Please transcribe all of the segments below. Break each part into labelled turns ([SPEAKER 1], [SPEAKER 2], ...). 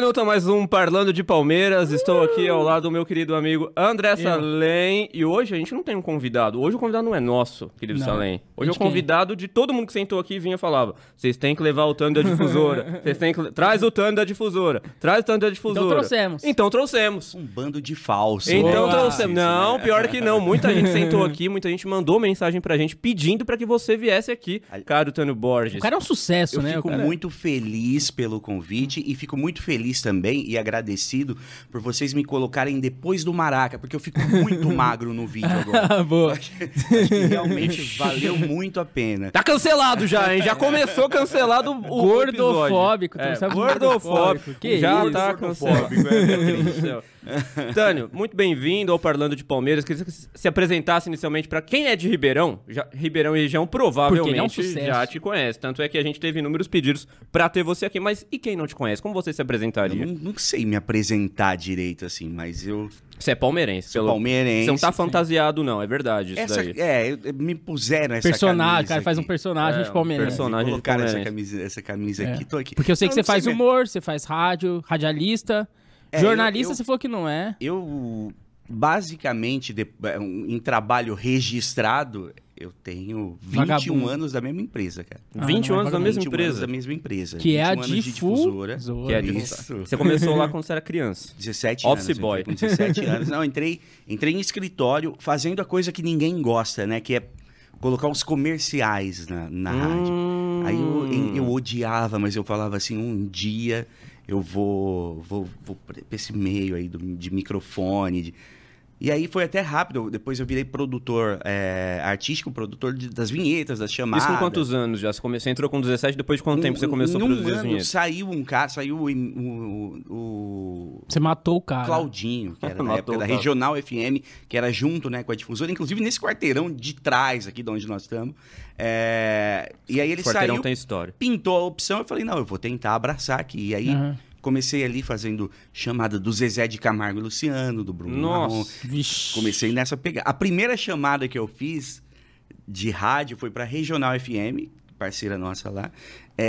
[SPEAKER 1] escutam mais um Parlando de Palmeiras. Estou aqui ao lado do meu querido amigo André Salem. E hoje a gente não tem um convidado. Hoje o convidado não é nosso, querido
[SPEAKER 2] Não.
[SPEAKER 1] Salem. Hoje é o
[SPEAKER 2] De quem?
[SPEAKER 1] convidado de todo mundo que sentou aqui e vinha e falava: vocês têm que levar o Tano da difusora. Vocês têm que. Traz o Tano da difusora. Traz o Tano da difusora.
[SPEAKER 2] trouxemos.
[SPEAKER 1] Então trouxemos.
[SPEAKER 3] Um bando de falsos.
[SPEAKER 1] Então
[SPEAKER 2] Boa.
[SPEAKER 1] trouxemos. Não, pior que não. Muita gente sentou aqui, muita gente mandou mensagem pra gente pedindo pra que você viesse aqui, caro Tano Borges.
[SPEAKER 2] O cara é um sucesso,
[SPEAKER 3] Eu
[SPEAKER 2] né?
[SPEAKER 3] fico
[SPEAKER 2] o cara...
[SPEAKER 3] muito feliz pelo convite e fico muito feliz também e agradecido por vocês me colocarem depois do Maraca, porque eu fico muito magro no vídeo agora.
[SPEAKER 2] Ah, boa.
[SPEAKER 3] Acho que realmente valeu muito a pena.
[SPEAKER 1] Tá cancelado já, hein? Já começou cancelado o o
[SPEAKER 2] Gordofóbico, tu
[SPEAKER 1] episódio.
[SPEAKER 2] não
[SPEAKER 1] É,
[SPEAKER 2] sabe o que é
[SPEAKER 1] gordofóbico.
[SPEAKER 2] gordofóbico. Que
[SPEAKER 1] já
[SPEAKER 2] isso,
[SPEAKER 1] tá cancelado. Meu Deus do céu. Tânio, muito bem-vindo ao Parlando de Palmeiras. Queria que você se apresentasse inicialmente pra quem é de Ribeirão. Já, Ribeirão e região
[SPEAKER 2] Porque ele é um
[SPEAKER 1] provavelmente
[SPEAKER 2] sucesso.
[SPEAKER 1] já te conhece. Tanto é que a gente teve inúmeros pedidos pra ter você aqui. Mas e quem não te conhece? Como você se
[SPEAKER 3] Eu
[SPEAKER 1] apresentaria?
[SPEAKER 3] não, não sei me apresentar direito assim, mas eu
[SPEAKER 1] Você é palmeirense.
[SPEAKER 3] sou
[SPEAKER 1] pelo-
[SPEAKER 3] palmeirense.
[SPEAKER 1] Você não tá fantasiado, não. É verdade isso
[SPEAKER 3] Essa-
[SPEAKER 1] daí.
[SPEAKER 3] é, eu- me puseram essa
[SPEAKER 2] Personagem,
[SPEAKER 3] camisa
[SPEAKER 2] cara, faz um
[SPEAKER 3] aqui.
[SPEAKER 2] personagem
[SPEAKER 1] É,
[SPEAKER 2] de
[SPEAKER 1] um
[SPEAKER 2] Palmeiras.
[SPEAKER 1] person- personagem de
[SPEAKER 3] Me colocaram essa
[SPEAKER 1] palmeirense.
[SPEAKER 3] camisa, essa camisa
[SPEAKER 2] É.
[SPEAKER 3] aqui, tô aqui.
[SPEAKER 2] Porque eu sei que
[SPEAKER 3] não
[SPEAKER 2] você faz um
[SPEAKER 3] sei me-
[SPEAKER 2] humor, você faz rádio, radialista,
[SPEAKER 3] É,
[SPEAKER 2] jornalista,
[SPEAKER 3] eu- eu-
[SPEAKER 2] você falou que não é.
[SPEAKER 3] Eu, basicamente, de- é, um, em trabalho registrado, eu tenho 21
[SPEAKER 2] Vagabundo.
[SPEAKER 3] anos da mesma empresa, cara.
[SPEAKER 2] Ah,
[SPEAKER 1] 20
[SPEAKER 2] não,
[SPEAKER 1] um anos
[SPEAKER 2] é
[SPEAKER 1] da mesma
[SPEAKER 3] 21 anos
[SPEAKER 1] empresa.
[SPEAKER 3] da mesma empresa.
[SPEAKER 2] Que é a
[SPEAKER 3] 21 anos de
[SPEAKER 2] difu-
[SPEAKER 3] difusora.
[SPEAKER 2] Zora.
[SPEAKER 1] Que é a
[SPEAKER 3] Isso.
[SPEAKER 1] Você começou lá quando você era criança.
[SPEAKER 3] 17
[SPEAKER 1] Office
[SPEAKER 3] anos. eu entrei
[SPEAKER 1] boy.
[SPEAKER 3] Com 17 anos. Não, eu entrei, entrei em escritório fazendo a coisa que ninguém gosta, né? Que é colocar os comerciais na, na rádio. Aí eu,
[SPEAKER 1] Hum.
[SPEAKER 3] em- eu odiava, mas eu falava assim, um dia eu vou, vou, vou pra pra esse meio aí do- de microfone. de- E aí foi até rápido, eu- depois eu virei produtor é, artístico, produtor de- das vinhetas, das chamadas.
[SPEAKER 1] Isso com quantos anos já? Você, come- você entrou com 17, depois de quanto tempo você começou a
[SPEAKER 3] Num
[SPEAKER 1] produzir as
[SPEAKER 3] um, ano
[SPEAKER 1] vinhetas?
[SPEAKER 3] saiu um cara, saiu o, o- o-
[SPEAKER 2] Você matou o cara.
[SPEAKER 3] Claudinho, que era na
[SPEAKER 1] Matou
[SPEAKER 3] época
[SPEAKER 1] Ah. o
[SPEAKER 3] da
[SPEAKER 1] Claudio.
[SPEAKER 3] Regional FM, que era junto né, com a difusora, inclusive nesse quarteirão de trás aqui de onde nós estamos. É, E aí ele
[SPEAKER 1] Quarteirão
[SPEAKER 3] saiu,
[SPEAKER 1] tem história.
[SPEAKER 3] pintou a opção, eu falei, não, eu vou tentar abraçar aqui. E aí
[SPEAKER 2] Aham.
[SPEAKER 3] comecei ali fazendo chamada do Zezé de Camargo e Luciano, do Bruno Marrom.
[SPEAKER 1] Nossa.
[SPEAKER 2] Vixe.
[SPEAKER 3] Comecei nessa pegada. A primeira chamada que eu fiz de rádio foi pra Regional FM, parceira nossa lá.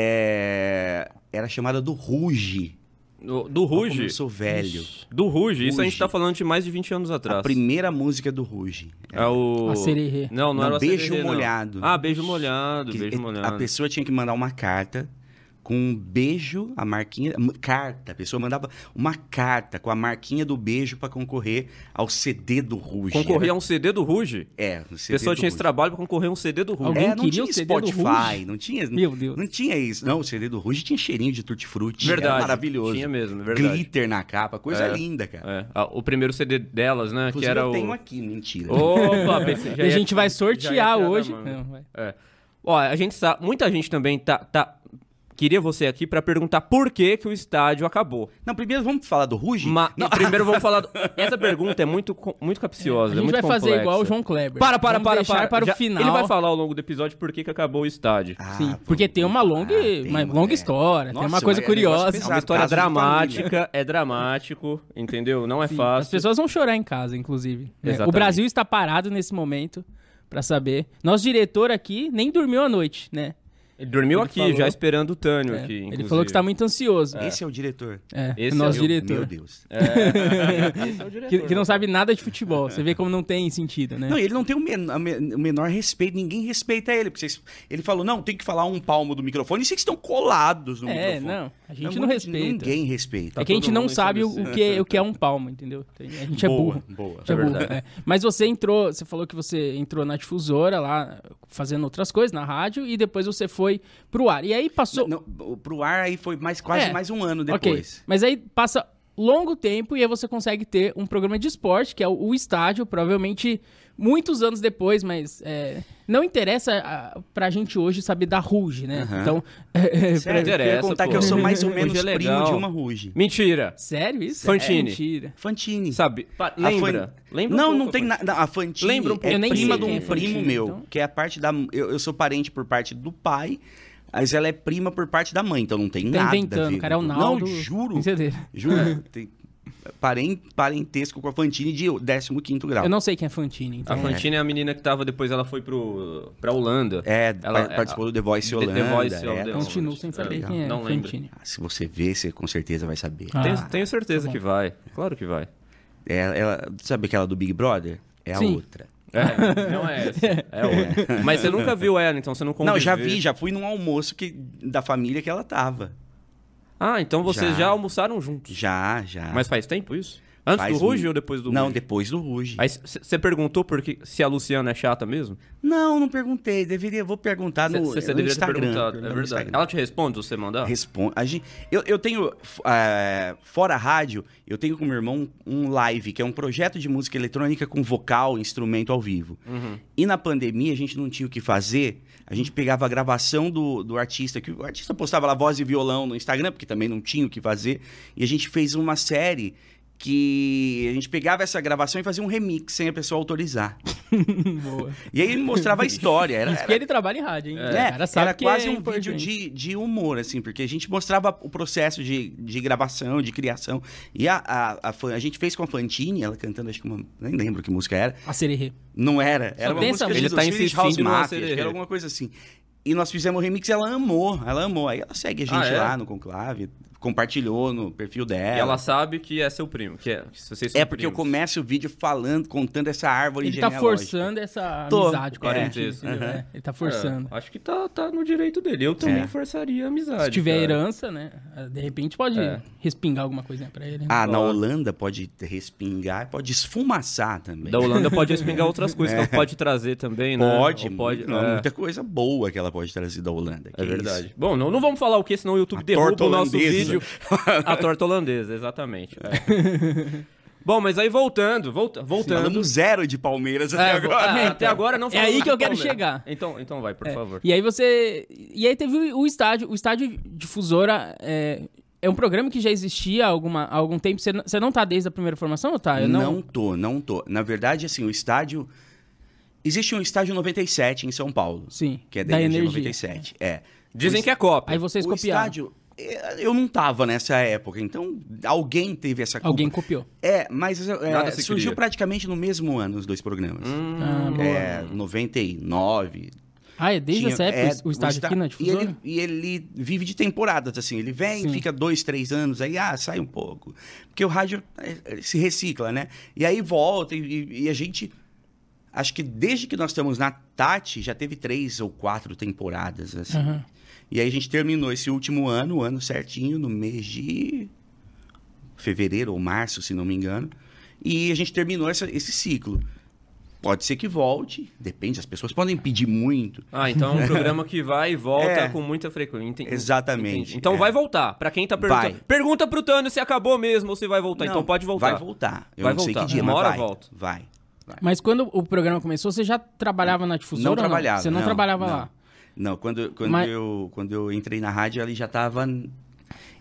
[SPEAKER 3] É, Era a chamada do Ruge.
[SPEAKER 1] Do, do
[SPEAKER 3] Olha como
[SPEAKER 1] Ruge?
[SPEAKER 3] Eu sou velho.
[SPEAKER 1] Do Ruge, isso a gente
[SPEAKER 3] Ruge.
[SPEAKER 1] tá falando de mais de 20 anos atrás.
[SPEAKER 3] A primeira música do Ruge.
[SPEAKER 1] É o.
[SPEAKER 2] A Sererê.
[SPEAKER 1] Não, não,
[SPEAKER 3] Não,
[SPEAKER 1] era o
[SPEAKER 3] Beijo
[SPEAKER 1] Sererê, não.
[SPEAKER 3] Molhado.
[SPEAKER 1] Ah, beijo molhado,
[SPEAKER 3] Que
[SPEAKER 1] beijo
[SPEAKER 3] e-
[SPEAKER 1] molhado.
[SPEAKER 3] A pessoa tinha que mandar uma carta com um beijo, a marquinha, m- carta. A pessoa mandava uma carta com a marquinha do beijo pra concorrer ao CD do Ruge.
[SPEAKER 1] Concorria a um CD do Ruge?
[SPEAKER 3] É, o
[SPEAKER 1] A
[SPEAKER 3] CD
[SPEAKER 1] pessoa
[SPEAKER 3] do
[SPEAKER 1] tinha esse
[SPEAKER 3] Ruge.
[SPEAKER 1] trabalho pra concorrer a um CD do Ruge.
[SPEAKER 2] Alguém
[SPEAKER 3] é, não
[SPEAKER 2] queria
[SPEAKER 3] tinha
[SPEAKER 2] o CD do
[SPEAKER 3] Spotify,
[SPEAKER 2] Ruge?
[SPEAKER 3] não tinha,
[SPEAKER 2] Meu Deus.
[SPEAKER 3] não tinha isso. Não, o CD do Ruge tinha cheirinho de tutti-frutti, era
[SPEAKER 1] Verdade.
[SPEAKER 3] maravilhoso.
[SPEAKER 1] Tinha mesmo, é verdade.
[SPEAKER 3] Glitter na capa, coisa
[SPEAKER 1] É.
[SPEAKER 3] linda, cara.
[SPEAKER 1] É, ah, o primeiro CD delas, né? que
[SPEAKER 3] Inclusive,
[SPEAKER 1] era
[SPEAKER 3] eu
[SPEAKER 1] o.
[SPEAKER 3] tenho aqui, mentira.
[SPEAKER 1] Opa, pensei,
[SPEAKER 2] E
[SPEAKER 1] já
[SPEAKER 2] a
[SPEAKER 1] ia-
[SPEAKER 2] gente vai
[SPEAKER 1] já ia
[SPEAKER 2] sortear
[SPEAKER 1] tirar da
[SPEAKER 2] hoje.
[SPEAKER 1] manga.
[SPEAKER 2] Não, vai.
[SPEAKER 1] É. Ó, a gente sabe, muita gente também tá, tá- queria você aqui pra perguntar por que que o estádio acabou.
[SPEAKER 3] Não, primeiro vamos falar do Ruge?
[SPEAKER 1] Ma- não, primeiro vamos falar. do- Essa pergunta é muito co- muito
[SPEAKER 2] A
[SPEAKER 1] capciosa, é
[SPEAKER 2] gente
[SPEAKER 1] muito
[SPEAKER 2] vai fazer
[SPEAKER 1] complexa.
[SPEAKER 2] igual o João Kleber.
[SPEAKER 1] Para, para,
[SPEAKER 2] Vamos
[SPEAKER 1] para,
[SPEAKER 2] deixar
[SPEAKER 1] para.
[SPEAKER 2] para
[SPEAKER 1] Já-
[SPEAKER 2] o final.
[SPEAKER 1] Ele vai falar ao longo do episódio por que que acabou o estádio.
[SPEAKER 3] Ah,
[SPEAKER 2] Sim,
[SPEAKER 3] vamos-
[SPEAKER 2] porque tem uma longa,
[SPEAKER 3] Ah, tem
[SPEAKER 2] uma
[SPEAKER 3] uma-
[SPEAKER 2] longa
[SPEAKER 3] é.
[SPEAKER 2] história, tem uma
[SPEAKER 3] Nossa,
[SPEAKER 2] coisa
[SPEAKER 3] mas é um negócio
[SPEAKER 2] curiosa.
[SPEAKER 1] É
[SPEAKER 3] pesado.
[SPEAKER 1] uma história
[SPEAKER 3] Caso de
[SPEAKER 1] dramática, é dramático, entendeu? Não é
[SPEAKER 2] Sim, As
[SPEAKER 1] fácil.
[SPEAKER 2] pessoas vão chorar em casa, inclusive. né?
[SPEAKER 1] Exatamente.
[SPEAKER 2] O Brasil está parado nesse momento pra saber. Nosso diretor aqui nem dormiu a noite, né?
[SPEAKER 1] Ele dormiu
[SPEAKER 2] Ele
[SPEAKER 1] aqui,
[SPEAKER 2] falou-
[SPEAKER 1] já esperando o Tânio
[SPEAKER 2] É,
[SPEAKER 1] aqui.
[SPEAKER 2] Ele falou que está muito ansioso. É,
[SPEAKER 3] Esse é o diretor.
[SPEAKER 1] Esse
[SPEAKER 2] o nosso
[SPEAKER 1] é o-
[SPEAKER 2] diretor.
[SPEAKER 3] Meu Deus.
[SPEAKER 2] que, que não sabe nada de futebol. Você vê como não tem sentido, né?
[SPEAKER 3] Não, ele não tem o, men- a me- o menor respeito, ninguém respeita ele. Porque vocês- ele falou, não, tem que falar um palmo do microfone. E vocês estão colados no
[SPEAKER 2] é,
[SPEAKER 3] microfone.
[SPEAKER 2] não. A gente
[SPEAKER 3] Não,
[SPEAKER 2] não
[SPEAKER 3] muito-
[SPEAKER 2] respeita.
[SPEAKER 3] Ninguém tá respeita.
[SPEAKER 2] é que a gente
[SPEAKER 1] todo
[SPEAKER 2] não
[SPEAKER 1] mundo
[SPEAKER 2] sabe o,
[SPEAKER 1] estabelecendo.
[SPEAKER 2] o que é, o que é um palmo, entendeu? A gente é burro.
[SPEAKER 3] Boa.
[SPEAKER 2] A gente é
[SPEAKER 1] É
[SPEAKER 2] burro,
[SPEAKER 1] verdade.
[SPEAKER 2] é. Mas você entrou, você falou que você entrou na difusora lá, fazendo outras coisas na rádio, e depois você foi pro ar. E aí passou.
[SPEAKER 3] Não, o- pro ar aí foi mais, quase
[SPEAKER 2] É.
[SPEAKER 3] mais um ano
[SPEAKER 2] Ok,
[SPEAKER 3] depois.
[SPEAKER 2] mas aí passa longo tempo e aí você consegue ter um programa de esporte, que é o, o estádio, provavelmente muitos anos depois, mas é, não interessa a, pra gente hoje saber da Ruge, né?
[SPEAKER 3] Aham.
[SPEAKER 2] Então, é, é,
[SPEAKER 3] Sério,
[SPEAKER 1] pra-
[SPEAKER 3] eu queria
[SPEAKER 1] interessa,
[SPEAKER 3] contar
[SPEAKER 1] pô.
[SPEAKER 3] que eu sou mais ou
[SPEAKER 1] Hoje
[SPEAKER 3] menos
[SPEAKER 1] é
[SPEAKER 3] primo
[SPEAKER 1] legal.
[SPEAKER 3] de uma ruge.
[SPEAKER 1] Mentira.
[SPEAKER 2] sério isso?
[SPEAKER 1] Fantini.
[SPEAKER 2] É mentira.
[SPEAKER 3] Fantini.
[SPEAKER 1] Sabe?
[SPEAKER 2] Ah,
[SPEAKER 1] Pa-
[SPEAKER 3] A
[SPEAKER 1] Lembra?
[SPEAKER 3] Fan-
[SPEAKER 1] Lembra um
[SPEAKER 3] não,
[SPEAKER 1] pouco,
[SPEAKER 3] não tem
[SPEAKER 1] Fantini.
[SPEAKER 3] nada. A Fantini
[SPEAKER 1] Lembra um pouco.
[SPEAKER 3] é
[SPEAKER 1] Eu nem
[SPEAKER 3] prima
[SPEAKER 1] sei
[SPEAKER 3] de
[SPEAKER 1] quem é
[SPEAKER 3] um primo
[SPEAKER 2] Fantini,
[SPEAKER 3] meu,
[SPEAKER 2] então.
[SPEAKER 3] que é a parte da. Eu, eu sou parente por parte do pai, mas ela é prima por parte da mãe, então não tem
[SPEAKER 2] Tá
[SPEAKER 3] nada. a
[SPEAKER 2] inventando,
[SPEAKER 3] ver.
[SPEAKER 2] cara, é o
[SPEAKER 3] Não,
[SPEAKER 2] Naldo.
[SPEAKER 3] juro.
[SPEAKER 2] Brincadeira.
[SPEAKER 3] Juro. tem- paren- parentesco com a Fantine de 15º grau.
[SPEAKER 2] Eu não sei quem é Fantini, então.
[SPEAKER 1] A Fantine é a menina que tava depois, ela foi pro, pra Holanda.
[SPEAKER 3] É,
[SPEAKER 1] Ela-
[SPEAKER 3] par- participou
[SPEAKER 1] é,
[SPEAKER 3] do The Voice
[SPEAKER 1] The-
[SPEAKER 3] Holanda.
[SPEAKER 1] The Voice
[SPEAKER 3] é.
[SPEAKER 1] of the-
[SPEAKER 2] Continuo sem saber
[SPEAKER 1] É,
[SPEAKER 2] quem é
[SPEAKER 1] não lembro.
[SPEAKER 2] Fantini.
[SPEAKER 3] Ah, se você vê, você com certeza vai saber.
[SPEAKER 2] Ah.
[SPEAKER 1] Tenho, tenho certeza
[SPEAKER 3] tá
[SPEAKER 1] que vai. Claro que vai.
[SPEAKER 3] É, ela, sabe aquela do Big Brother? É a
[SPEAKER 2] Sim.
[SPEAKER 3] outra.
[SPEAKER 1] É, não é essa. É outra. Mas você nunca viu ela, então você não conviveu.
[SPEAKER 3] Não, já vi, já fui num almoço que, da família que ela tava.
[SPEAKER 1] Ah, então vocês já,
[SPEAKER 3] Já.
[SPEAKER 1] almoçaram juntos.
[SPEAKER 3] Já, já.
[SPEAKER 1] Mas faz tempo isso? Antes
[SPEAKER 3] Faz
[SPEAKER 1] do Ruge
[SPEAKER 3] um-
[SPEAKER 1] ou depois do
[SPEAKER 3] Não,
[SPEAKER 1] Ruge?
[SPEAKER 3] depois do Ruge.
[SPEAKER 1] Aí você perguntou porque se a Luciana é chata mesmo?
[SPEAKER 3] Não, não perguntei. Deveria, vou perguntar Tá no,
[SPEAKER 1] Você
[SPEAKER 3] no
[SPEAKER 1] deveria
[SPEAKER 3] Instagram.
[SPEAKER 1] ter perguntado. É
[SPEAKER 3] Perguntar no
[SPEAKER 1] verdade.
[SPEAKER 3] Instagram.
[SPEAKER 1] Ela te responde se você mandar?
[SPEAKER 3] Responde. A gente, eu, eu tenho, f- é, fora a rádio, eu tenho com meu irmão um live, que é um projeto de música eletrônica com vocal, instrumento ao vivo.
[SPEAKER 1] Uhum.
[SPEAKER 3] E na pandemia a gente não tinha o que fazer, a gente pegava a gravação do, do artista, que o artista postava lá voz e violão no Instagram, porque também não tinha o que fazer, e a gente fez uma série que a gente pegava essa gravação e fazia um remix sem a pessoa autorizar.
[SPEAKER 2] Boa.
[SPEAKER 3] E aí mostrava a história. Era,
[SPEAKER 2] Isso que ele trabalha em rádio, hein?
[SPEAKER 3] é,
[SPEAKER 2] O cara sabe
[SPEAKER 3] era
[SPEAKER 2] que
[SPEAKER 3] quase
[SPEAKER 2] é
[SPEAKER 3] um
[SPEAKER 2] importante.
[SPEAKER 3] vídeo de, de humor, assim, porque a gente mostrava o processo de, de gravação, de criação. E a, a, a, Fan- a gente fez com a Fantine, ela cantando, acho que uma. Nem lembro que música era.
[SPEAKER 2] A sererê.
[SPEAKER 3] Não era. Era uma
[SPEAKER 2] tem
[SPEAKER 3] música
[SPEAKER 2] essa
[SPEAKER 3] dos
[SPEAKER 1] música. Ele tá
[SPEAKER 3] Swedish House
[SPEAKER 1] insistindo numa
[SPEAKER 3] Mafia, acho que
[SPEAKER 1] sererê.
[SPEAKER 3] era alguma coisa assim. E nós fizemos o remix, ela amou, ela amou. Aí ela segue a gente
[SPEAKER 1] Ah, é?
[SPEAKER 3] lá no Conclave, compartilhou no perfil dela.
[SPEAKER 1] E ela sabe que é seu primo, que é. que vocês são
[SPEAKER 3] É porque eu
[SPEAKER 1] primos.
[SPEAKER 3] começo o vídeo falando, contando essa árvore
[SPEAKER 2] Ele tá
[SPEAKER 3] genealógica.
[SPEAKER 2] forçando essa
[SPEAKER 3] Tô.
[SPEAKER 2] amizade com a
[SPEAKER 1] É.
[SPEAKER 2] gente. entendeu?
[SPEAKER 3] Aham.
[SPEAKER 2] É, Ele tá forçando.
[SPEAKER 1] É, acho que tá, tá no direito dele. Eu também
[SPEAKER 3] É.
[SPEAKER 1] forçaria a amizade.
[SPEAKER 2] Se tiver
[SPEAKER 1] cara.
[SPEAKER 2] herança, né? De repente pode
[SPEAKER 1] É.
[SPEAKER 2] respingar alguma coisinha pra ele. né?
[SPEAKER 3] Ah, na
[SPEAKER 1] Ó.
[SPEAKER 3] Holanda pode respingar, pode esfumaçar também.
[SPEAKER 1] Da Holanda pode espingar outras
[SPEAKER 2] É.
[SPEAKER 1] coisas que ela pode trazer também, né?
[SPEAKER 3] Pode,
[SPEAKER 1] Ou pode
[SPEAKER 3] não,
[SPEAKER 1] é,
[SPEAKER 3] muita coisa boa que ela pode trazer da Holanda. que
[SPEAKER 1] é
[SPEAKER 3] isso.
[SPEAKER 1] verdade. Bom, não, não vamos falar o que, senão o YouTube
[SPEAKER 3] A
[SPEAKER 1] derruba
[SPEAKER 3] torta
[SPEAKER 1] o nosso
[SPEAKER 3] holandesa.
[SPEAKER 1] vídeo. A torta holandesa, exatamente. é. Bom, mas aí voltando, volta, voltando.
[SPEAKER 3] Falamos Tá um zero de Palmeiras até
[SPEAKER 1] É, vo-
[SPEAKER 3] agora.
[SPEAKER 1] é, até agora não
[SPEAKER 2] É
[SPEAKER 1] falamos
[SPEAKER 2] aí que
[SPEAKER 1] do
[SPEAKER 2] eu quero
[SPEAKER 1] Palmeiras.
[SPEAKER 2] chegar.
[SPEAKER 1] Então, então vai, por
[SPEAKER 2] É,
[SPEAKER 1] favor.
[SPEAKER 2] E aí você. E aí teve o estádio. O estádio difusora é, é um programa que já existia há, alguma, há algum tempo. Você não, você não tá desde a primeira formação ou
[SPEAKER 1] ah, é,
[SPEAKER 2] tá? Eu
[SPEAKER 3] não... tô, não tô. Na verdade, assim, o estádio... Existe um estádio 97 em São Paulo.
[SPEAKER 2] Sim.
[SPEAKER 3] Que é da,
[SPEAKER 2] da
[SPEAKER 3] Energia
[SPEAKER 2] energia.
[SPEAKER 3] 97. É.
[SPEAKER 1] Dizem que é
[SPEAKER 2] Aí
[SPEAKER 1] cópia.
[SPEAKER 2] vocês
[SPEAKER 3] o
[SPEAKER 2] copiaram.
[SPEAKER 3] estádio... eh, Eu não tava nessa época, então alguém teve essa culpa.
[SPEAKER 2] Alguém copiou.
[SPEAKER 3] É, mas eh,
[SPEAKER 1] Nada se
[SPEAKER 3] surgiu
[SPEAKER 1] cria.
[SPEAKER 3] praticamente no mesmo ano os dois programas.
[SPEAKER 2] Ah, boa.
[SPEAKER 3] É, 99,
[SPEAKER 2] Ah, é desde
[SPEAKER 3] Tinha-
[SPEAKER 2] essa época
[SPEAKER 3] é,
[SPEAKER 2] o estádio
[SPEAKER 3] está-
[SPEAKER 2] aqui na difusora?
[SPEAKER 3] E ele, e ele vive de temporadas, assim. Ele vem,
[SPEAKER 2] Sim.
[SPEAKER 3] fica dois, três anos, aí ah, sai um pouco. Porque o rádio eh, eh, se recicla, né? E aí volta, e- e, e a gente. Acho que desde que nós estamos na Tati, já teve três ou quatro temporadas, assim.
[SPEAKER 2] Aham.
[SPEAKER 3] E aí a gente terminou esse último ano, o ano certinho, no mês de fevereiro ou março, se não me engano. E a gente terminou essa- esse ciclo. Pode ser que volte, depende, as pessoas podem pedir muito.
[SPEAKER 1] Ah, então é um programa que vai e volta
[SPEAKER 3] É.
[SPEAKER 1] com muita frequência. Enten-
[SPEAKER 3] Exatamente.
[SPEAKER 1] Entendi. Então
[SPEAKER 3] É.
[SPEAKER 1] vai voltar. Pra quem tá perguntando.
[SPEAKER 3] Vai.
[SPEAKER 1] Pergunta pro Tânio se acabou mesmo ou se vai voltar.
[SPEAKER 3] Não,
[SPEAKER 1] então pode voltar.
[SPEAKER 3] Vai voltar. Eu
[SPEAKER 1] Vai
[SPEAKER 3] não sei
[SPEAKER 1] voltar.
[SPEAKER 3] que dia,
[SPEAKER 1] Uma
[SPEAKER 3] mas
[SPEAKER 1] hora
[SPEAKER 3] vai.
[SPEAKER 1] volta.
[SPEAKER 3] Vai. vai.
[SPEAKER 2] Mas quando o programa começou, você já trabalhava na difusora? ou
[SPEAKER 3] trabalhava,
[SPEAKER 2] Você não,
[SPEAKER 3] não,
[SPEAKER 2] trabalhava
[SPEAKER 3] não.
[SPEAKER 2] lá.
[SPEAKER 3] Não, quando, quando,
[SPEAKER 2] Mas-
[SPEAKER 3] eu, quando eu entrei na rádio, ele já tava.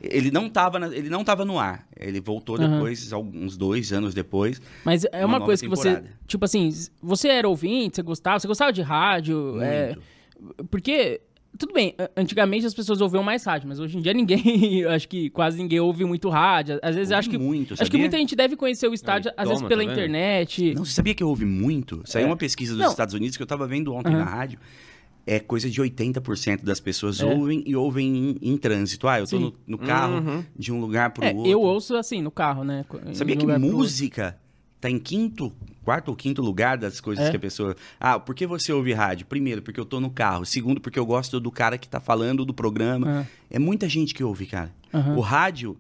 [SPEAKER 3] Ele não tava, na- ele não tava no ar. Ele voltou
[SPEAKER 2] Aham.
[SPEAKER 3] depois, alguns dois anos depois.
[SPEAKER 2] Mas é
[SPEAKER 3] Uma
[SPEAKER 2] uma,
[SPEAKER 3] nova
[SPEAKER 2] coisa que você.
[SPEAKER 3] temporada.
[SPEAKER 2] Tipo assim, você era ouvinte, você gostava, você gostava de rádio. é,
[SPEAKER 3] Muito.
[SPEAKER 2] porque. Tudo bem, a- antigamente as pessoas ouviam mais rádio, mas hoje em dia ninguém, eu acho que quase ninguém ouve muito rádio. Às vezes
[SPEAKER 3] Ouve
[SPEAKER 2] acho que
[SPEAKER 3] muito,
[SPEAKER 2] acho que
[SPEAKER 3] sabia?
[SPEAKER 2] muita gente deve conhecer o estádio
[SPEAKER 1] Aí,
[SPEAKER 2] às vezes
[SPEAKER 1] toma,
[SPEAKER 2] pela
[SPEAKER 1] tá vendo?
[SPEAKER 2] internet.
[SPEAKER 3] Não, você sabia que eu ouvi muito? Saiu
[SPEAKER 1] É.
[SPEAKER 3] uma pesquisa dos
[SPEAKER 2] Não.
[SPEAKER 3] Estados Unidos que eu tava vendo ontem na rádio. É coisa de 80% das pessoas
[SPEAKER 2] É.
[SPEAKER 3] ouvem e ouvem em, em trânsito. Ah, eu tô
[SPEAKER 2] Sim.
[SPEAKER 3] no, no carro
[SPEAKER 1] Uhum.
[SPEAKER 3] de um lugar pro
[SPEAKER 2] É,
[SPEAKER 3] outro.
[SPEAKER 2] eu ouço assim no carro, né? em
[SPEAKER 3] Sabia
[SPEAKER 2] um
[SPEAKER 3] que
[SPEAKER 2] lugar pro outro.
[SPEAKER 3] música tá em quinto, quarto ou quinto lugar das coisas
[SPEAKER 2] É?
[SPEAKER 3] que a pessoa. Ah, por que você ouve rádio? Primeiro, porque eu tô no carro. Segundo, porque eu gosto do cara que tá falando do programa.
[SPEAKER 2] Ah,
[SPEAKER 3] É muita gente que ouve, cara.
[SPEAKER 2] aham.
[SPEAKER 3] O rádio,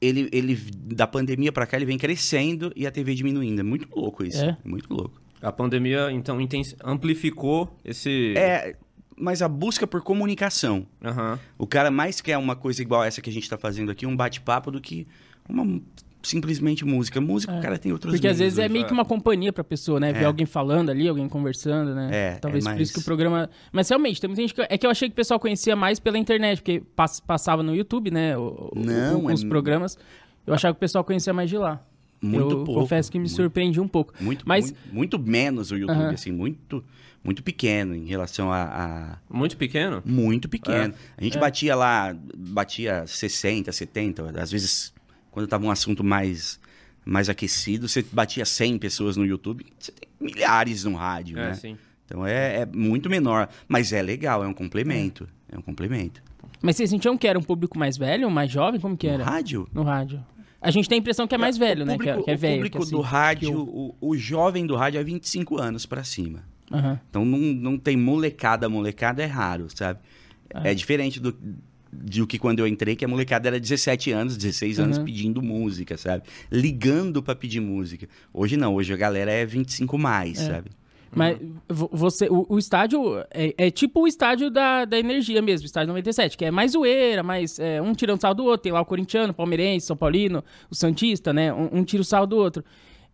[SPEAKER 3] ele, ele da pandemia pra cá, ele vem crescendo e a TV diminuindo. É muito louco isso.
[SPEAKER 2] É?
[SPEAKER 3] É, muito louco.
[SPEAKER 1] A pandemia, então, intensi- amplificou esse.
[SPEAKER 3] É, mas a busca por comunicação.
[SPEAKER 1] Aham.
[SPEAKER 3] O cara mais quer uma coisa igual essa que a gente tá fazendo aqui, um bate-papo, do que uma simplesmente música. Música, o cara tem né? outros
[SPEAKER 2] Porque às vezes é
[SPEAKER 3] meios,
[SPEAKER 2] meio que uma companhia pra pessoa, né? Ver alguém falando ali, alguém conversando, né?
[SPEAKER 3] É,
[SPEAKER 2] Talvez
[SPEAKER 3] é
[SPEAKER 2] por isso que o
[SPEAKER 3] mais-
[SPEAKER 2] programa. Mas realmente, tem muita gente que. É que eu achei que o pessoal conhecia mais pela internet, porque pass- passava no YouTube, né? o- o-
[SPEAKER 3] Não,
[SPEAKER 2] o-
[SPEAKER 3] é
[SPEAKER 2] os
[SPEAKER 3] mu-
[SPEAKER 2] programas. Eu achava que o pessoal conhecia mais de lá.
[SPEAKER 3] Muito
[SPEAKER 2] eu
[SPEAKER 3] pouco,
[SPEAKER 2] confesso que me
[SPEAKER 3] muito.
[SPEAKER 2] surpreendi um pouco.
[SPEAKER 3] Muito,
[SPEAKER 2] Mas-
[SPEAKER 3] muito, muito menos o YouTube,
[SPEAKER 2] Aham.
[SPEAKER 3] assim, muito, muito pequeno em relação a. a-
[SPEAKER 1] Muito pequeno?
[SPEAKER 2] É,
[SPEAKER 3] Muito pequeno. A gente batia lá, batia 60, 70, às vezes quando tava um assunto mais, mais aquecido, você batia 100 pessoas no YouTube, você tem milhares no rádio,
[SPEAKER 1] É,
[SPEAKER 3] né?
[SPEAKER 1] sim.
[SPEAKER 3] Então é, é muito menor, mas é legal, é um complemento. É um complemento.
[SPEAKER 2] Mas vocês sentiam que era um público mais velho, mais jovem? Como que
[SPEAKER 3] No
[SPEAKER 2] era?
[SPEAKER 3] rádio?
[SPEAKER 2] No rádio. A gente tem a impressão que é mais velho,
[SPEAKER 3] o
[SPEAKER 2] né? Que é,
[SPEAKER 3] público-
[SPEAKER 2] que é
[SPEAKER 3] o
[SPEAKER 2] velho.
[SPEAKER 3] público
[SPEAKER 2] que assim,
[SPEAKER 3] do rádio,
[SPEAKER 2] que o-
[SPEAKER 3] o, o jovem do rádio é 25 anos pra cima.
[SPEAKER 2] Aham.
[SPEAKER 3] Então não, não tem molecada, molecada é raro, sabe? É, diferente do, do que quando eu entrei, que a molecada era 17 anos, 16 anos
[SPEAKER 2] Uhum.
[SPEAKER 3] pedindo música, sabe? Ligando pra pedir música. Hoje não, hoje a galera é 25 mais, sabe?
[SPEAKER 2] Mas
[SPEAKER 3] Uhum.
[SPEAKER 2] vo- você, o, o estádio é, é tipo o estádio da, da energia mesmo, o estádio 97, que é mais zoeira, mais é, um tirando sal do outro. Tem lá o corintiano, o palmeirense, São Paulino, o Santista, né? Um, um tira o sal do outro.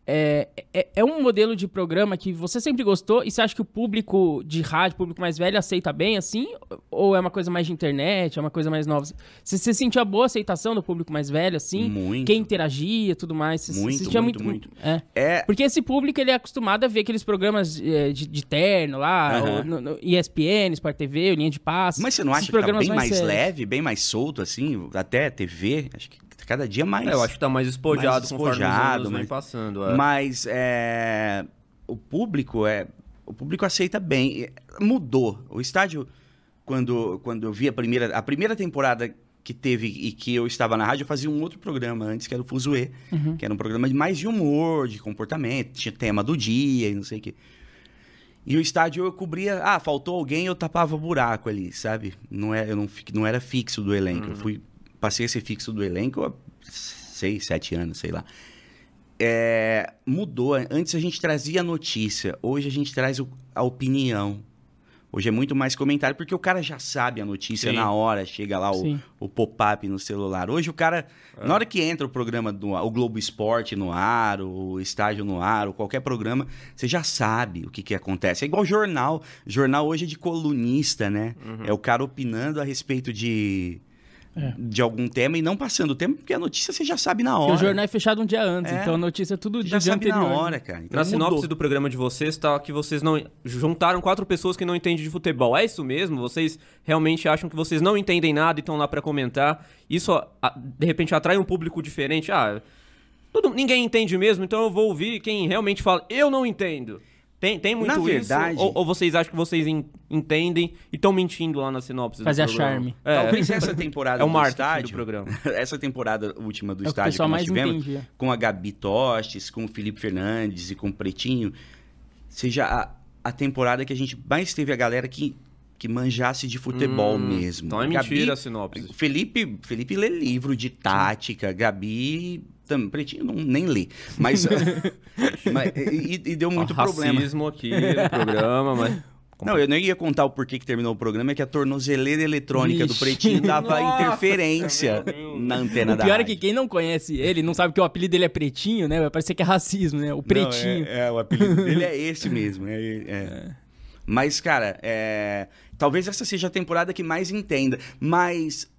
[SPEAKER 2] É, é, é um modelo de programa que você sempre gostou e você acha que o público de rádio, público mais velho, aceita bem assim? Ou é uma coisa mais de internet, é uma coisa mais nova? Você, você sentia boa aceitação do público mais velho, assim?
[SPEAKER 3] Muito.
[SPEAKER 2] Quem interagia e tudo mais? Você,
[SPEAKER 3] Muito,
[SPEAKER 2] você sentia
[SPEAKER 3] muito,
[SPEAKER 2] É.
[SPEAKER 3] É,
[SPEAKER 2] Porque esse público, ele é acostumado a ver aqueles programas eh, de, de terno lá,
[SPEAKER 3] Aham.
[SPEAKER 2] ou no, no ESPN, Sport TV, o Linha de Passe.
[SPEAKER 3] mas você não
[SPEAKER 2] esses
[SPEAKER 3] acha que tá
[SPEAKER 2] programas eh,
[SPEAKER 3] bem mais
[SPEAKER 2] sérios.
[SPEAKER 3] leve, bem mais solto, assim? Até TV, acho que cada dia mais.
[SPEAKER 1] É, eu acho que tá mais espojado,
[SPEAKER 3] mais
[SPEAKER 1] conforme os
[SPEAKER 3] espojado,
[SPEAKER 1] anos vem
[SPEAKER 3] mas-
[SPEAKER 1] passando. é.
[SPEAKER 3] Mas é, o público é o público aceita bem. Mudou. O estádio quando quando eu vi a primeira a primeira temporada que teve e que eu estava na rádio, eu fazia um outro programa antes que era o Fuzuê, que era um programa de mais de humor, de comportamento, tinha tema do dia e não sei o quê. E o estádio eu cobria, ah, faltou alguém, eu tapava buraco ali, sabe? Não era, eu não, fi- não era fixo do elenco. Eu fui, passei a ser fixo do elenco há seis, sete anos, sei lá. É, mudou. Antes a gente trazia a notícia, hoje a gente traz o- a opinião. Hoje é muito mais comentário, porque o cara já sabe a notícia
[SPEAKER 1] Sim.
[SPEAKER 3] na hora, chega lá o,
[SPEAKER 2] Sim.
[SPEAKER 3] o pop-up no celular. Hoje o cara,
[SPEAKER 1] É.
[SPEAKER 3] na hora que entra o programa, do, o Globo Esporte no ar, o Estágio no ar, ou qualquer programa, você já sabe o que, que acontece. É igual jornal. Jornal hoje é de colunista, né?
[SPEAKER 1] Uhum.
[SPEAKER 3] É o cara opinando a respeito de,
[SPEAKER 2] É.
[SPEAKER 3] de algum tema e não passando o tema, porque a notícia você já sabe na
[SPEAKER 2] Porque
[SPEAKER 3] hora.
[SPEAKER 2] o jornal é fechado um dia antes,
[SPEAKER 3] É.
[SPEAKER 2] então a notícia é tudo do
[SPEAKER 3] já
[SPEAKER 2] dia
[SPEAKER 3] sabe
[SPEAKER 2] anterior. né?
[SPEAKER 3] na hora, cara. Então,
[SPEAKER 1] Na
[SPEAKER 3] mudou.
[SPEAKER 1] sinopse do programa de vocês tá que vocês não juntaram quatro pessoas que não entendem de futebol. É isso mesmo? Vocês realmente acham que vocês não entendem nada e estão lá pra comentar? Isso a- de repente atrai um público diferente? Ah, todo- ninguém entende mesmo, então eu vou ouvir quem realmente fala. Eu não entendo. Tem, tem muito
[SPEAKER 3] Na
[SPEAKER 1] isso?
[SPEAKER 3] verdade-
[SPEAKER 1] Ou, ou vocês acham que vocês en- entendem e estão mentindo lá na sinopse
[SPEAKER 2] Fazer
[SPEAKER 1] do programa?
[SPEAKER 2] charme.
[SPEAKER 1] É,
[SPEAKER 3] Talvez essa temporada
[SPEAKER 1] é o
[SPEAKER 3] do
[SPEAKER 1] marketing do
[SPEAKER 3] estádio,
[SPEAKER 1] programa.
[SPEAKER 3] essa temporada última
[SPEAKER 2] É o
[SPEAKER 3] do
[SPEAKER 2] que o
[SPEAKER 3] estádio que
[SPEAKER 2] pessoal
[SPEAKER 3] nós
[SPEAKER 2] mais
[SPEAKER 3] tivemos,
[SPEAKER 2] entendia.
[SPEAKER 3] com a Gabi Tostes, com o Felipe Fernandes e com o Pretinho, seja a, a temporada que a gente mais teve a galera que, que manjasse de futebol mesmo.
[SPEAKER 1] Então é
[SPEAKER 3] A
[SPEAKER 1] mentira a
[SPEAKER 3] Gabi,
[SPEAKER 1] sinopse.
[SPEAKER 3] Felipe, Felipe lê livro de tática, Gabi. Tam, Pretinho não, nem lê. Mas, mas- e, e deu muito
[SPEAKER 1] Ó,
[SPEAKER 3] problema.
[SPEAKER 1] racismo aqui no programa, mas...
[SPEAKER 3] Não, eu nem ia contar o porquê que terminou o programa, é que a tornozeleira eletrônica do
[SPEAKER 2] Vixe.
[SPEAKER 3] Pretinho dava
[SPEAKER 1] Nossa,
[SPEAKER 3] interferência
[SPEAKER 1] meu Deus.
[SPEAKER 3] na antena
[SPEAKER 2] O
[SPEAKER 3] da
[SPEAKER 2] pior é
[SPEAKER 3] rádio.
[SPEAKER 2] que quem não conhece ele, não sabe que o apelido dele é Pretinho, né? Vai parecer que é racismo, né? O Pretinho.
[SPEAKER 3] Não, é, é, o apelido dele é esse mesmo. é- é. Mas, cara, é, talvez essa seja a temporada que mais entenda. Mas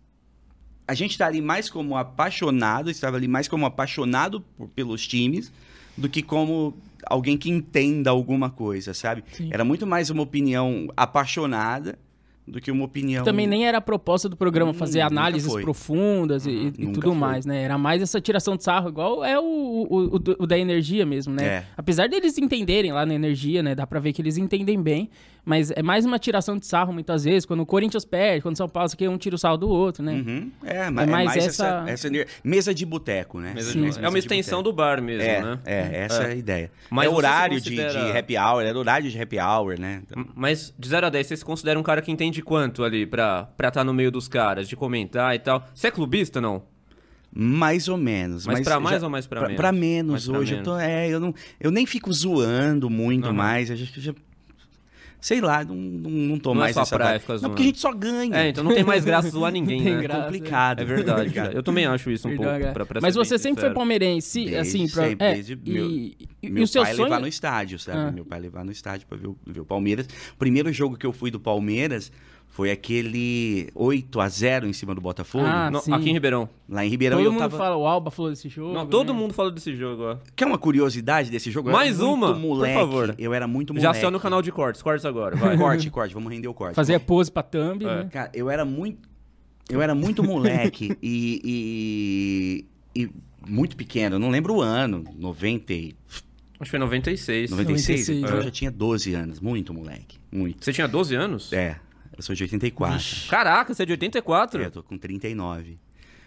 [SPEAKER 3] a gente tá ali mais como apaixonado, estava ali mais como apaixonado por- pelos times do que como alguém que entenda alguma coisa, sabe?
[SPEAKER 2] Sim.
[SPEAKER 3] Era muito mais uma opinião apaixonada do que uma opinião...
[SPEAKER 2] Também nem era a proposta do programa fazer
[SPEAKER 3] Então, Hum, nunca
[SPEAKER 2] análises
[SPEAKER 3] foi. Uhum.
[SPEAKER 2] profundas e, e
[SPEAKER 3] nunca
[SPEAKER 2] tudo
[SPEAKER 3] foi.
[SPEAKER 2] mais, né? Era mais essa tiração de sarro, igual é o, o- o do- o da energia mesmo, né?
[SPEAKER 3] É.
[SPEAKER 2] Apesar deles entenderem lá na energia, né? Dá pra ver que eles entendem bem, mas é mais uma tiração de sarro muitas vezes, quando o Corinthians perde, quando o São Paulo, isso aqui, um tira o sarro do outro, né?
[SPEAKER 3] Uhum. É, mas, é
[SPEAKER 2] mais
[SPEAKER 3] mais essa...
[SPEAKER 2] essa-
[SPEAKER 3] essa ener- mesa de boteco, né?
[SPEAKER 1] Mesa
[SPEAKER 3] Mais
[SPEAKER 1] de-
[SPEAKER 3] mesa
[SPEAKER 1] é uma
[SPEAKER 3] de
[SPEAKER 1] extensão
[SPEAKER 3] boteco.
[SPEAKER 1] do bar mesmo,
[SPEAKER 3] É,
[SPEAKER 1] né?
[SPEAKER 3] é, essa é a ideia.
[SPEAKER 1] Mas
[SPEAKER 3] é
[SPEAKER 1] você
[SPEAKER 3] horário
[SPEAKER 1] se
[SPEAKER 3] de- de,
[SPEAKER 1] considera-
[SPEAKER 3] happy hour, era horário de happy hour, né? Então,
[SPEAKER 1] Mas de 0 a 10, você se considera um cara que entende quanto ali pra estar tá no meio dos caras, de comentar e tal? Você é clubista, não?
[SPEAKER 3] mais ou menos.
[SPEAKER 1] Mas pra mais
[SPEAKER 3] já-
[SPEAKER 1] ou mais pra menos?
[SPEAKER 3] Pra menos
[SPEAKER 1] Mais pra
[SPEAKER 3] hoje. Eu, tô, é, eu, não, eu nem fico zoando muito
[SPEAKER 1] Aham.
[SPEAKER 3] mais. Eu já, eu já- sei lá, não, não, não tô
[SPEAKER 1] Não é
[SPEAKER 3] mais
[SPEAKER 1] sua
[SPEAKER 3] nessa
[SPEAKER 1] praia
[SPEAKER 3] vibe.
[SPEAKER 1] ficar
[SPEAKER 3] Não,
[SPEAKER 1] zoando.
[SPEAKER 3] porque a gente só ganha.
[SPEAKER 1] É, então não tem mais graça zoar ninguém,
[SPEAKER 2] Tem
[SPEAKER 1] né?
[SPEAKER 2] graça.
[SPEAKER 3] complicado.
[SPEAKER 1] É verdade,
[SPEAKER 3] complicado.
[SPEAKER 1] cara. Eu também acho isso um
[SPEAKER 2] Perdão,
[SPEAKER 1] pouco.
[SPEAKER 2] cara.
[SPEAKER 1] Pra, pra
[SPEAKER 2] mas
[SPEAKER 1] ser
[SPEAKER 2] você
[SPEAKER 1] bem
[SPEAKER 2] sempre foi
[SPEAKER 1] sincero.
[SPEAKER 2] palmeirense,
[SPEAKER 3] Desde
[SPEAKER 2] assim, pra...
[SPEAKER 3] sempre,
[SPEAKER 2] é,
[SPEAKER 3] desde
[SPEAKER 2] e,
[SPEAKER 3] meu-
[SPEAKER 2] e- e
[SPEAKER 3] Meu
[SPEAKER 2] o seu
[SPEAKER 3] pai
[SPEAKER 2] sonho...
[SPEAKER 3] levar no estádio, sabe?
[SPEAKER 2] Ah.
[SPEAKER 3] Meu pai levar no estádio pra ver o, ver o Palmeiras. O primeiro jogo que eu fui do Palmeiras foi aquele 8 a 0 em cima do Botafogo.
[SPEAKER 2] Ah,
[SPEAKER 1] Não,
[SPEAKER 2] sim.
[SPEAKER 1] aqui em Ribeirão.
[SPEAKER 3] Lá em Ribeirão
[SPEAKER 2] Todo
[SPEAKER 3] eu
[SPEAKER 2] mundo
[SPEAKER 3] tava.
[SPEAKER 2] fala, o Alba falou desse jogo,
[SPEAKER 1] Não, todo
[SPEAKER 2] né?
[SPEAKER 1] mundo fala desse jogo, ó.
[SPEAKER 3] Quer uma curiosidade desse jogo? Eu
[SPEAKER 1] Mais
[SPEAKER 3] era muito
[SPEAKER 1] uma, por
[SPEAKER 3] moleque.
[SPEAKER 1] favor.
[SPEAKER 3] Eu era muito moleque.
[SPEAKER 1] Já saiu no canal de cortes, cortes agora, vai.
[SPEAKER 3] Corte, corte, vamos render o corte.
[SPEAKER 2] Fazia pose pra thumb,
[SPEAKER 1] É.
[SPEAKER 2] né?
[SPEAKER 3] Cara, eu era muito. Eu era muito moleque e. e, e muito pequeno, eu não lembro o ano, 90, e-
[SPEAKER 1] Acho que foi 96.
[SPEAKER 3] 96,
[SPEAKER 2] 96,
[SPEAKER 3] então eu
[SPEAKER 1] é.
[SPEAKER 3] já tinha 12 anos, muito moleque, muito.
[SPEAKER 1] Você tinha 12 anos?
[SPEAKER 3] É, eu sou de 84.
[SPEAKER 1] Caraca, você é de 84?
[SPEAKER 3] É, eu tô com 39.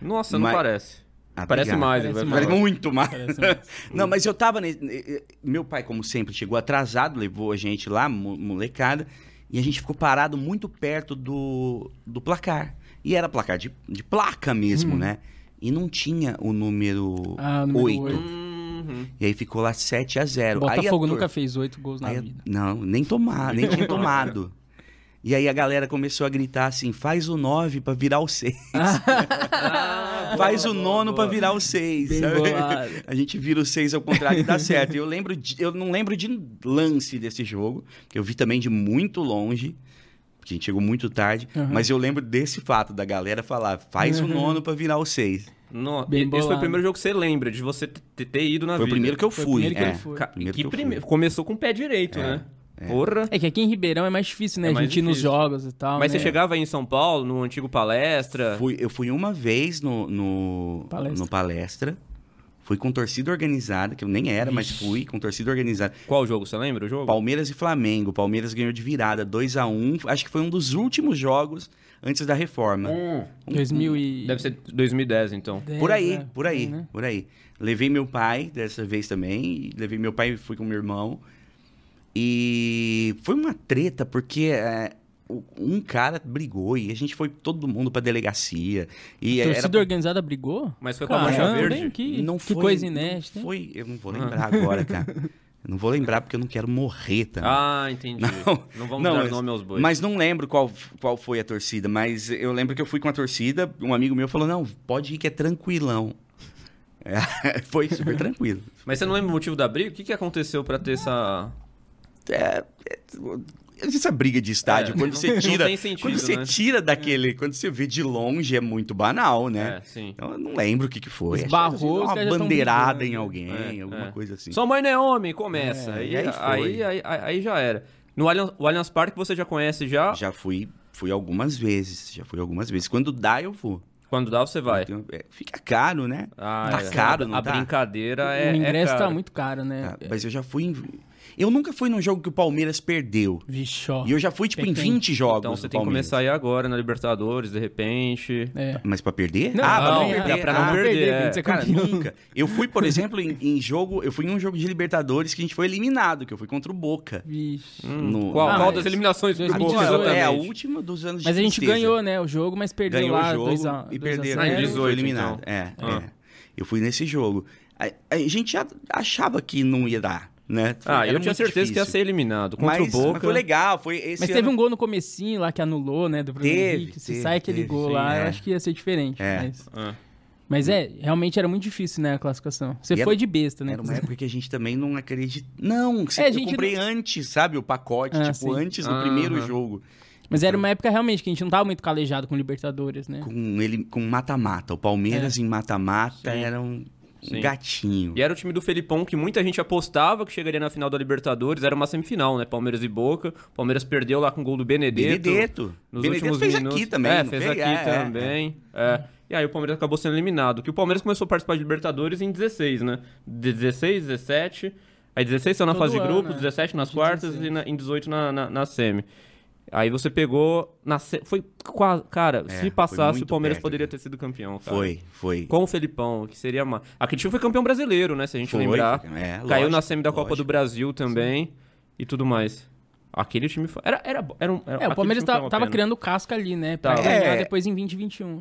[SPEAKER 1] Nossa, não
[SPEAKER 3] Mas-
[SPEAKER 1] parece.
[SPEAKER 3] Ah,
[SPEAKER 1] parece
[SPEAKER 3] obrigado.
[SPEAKER 1] mais.
[SPEAKER 2] Parece
[SPEAKER 1] ele vai
[SPEAKER 3] Mas
[SPEAKER 2] mais.
[SPEAKER 1] falar.
[SPEAKER 3] muito mais.
[SPEAKER 2] Parece mais.
[SPEAKER 3] Não, mas eu tava. ne- ne- Meu pai, como sempre, chegou atrasado, levou a gente lá, mo- molecada, e a gente ficou parado muito perto do, do placar. E era placar de, de placa mesmo, né? E não tinha o número,
[SPEAKER 2] Hum. Ah, o número
[SPEAKER 3] 8.
[SPEAKER 2] oito.
[SPEAKER 1] Uhum.
[SPEAKER 3] E aí ficou lá 7 a 0 É, aí a
[SPEAKER 2] Botafogo
[SPEAKER 3] tur-
[SPEAKER 2] nunca fez oito gols na
[SPEAKER 3] aí é a-
[SPEAKER 2] vida.
[SPEAKER 3] Não, nem tomar, nem tinha tomado. E aí a galera começou a gritar assim: faz o 9 pra virar o 6.
[SPEAKER 1] Ah,
[SPEAKER 3] Faz
[SPEAKER 1] boa,
[SPEAKER 3] o
[SPEAKER 1] boa,
[SPEAKER 3] nono pra
[SPEAKER 1] boa.
[SPEAKER 3] virar o 6.
[SPEAKER 2] Bem bolado.
[SPEAKER 3] A gente vira o 6 ao contrário e dá certo. Eu lembro de- eu não lembro de lance desse jogo, que eu vi também de muito longe, porque a gente chegou muito tarde,
[SPEAKER 2] Aham.
[SPEAKER 3] mas eu lembro desse fato da galera falar: "Faz o nono pra virar o 6".
[SPEAKER 1] No-
[SPEAKER 2] Bem
[SPEAKER 1] Esse foi o
[SPEAKER 2] bolado.
[SPEAKER 1] primeiro jogo que você lembra de você ter, ter ido na
[SPEAKER 3] Foi o
[SPEAKER 1] vida.
[SPEAKER 3] primeiro que eu
[SPEAKER 2] Foi o
[SPEAKER 3] fui,
[SPEAKER 2] primeiro que
[SPEAKER 3] é.
[SPEAKER 2] ele foi.
[SPEAKER 1] Ca-
[SPEAKER 3] primeiro
[SPEAKER 1] que
[SPEAKER 3] que eu
[SPEAKER 1] prime-
[SPEAKER 3] fui.
[SPEAKER 1] Começou com o pé direito, né? Porra.
[SPEAKER 2] É que aqui em Ribeirão é mais difícil, né?
[SPEAKER 1] É
[SPEAKER 2] a
[SPEAKER 1] mais
[SPEAKER 2] gente ir nos
[SPEAKER 1] difícil.
[SPEAKER 2] jogos e tal.
[SPEAKER 1] Mas
[SPEAKER 2] né?
[SPEAKER 1] você chegava aí em São Paulo, no antigo palestra.
[SPEAKER 3] Fui- eu fui uma vez no, no,
[SPEAKER 2] Palestra.
[SPEAKER 3] no palestra. Fui com torcida organizada, que eu nem era, mas fui com torcida organizada.
[SPEAKER 1] Qual jogo? Você lembra o jogo?
[SPEAKER 3] Palmeiras e Flamengo. Palmeiras ganhou de virada 2 a 1 Acho que foi um dos últimos jogos antes da reforma.
[SPEAKER 2] É.
[SPEAKER 3] Um-
[SPEAKER 2] 2000 e...
[SPEAKER 1] Deve ser 2010, então.
[SPEAKER 3] Por aí,
[SPEAKER 2] né?
[SPEAKER 3] por aí,
[SPEAKER 2] né?
[SPEAKER 3] por aí. Levei meu pai dessa vez também. e Levei meu pai e fui com meu irmão. E foi uma treta, porque é, o- um cara brigou e a gente foi todo mundo pra delegacia. E era-
[SPEAKER 2] Torcida organizada brigou?
[SPEAKER 1] Mas foi com a mancha
[SPEAKER 2] Caramba,
[SPEAKER 1] verde?
[SPEAKER 2] hein? Que,
[SPEAKER 3] não
[SPEAKER 2] que
[SPEAKER 3] foi,
[SPEAKER 2] coisa
[SPEAKER 3] não
[SPEAKER 2] inédita. hein? Ah.
[SPEAKER 3] Foi, eu não vou lembrar agora, cara. Eu não vou lembrar porque eu não quero morrer também.
[SPEAKER 1] Ah, entendi. Não, vamos
[SPEAKER 3] É. Não,
[SPEAKER 1] dar
[SPEAKER 3] mas-
[SPEAKER 1] nome aos bois.
[SPEAKER 3] Mas não lembro qual, qual foi a torcida, mas eu lembro que eu fui com a torcida, um amigo meu falou, não, pode ir que é tranquilão. É, foi super tranquilo.
[SPEAKER 1] Mas você não lembra o motivo da briga? O que, que aconteceu pra ter essa.
[SPEAKER 3] É, é, essa briga de estádio,
[SPEAKER 1] É,
[SPEAKER 3] quando
[SPEAKER 1] não-
[SPEAKER 3] você
[SPEAKER 1] não
[SPEAKER 3] tira...
[SPEAKER 1] tem sentido,
[SPEAKER 3] quando você
[SPEAKER 1] né?
[SPEAKER 3] tira daquele... Quando você vê de longe, é muito banal, né?
[SPEAKER 1] É, sim.
[SPEAKER 3] Então eu não lembro o que, que foi.
[SPEAKER 2] Esbarrou, os
[SPEAKER 3] Acho
[SPEAKER 2] caras
[SPEAKER 3] que era assim,
[SPEAKER 2] já
[SPEAKER 3] uma
[SPEAKER 2] tão
[SPEAKER 3] bandeirada
[SPEAKER 2] brigando,
[SPEAKER 3] em
[SPEAKER 2] né?
[SPEAKER 3] alguém,
[SPEAKER 1] É,
[SPEAKER 3] alguma
[SPEAKER 1] é.
[SPEAKER 3] coisa assim.
[SPEAKER 1] Sua mãe não é homem, começa.
[SPEAKER 3] É,
[SPEAKER 1] aí,
[SPEAKER 3] e aí
[SPEAKER 1] aí,
[SPEAKER 3] foi.
[SPEAKER 1] aí, aí- aí já era. No Allianz, o Allianz Parque você já conhece já.
[SPEAKER 3] Já fui, fui algumas vezes, já fui algumas vezes. Quando dá, eu vou.
[SPEAKER 1] Quando dá, você vai.
[SPEAKER 3] Então, é, fica caro, né?
[SPEAKER 1] Ah,
[SPEAKER 3] tá
[SPEAKER 1] é.
[SPEAKER 3] caro, não
[SPEAKER 1] A
[SPEAKER 3] tá?
[SPEAKER 1] brincadeira é.
[SPEAKER 2] o ingresso
[SPEAKER 1] é
[SPEAKER 2] tá
[SPEAKER 1] caro.
[SPEAKER 2] muito caro, né?
[SPEAKER 3] Tá, Mas eu já fui em... Eu nunca fui num jogo que o Palmeiras perdeu.
[SPEAKER 2] Vixe, ó.
[SPEAKER 3] E eu já fui, tipo, em
[SPEAKER 2] Tem- tem.
[SPEAKER 3] 20 jogos
[SPEAKER 1] Então você
[SPEAKER 3] do
[SPEAKER 1] tem que
[SPEAKER 3] Palmeiras.
[SPEAKER 1] começar aí agora na Libertadores, de repente.
[SPEAKER 2] É.
[SPEAKER 3] Mas pra perder?
[SPEAKER 2] Não,
[SPEAKER 3] ah, pra
[SPEAKER 1] não,
[SPEAKER 3] não
[SPEAKER 1] pra-
[SPEAKER 3] perder.
[SPEAKER 1] pra não
[SPEAKER 3] Ah,
[SPEAKER 1] perder, é.
[SPEAKER 2] quando você é
[SPEAKER 3] Cara,
[SPEAKER 2] campeão.
[SPEAKER 3] nunca. Eu fui, por exemplo, em, em jogo... Eu fui em um jogo de Libertadores que a gente foi eliminado, que eu fui contra o Boca.
[SPEAKER 2] Vixe.
[SPEAKER 3] No-
[SPEAKER 1] Hum, Qual,
[SPEAKER 2] Ah,
[SPEAKER 1] qual
[SPEAKER 2] mas-
[SPEAKER 1] das eliminações? pro
[SPEAKER 3] Agora,
[SPEAKER 1] Boca,
[SPEAKER 2] 2018,
[SPEAKER 3] é a
[SPEAKER 1] exatamente?
[SPEAKER 3] última dos anos de
[SPEAKER 2] Mas a gente
[SPEAKER 3] tristeza.
[SPEAKER 2] ganhou, né? O jogo, mas perdeu
[SPEAKER 3] ganhou
[SPEAKER 2] lá
[SPEAKER 3] o jogo
[SPEAKER 2] 2 a
[SPEAKER 3] e
[SPEAKER 2] 2 a
[SPEAKER 3] perdeu.
[SPEAKER 1] Ah, em
[SPEAKER 3] Ele
[SPEAKER 2] 0.
[SPEAKER 1] 18,
[SPEAKER 3] foi eliminado.
[SPEAKER 1] então.
[SPEAKER 3] É,
[SPEAKER 1] Ah.
[SPEAKER 3] é. Eu fui nesse jogo. A, a gente já achava que não ia dar, né? Foi-
[SPEAKER 1] Ah,
[SPEAKER 3] era
[SPEAKER 1] eu tinha
[SPEAKER 3] muito
[SPEAKER 1] certeza que ia
[SPEAKER 3] difícil.
[SPEAKER 1] ser eliminado. Contra
[SPEAKER 3] mas,
[SPEAKER 1] o Boca.
[SPEAKER 3] mas foi legal, foi esse
[SPEAKER 2] Mas teve
[SPEAKER 3] ano-
[SPEAKER 2] um gol no comecinho lá que anulou, né? Do Bruno
[SPEAKER 3] Teve,
[SPEAKER 2] Henrique. Se
[SPEAKER 3] teve,
[SPEAKER 2] sai aquele
[SPEAKER 3] teve,
[SPEAKER 2] gol
[SPEAKER 3] sim,
[SPEAKER 2] lá, eu
[SPEAKER 3] é.
[SPEAKER 2] acho que ia ser diferente.
[SPEAKER 3] É.
[SPEAKER 2] Mas...
[SPEAKER 1] Ah.
[SPEAKER 2] mas é, realmente era muito difícil, né? A classificação. Você
[SPEAKER 3] E era-
[SPEAKER 2] foi de besta, né?
[SPEAKER 3] Era uma época que a gente também não acredita. Não, que
[SPEAKER 2] É, a
[SPEAKER 3] eu
[SPEAKER 2] gente
[SPEAKER 3] comprei antes, sabe? O pacote,
[SPEAKER 2] Ah,
[SPEAKER 3] tipo,
[SPEAKER 2] sim.
[SPEAKER 3] antes do
[SPEAKER 1] Aham.
[SPEAKER 3] primeiro jogo.
[SPEAKER 2] Mas era uma época realmente que a gente não tava muito calejado com Libertadores,
[SPEAKER 1] É.
[SPEAKER 2] né?
[SPEAKER 3] Com ele com mata-mata. O Palmeiras em mata-mata
[SPEAKER 1] Sim.
[SPEAKER 3] era um, um
[SPEAKER 1] Sim.
[SPEAKER 3] gatinho.
[SPEAKER 1] E era o time do Felipão que muita gente apostava que chegaria na final da Libertadores. Era uma semifinal, né? Palmeiras e Boca. O Palmeiras perdeu lá com o gol do Benedetto.
[SPEAKER 3] Benedetto.
[SPEAKER 1] Nos
[SPEAKER 3] Benedetto
[SPEAKER 1] últimos
[SPEAKER 3] fez
[SPEAKER 1] minutos.
[SPEAKER 3] aqui também.
[SPEAKER 1] É,
[SPEAKER 3] não
[SPEAKER 1] fez
[SPEAKER 3] fez?
[SPEAKER 1] aqui
[SPEAKER 3] É, é,
[SPEAKER 1] também. é. E aí o Palmeiras acabou sendo eliminado. Que o Palmeiras começou a participar de Libertadores em 16, né? 16, 17. Aí 16 saiu na
[SPEAKER 2] Todo
[SPEAKER 1] fase de
[SPEAKER 2] ano,
[SPEAKER 1] grupo,
[SPEAKER 2] né?
[SPEAKER 1] 17 nas
[SPEAKER 2] De
[SPEAKER 1] quartas
[SPEAKER 2] 16.
[SPEAKER 1] e na- em 18 na, na, na semi. Aí você pegou. Na, se- foi quase. Cara,
[SPEAKER 3] É,
[SPEAKER 1] se
[SPEAKER 3] foi
[SPEAKER 1] passasse, o
[SPEAKER 3] muito
[SPEAKER 1] Palmeiras
[SPEAKER 3] perto,
[SPEAKER 1] poderia
[SPEAKER 3] né?
[SPEAKER 1] ter sido campeão, cara.
[SPEAKER 3] Foi, foi.
[SPEAKER 1] Com o Felipão, que seria mais. Aquele time foi campeão brasileiro, né? Se a gente
[SPEAKER 3] Foi,
[SPEAKER 1] lembrar.
[SPEAKER 3] foi, é,
[SPEAKER 1] Caiu
[SPEAKER 3] lógico,
[SPEAKER 1] na semi da Copa
[SPEAKER 3] lógico.
[SPEAKER 1] do Brasil também e tudo mais. Aquele time foi. Era, era, bo- era, um- era
[SPEAKER 2] É,
[SPEAKER 1] aquele
[SPEAKER 2] o Palmeiras
[SPEAKER 1] time foi
[SPEAKER 2] tá-
[SPEAKER 1] uma
[SPEAKER 2] tava
[SPEAKER 1] pena.
[SPEAKER 2] criando casca ali, né? Pra
[SPEAKER 1] Tava.
[SPEAKER 2] ganhar
[SPEAKER 3] É.
[SPEAKER 2] depois em 2021.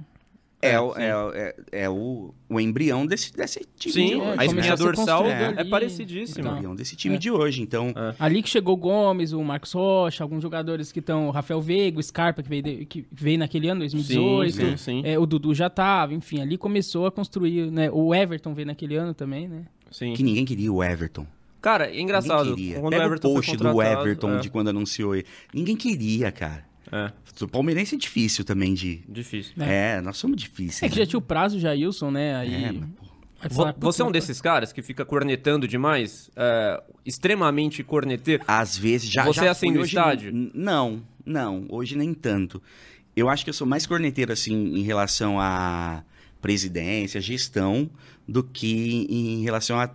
[SPEAKER 3] É, o- é, o- é, é o, o embrião desse, desse time de
[SPEAKER 1] Sim, é,
[SPEAKER 3] hoje.
[SPEAKER 1] a
[SPEAKER 2] começou
[SPEAKER 3] né?
[SPEAKER 2] é, a
[SPEAKER 1] espinha
[SPEAKER 2] ser
[SPEAKER 1] dorsal
[SPEAKER 2] construído
[SPEAKER 1] é,
[SPEAKER 2] ali.
[SPEAKER 3] O
[SPEAKER 1] parecidíssima.
[SPEAKER 2] Então.
[SPEAKER 3] embrião desse time de hoje. Então,
[SPEAKER 1] É.
[SPEAKER 2] Ali que chegou o Gomes, o Marcos Rocha, alguns jogadores que estão, o Rafael Veiga, o Scarpa, que veio, de- que veio naquele ano, 2018.
[SPEAKER 1] Sim, sim, sim.
[SPEAKER 2] É, o Dudu já tava, enfim, ali começou a construir, né? O Everton veio naquele ano também, né?
[SPEAKER 1] Sim.
[SPEAKER 3] que ninguém queria o Everton.
[SPEAKER 1] Cara, é engraçado.
[SPEAKER 3] Ninguém queria.
[SPEAKER 1] Quando
[SPEAKER 3] Pega
[SPEAKER 1] o Everton
[SPEAKER 3] o
[SPEAKER 1] foi
[SPEAKER 3] post do
[SPEAKER 1] contratado,
[SPEAKER 3] Everton
[SPEAKER 1] é,
[SPEAKER 3] de quando anunciou ele. Ninguém queria, cara.
[SPEAKER 1] é,
[SPEAKER 3] O palmeirense é difícil também de...
[SPEAKER 1] difícil.
[SPEAKER 3] É, nós somos difíceis.
[SPEAKER 2] É que
[SPEAKER 3] né?
[SPEAKER 2] já tinha o prazo Jailson, né? Aí.
[SPEAKER 3] É, mas, pô,
[SPEAKER 2] aí
[SPEAKER 1] Vo-
[SPEAKER 2] falar, putz,
[SPEAKER 1] Você é um
[SPEAKER 2] mas-
[SPEAKER 1] desses caras que fica cornetando demais? É, extremamente corneteiro?
[SPEAKER 3] Às vezes já.
[SPEAKER 1] Você
[SPEAKER 3] já
[SPEAKER 1] é assim
[SPEAKER 3] fui,
[SPEAKER 1] no
[SPEAKER 3] hoje
[SPEAKER 1] estádio?
[SPEAKER 3] n- Não, não. Hoje nem tanto. Eu acho que eu sou mais corneteiro, assim, em relação a presidência, gestão, do que em relação à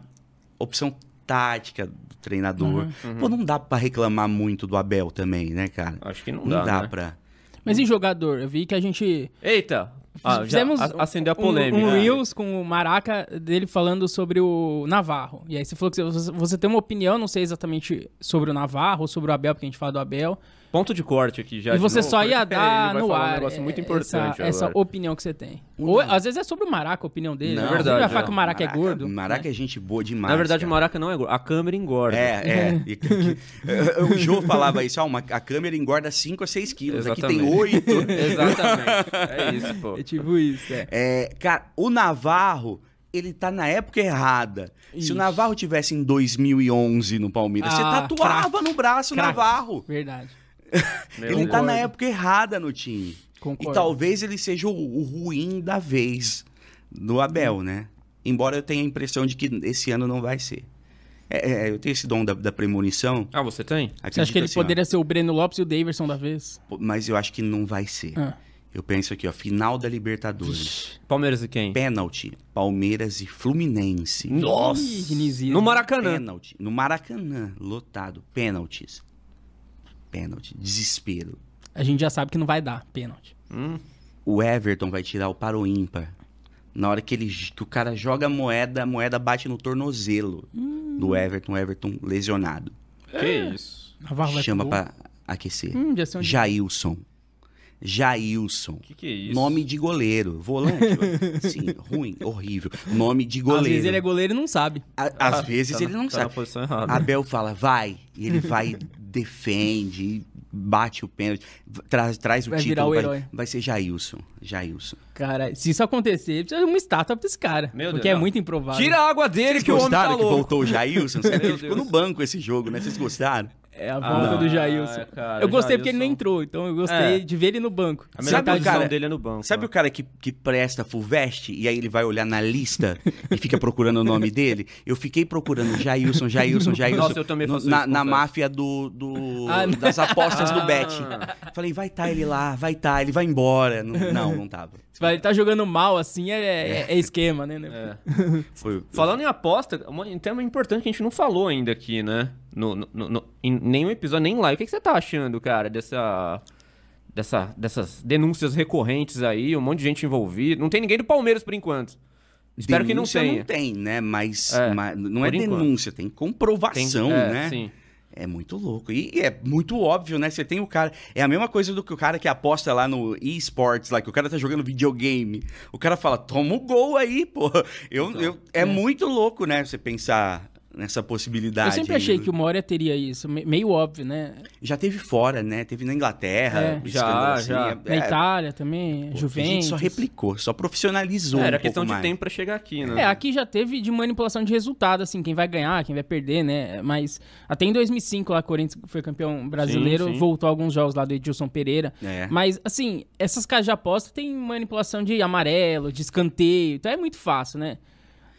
[SPEAKER 3] opção tática do treinador.
[SPEAKER 1] Uhum,
[SPEAKER 3] Pô, não dá pra reclamar muito do Abel também, né, cara?
[SPEAKER 1] Acho que não,
[SPEAKER 3] Não, dá,
[SPEAKER 1] né?
[SPEAKER 3] pra.
[SPEAKER 2] Mas e jogador? Eu vi que a gente
[SPEAKER 1] Eita! Ah, já
[SPEAKER 2] Fizemos
[SPEAKER 1] a- acendeu a
[SPEAKER 2] um-
[SPEAKER 1] polêmica.
[SPEAKER 2] Um, Reels com o Maraca dele falando sobre o Navarro. E aí você falou que você, você tem uma opinião, não sei exatamente sobre o Navarro, ou sobre o Abel, porque a gente fala do Abel.
[SPEAKER 1] É, Ponto de corte aqui já.
[SPEAKER 2] e
[SPEAKER 1] de
[SPEAKER 2] você
[SPEAKER 1] novo. né?
[SPEAKER 2] só ia
[SPEAKER 1] Ele
[SPEAKER 2] dar
[SPEAKER 1] vai
[SPEAKER 2] no
[SPEAKER 1] falar
[SPEAKER 2] ar.
[SPEAKER 1] Um negócio muito
[SPEAKER 2] essa-
[SPEAKER 1] importante
[SPEAKER 2] essa,
[SPEAKER 1] agora.
[SPEAKER 2] opinião que você tem. Ou, às vezes é sobre o Maraca a opinião dele.
[SPEAKER 3] Não,
[SPEAKER 2] né?
[SPEAKER 1] é verdade,
[SPEAKER 2] Você vai falar
[SPEAKER 1] é.
[SPEAKER 2] que o Maraca, é gordo.
[SPEAKER 3] Maraca é gente boa demais.
[SPEAKER 1] Na verdade, o
[SPEAKER 3] cara.
[SPEAKER 1] Maraca não é gordo. A câmera engorda.
[SPEAKER 3] É, é. E que- que- eh, o Jô falava isso, ó, uma, a câmera engorda 5 a 6 quilos, aqui tem
[SPEAKER 1] Exatamente.
[SPEAKER 3] 8.
[SPEAKER 1] Exatamente. É isso, pô.
[SPEAKER 2] É tipo isso, é.
[SPEAKER 3] É, cara, o Navarro, ele tá na época errada. Se
[SPEAKER 2] Ixi.
[SPEAKER 3] o Navarro tivesse em 2011 no Palmeiras, você
[SPEAKER 2] Ah,
[SPEAKER 3] tatuava no braço o
[SPEAKER 2] Craque.
[SPEAKER 3] Navarro.
[SPEAKER 2] Verdade.
[SPEAKER 1] Meu
[SPEAKER 3] ele
[SPEAKER 1] Deus.
[SPEAKER 3] tá
[SPEAKER 2] concordo.
[SPEAKER 3] na época errada no time.
[SPEAKER 2] Concordo.
[SPEAKER 3] E talvez ele seja o, o ruim da vez do Abel, né? Embora eu tenha a impressão de que esse ano não vai ser. É, é, eu tenho esse dom da, da premonição.
[SPEAKER 1] Ah, você tem?
[SPEAKER 2] Você acha
[SPEAKER 3] Acredito
[SPEAKER 2] que ele
[SPEAKER 3] assim, ó,
[SPEAKER 2] poderia ser o Breno Lopes e o Daverson da vez?
[SPEAKER 3] Mas eu acho que não vai ser.
[SPEAKER 2] Ah.
[SPEAKER 3] Eu penso aqui, ó, final da Libertadores.
[SPEAKER 1] Palmeiras e quem?
[SPEAKER 3] Pênalti, Palmeiras e Fluminense.
[SPEAKER 1] Nossa!
[SPEAKER 2] Ih, Dinizinho.
[SPEAKER 1] No Maracanã.
[SPEAKER 3] Pênalti. No Maracanã, lotado. Pênaltis. Pênalti. Desespero.
[SPEAKER 2] A gente já sabe que não vai dar pênalti.
[SPEAKER 3] O Everton vai tirar o para o ímpar. Na hora que, ele, que o cara joga a moeda, a moeda bate no tornozelo do Everton. O Everton lesionado. É.
[SPEAKER 1] Que isso?
[SPEAKER 2] Navarro vai pro
[SPEAKER 3] Chama
[SPEAKER 2] gol.
[SPEAKER 3] pra aquecer.
[SPEAKER 2] Hum, já sei onde-
[SPEAKER 3] Jailson. Jailson.
[SPEAKER 1] Que que é isso?
[SPEAKER 3] Nome de goleiro. Volante. sim, ruim, horrível. Nome de goleiro.
[SPEAKER 2] Às vezes ele é goleiro e não sabe.
[SPEAKER 3] A- Às vezes
[SPEAKER 1] tá
[SPEAKER 3] ele
[SPEAKER 1] na-
[SPEAKER 3] não
[SPEAKER 1] tá
[SPEAKER 3] sabe. Ah,
[SPEAKER 1] Na posição errada.
[SPEAKER 3] Abel fala, vai, e ele vai, defende, e bate o pênalti, traz, traz o
[SPEAKER 2] Vai
[SPEAKER 3] título.
[SPEAKER 2] virar o
[SPEAKER 3] vai,
[SPEAKER 2] herói.
[SPEAKER 3] vai ser Jailson. Jailson.
[SPEAKER 2] Cara, se isso acontecer, precisa de uma estátua pra esse cara.
[SPEAKER 1] Meu Deus,
[SPEAKER 2] porque é
[SPEAKER 1] não.
[SPEAKER 2] muito improvável.
[SPEAKER 1] Tira a água dele que o homem tá
[SPEAKER 3] gostaram que
[SPEAKER 1] louco.
[SPEAKER 3] voltou o Jailson? Sabe que
[SPEAKER 1] Meu
[SPEAKER 3] ele ficou
[SPEAKER 1] Deus.
[SPEAKER 3] no banco esse jogo, né? Vocês gostaram?
[SPEAKER 2] É a volta
[SPEAKER 1] Ah,
[SPEAKER 2] do Jailson.
[SPEAKER 1] cara,
[SPEAKER 2] eu gostei porque ele não
[SPEAKER 1] Jailson.
[SPEAKER 2] entrou, então eu gostei
[SPEAKER 1] É.
[SPEAKER 2] de ver ele no banco. tá
[SPEAKER 1] A melhor
[SPEAKER 3] Sabe o
[SPEAKER 1] posição
[SPEAKER 3] cara-
[SPEAKER 1] dele é no banco.
[SPEAKER 3] Sabe
[SPEAKER 1] né?
[SPEAKER 3] o cara que, que presta Fulvestre e aí ele vai olhar na lista e fica procurando o nome dele? Eu fiquei procurando Jailson, Jailson, Jailson.
[SPEAKER 1] Nossa, eu também faço
[SPEAKER 3] na,
[SPEAKER 1] isso,
[SPEAKER 3] na
[SPEAKER 1] confesso.
[SPEAKER 3] máfia do, do-
[SPEAKER 2] Ah, não.
[SPEAKER 3] das apostas
[SPEAKER 1] Ah.
[SPEAKER 3] do Bet. Falei, vai tá ele lá, vai tá, ele vai embora. Não, não, não tava.
[SPEAKER 2] Se ele tá jogando mal assim, é, é- é esquema, né?
[SPEAKER 1] É.
[SPEAKER 3] Foi,
[SPEAKER 1] Falando em aposta, uma- um tema importante que a gente não falou ainda aqui, né? No, no- no- no- em nenhum episódio, nem live. O que, que você tá achando, cara, dessa, dessa, dessas denúncias recorrentes aí, um monte de gente envolvida. Não tem ninguém do Palmeiras por enquanto. Espero que não
[SPEAKER 3] Denúncia
[SPEAKER 1] tenha.
[SPEAKER 3] Não tem, né? Mas,
[SPEAKER 1] É,
[SPEAKER 3] mas não é
[SPEAKER 1] por enquanto.
[SPEAKER 3] denúncia, tem comprovação,
[SPEAKER 1] é,
[SPEAKER 3] né?
[SPEAKER 1] Sim.
[SPEAKER 3] É muito louco. E é muito óbvio, né? Você tem o cara. É a mesma coisa do que o cara que aposta lá no eSports, lá que o cara tá jogando videogame. O cara fala, toma o gol aí, pô. Eu,
[SPEAKER 1] Então,
[SPEAKER 3] eu, é, muito louco, né? Você pensar nessa possibilidade.
[SPEAKER 2] Eu sempre
[SPEAKER 3] aí.
[SPEAKER 2] achei que o Moria teria isso, me- meio óbvio, né?
[SPEAKER 3] Já teve fora, né? Teve na Inglaterra,
[SPEAKER 2] É.
[SPEAKER 3] um
[SPEAKER 1] Já,
[SPEAKER 3] escândalo
[SPEAKER 1] já.
[SPEAKER 2] Na
[SPEAKER 3] É,
[SPEAKER 2] Itália também,
[SPEAKER 3] pô,
[SPEAKER 2] Juventus.
[SPEAKER 3] A gente só replicou, só profissionalizou.
[SPEAKER 1] É, era
[SPEAKER 3] um
[SPEAKER 1] questão
[SPEAKER 3] pouco
[SPEAKER 1] de
[SPEAKER 3] mais.
[SPEAKER 1] tempo pra chegar aqui, né?
[SPEAKER 2] É, aqui já teve de manipulação de resultado, assim, quem vai ganhar, quem vai perder, né? Mas até em 2005 lá, o Corinthians foi campeão brasileiro,
[SPEAKER 1] sim.
[SPEAKER 2] voltou alguns jogos lá do Edilson Pereira.
[SPEAKER 3] É.
[SPEAKER 2] Mas, assim, essas casas de aposta tem manipulação de amarelo, de escanteio, então é muito fácil, né?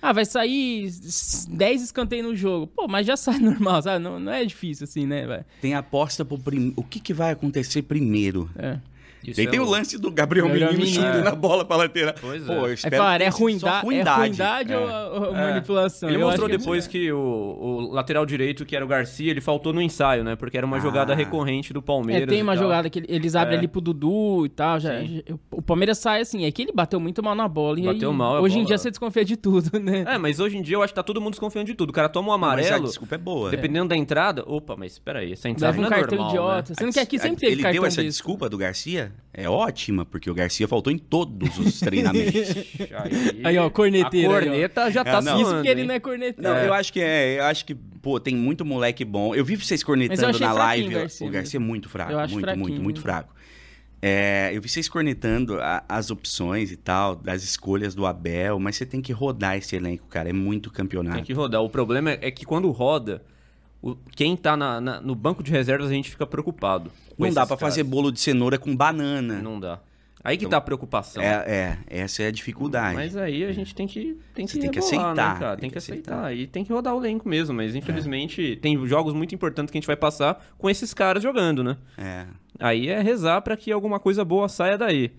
[SPEAKER 2] Ah, vai sair s- 10 escanteios no jogo. Pô, mas já sai normal, sabe? Não, não é difícil assim, né? vai?
[SPEAKER 3] Tem aposta pro prim... o que, que vai acontecer primeiro.
[SPEAKER 2] É.
[SPEAKER 1] Isso
[SPEAKER 3] Daí
[SPEAKER 1] é
[SPEAKER 3] tem o
[SPEAKER 1] louco.
[SPEAKER 3] lance do Gabriel,
[SPEAKER 2] Gabriel
[SPEAKER 3] Menino
[SPEAKER 2] Menino.
[SPEAKER 3] chutando a bola pra lateral.
[SPEAKER 1] Pois é.
[SPEAKER 3] Pô, eu
[SPEAKER 1] Aí
[SPEAKER 2] Aí
[SPEAKER 3] espero
[SPEAKER 2] falaram, é
[SPEAKER 3] que tenha sido só
[SPEAKER 2] ruindade, é ruindade ou, ou
[SPEAKER 1] É.
[SPEAKER 2] manipulação?
[SPEAKER 1] Ele
[SPEAKER 2] Eu
[SPEAKER 1] mostrou
[SPEAKER 2] acho que- é.
[SPEAKER 1] depois que, o, o lateral direito, que era o Garcia, ele faltou no ensaio, né? Porque era uma
[SPEAKER 3] Ah.
[SPEAKER 1] jogada recorrente do Palmeiras.
[SPEAKER 2] É, tem
[SPEAKER 1] e
[SPEAKER 2] uma
[SPEAKER 1] tal.
[SPEAKER 2] jogada que ele- eles
[SPEAKER 1] É.
[SPEAKER 2] abrem ali pro Dudu e tal. Já,
[SPEAKER 1] Sim.
[SPEAKER 2] já- o Palmeiras sai assim, é que ele bateu muito mal na bola. E
[SPEAKER 1] Bateu
[SPEAKER 2] aí,
[SPEAKER 1] mal, a
[SPEAKER 2] Hoje em
[SPEAKER 1] bola-
[SPEAKER 2] dia você desconfia de tudo, né?
[SPEAKER 1] É, mas hoje em dia eu acho que tá todo mundo desconfiando de tudo. O cara toma um
[SPEAKER 3] Mas a
[SPEAKER 1] amarelo,
[SPEAKER 3] desculpa é boa.
[SPEAKER 1] dependendo da entrada. Opa, mas peraí, essa entrada
[SPEAKER 2] Leva um
[SPEAKER 1] não é
[SPEAKER 2] cartão
[SPEAKER 1] normal,
[SPEAKER 2] idiota.
[SPEAKER 1] né?
[SPEAKER 2] Sendo que aqui sempre teve
[SPEAKER 3] Ele deu
[SPEAKER 2] cartão
[SPEAKER 3] essa
[SPEAKER 2] desse.
[SPEAKER 3] desculpa do Garcia? É ótima, porque o Garcia faltou em todos os treinamentos.
[SPEAKER 1] Aí,
[SPEAKER 2] Aí, ó, corneteiro
[SPEAKER 1] A
[SPEAKER 2] aí, ó.
[SPEAKER 1] corneta já tá
[SPEAKER 3] Ah, não.
[SPEAKER 1] suando,
[SPEAKER 2] Isso porque ele
[SPEAKER 1] hein?
[SPEAKER 2] não é cornetão.
[SPEAKER 3] Não, eu acho que é. Eu acho que, pô, tem muito moleque bom. Eu vivo
[SPEAKER 2] Mas
[SPEAKER 3] vocês
[SPEAKER 2] eu
[SPEAKER 3] cornetando
[SPEAKER 2] achei
[SPEAKER 3] na
[SPEAKER 2] fraquinho
[SPEAKER 3] live.
[SPEAKER 2] o Garcia
[SPEAKER 3] o Garcia é muito fraco.
[SPEAKER 2] Eu acho
[SPEAKER 3] muito,
[SPEAKER 2] fraquinho.
[SPEAKER 3] muito, muito fraco. É, eu vi vocês cornetando a- as opções e tal, das escolhas do Abel, mas você tem que rodar esse elenco, cara. É muito campeonato.
[SPEAKER 1] Tem que rodar. O problema é é que quando roda, o- quem tá na- na- no banco de reservas a gente fica preocupado. com
[SPEAKER 3] Não dá
[SPEAKER 1] esses
[SPEAKER 3] pra
[SPEAKER 1] caras.
[SPEAKER 3] fazer bolo de cenoura com banana.
[SPEAKER 1] Não dá. Aí que tá a preocupação.
[SPEAKER 3] É, é, essa é a dificuldade.
[SPEAKER 1] Mas aí a gente tem que tem que,
[SPEAKER 3] Você tem que É.
[SPEAKER 1] rebolar,
[SPEAKER 3] aceitar,
[SPEAKER 1] né, cara? Tem, que, aceitar. E tem que rodar o elenco mesmo, mas infelizmente tem jogos muito importantes que a gente vai passar com esses caras jogando, né?
[SPEAKER 3] É.
[SPEAKER 1] Aí é rezar pra que alguma coisa boa saia daí.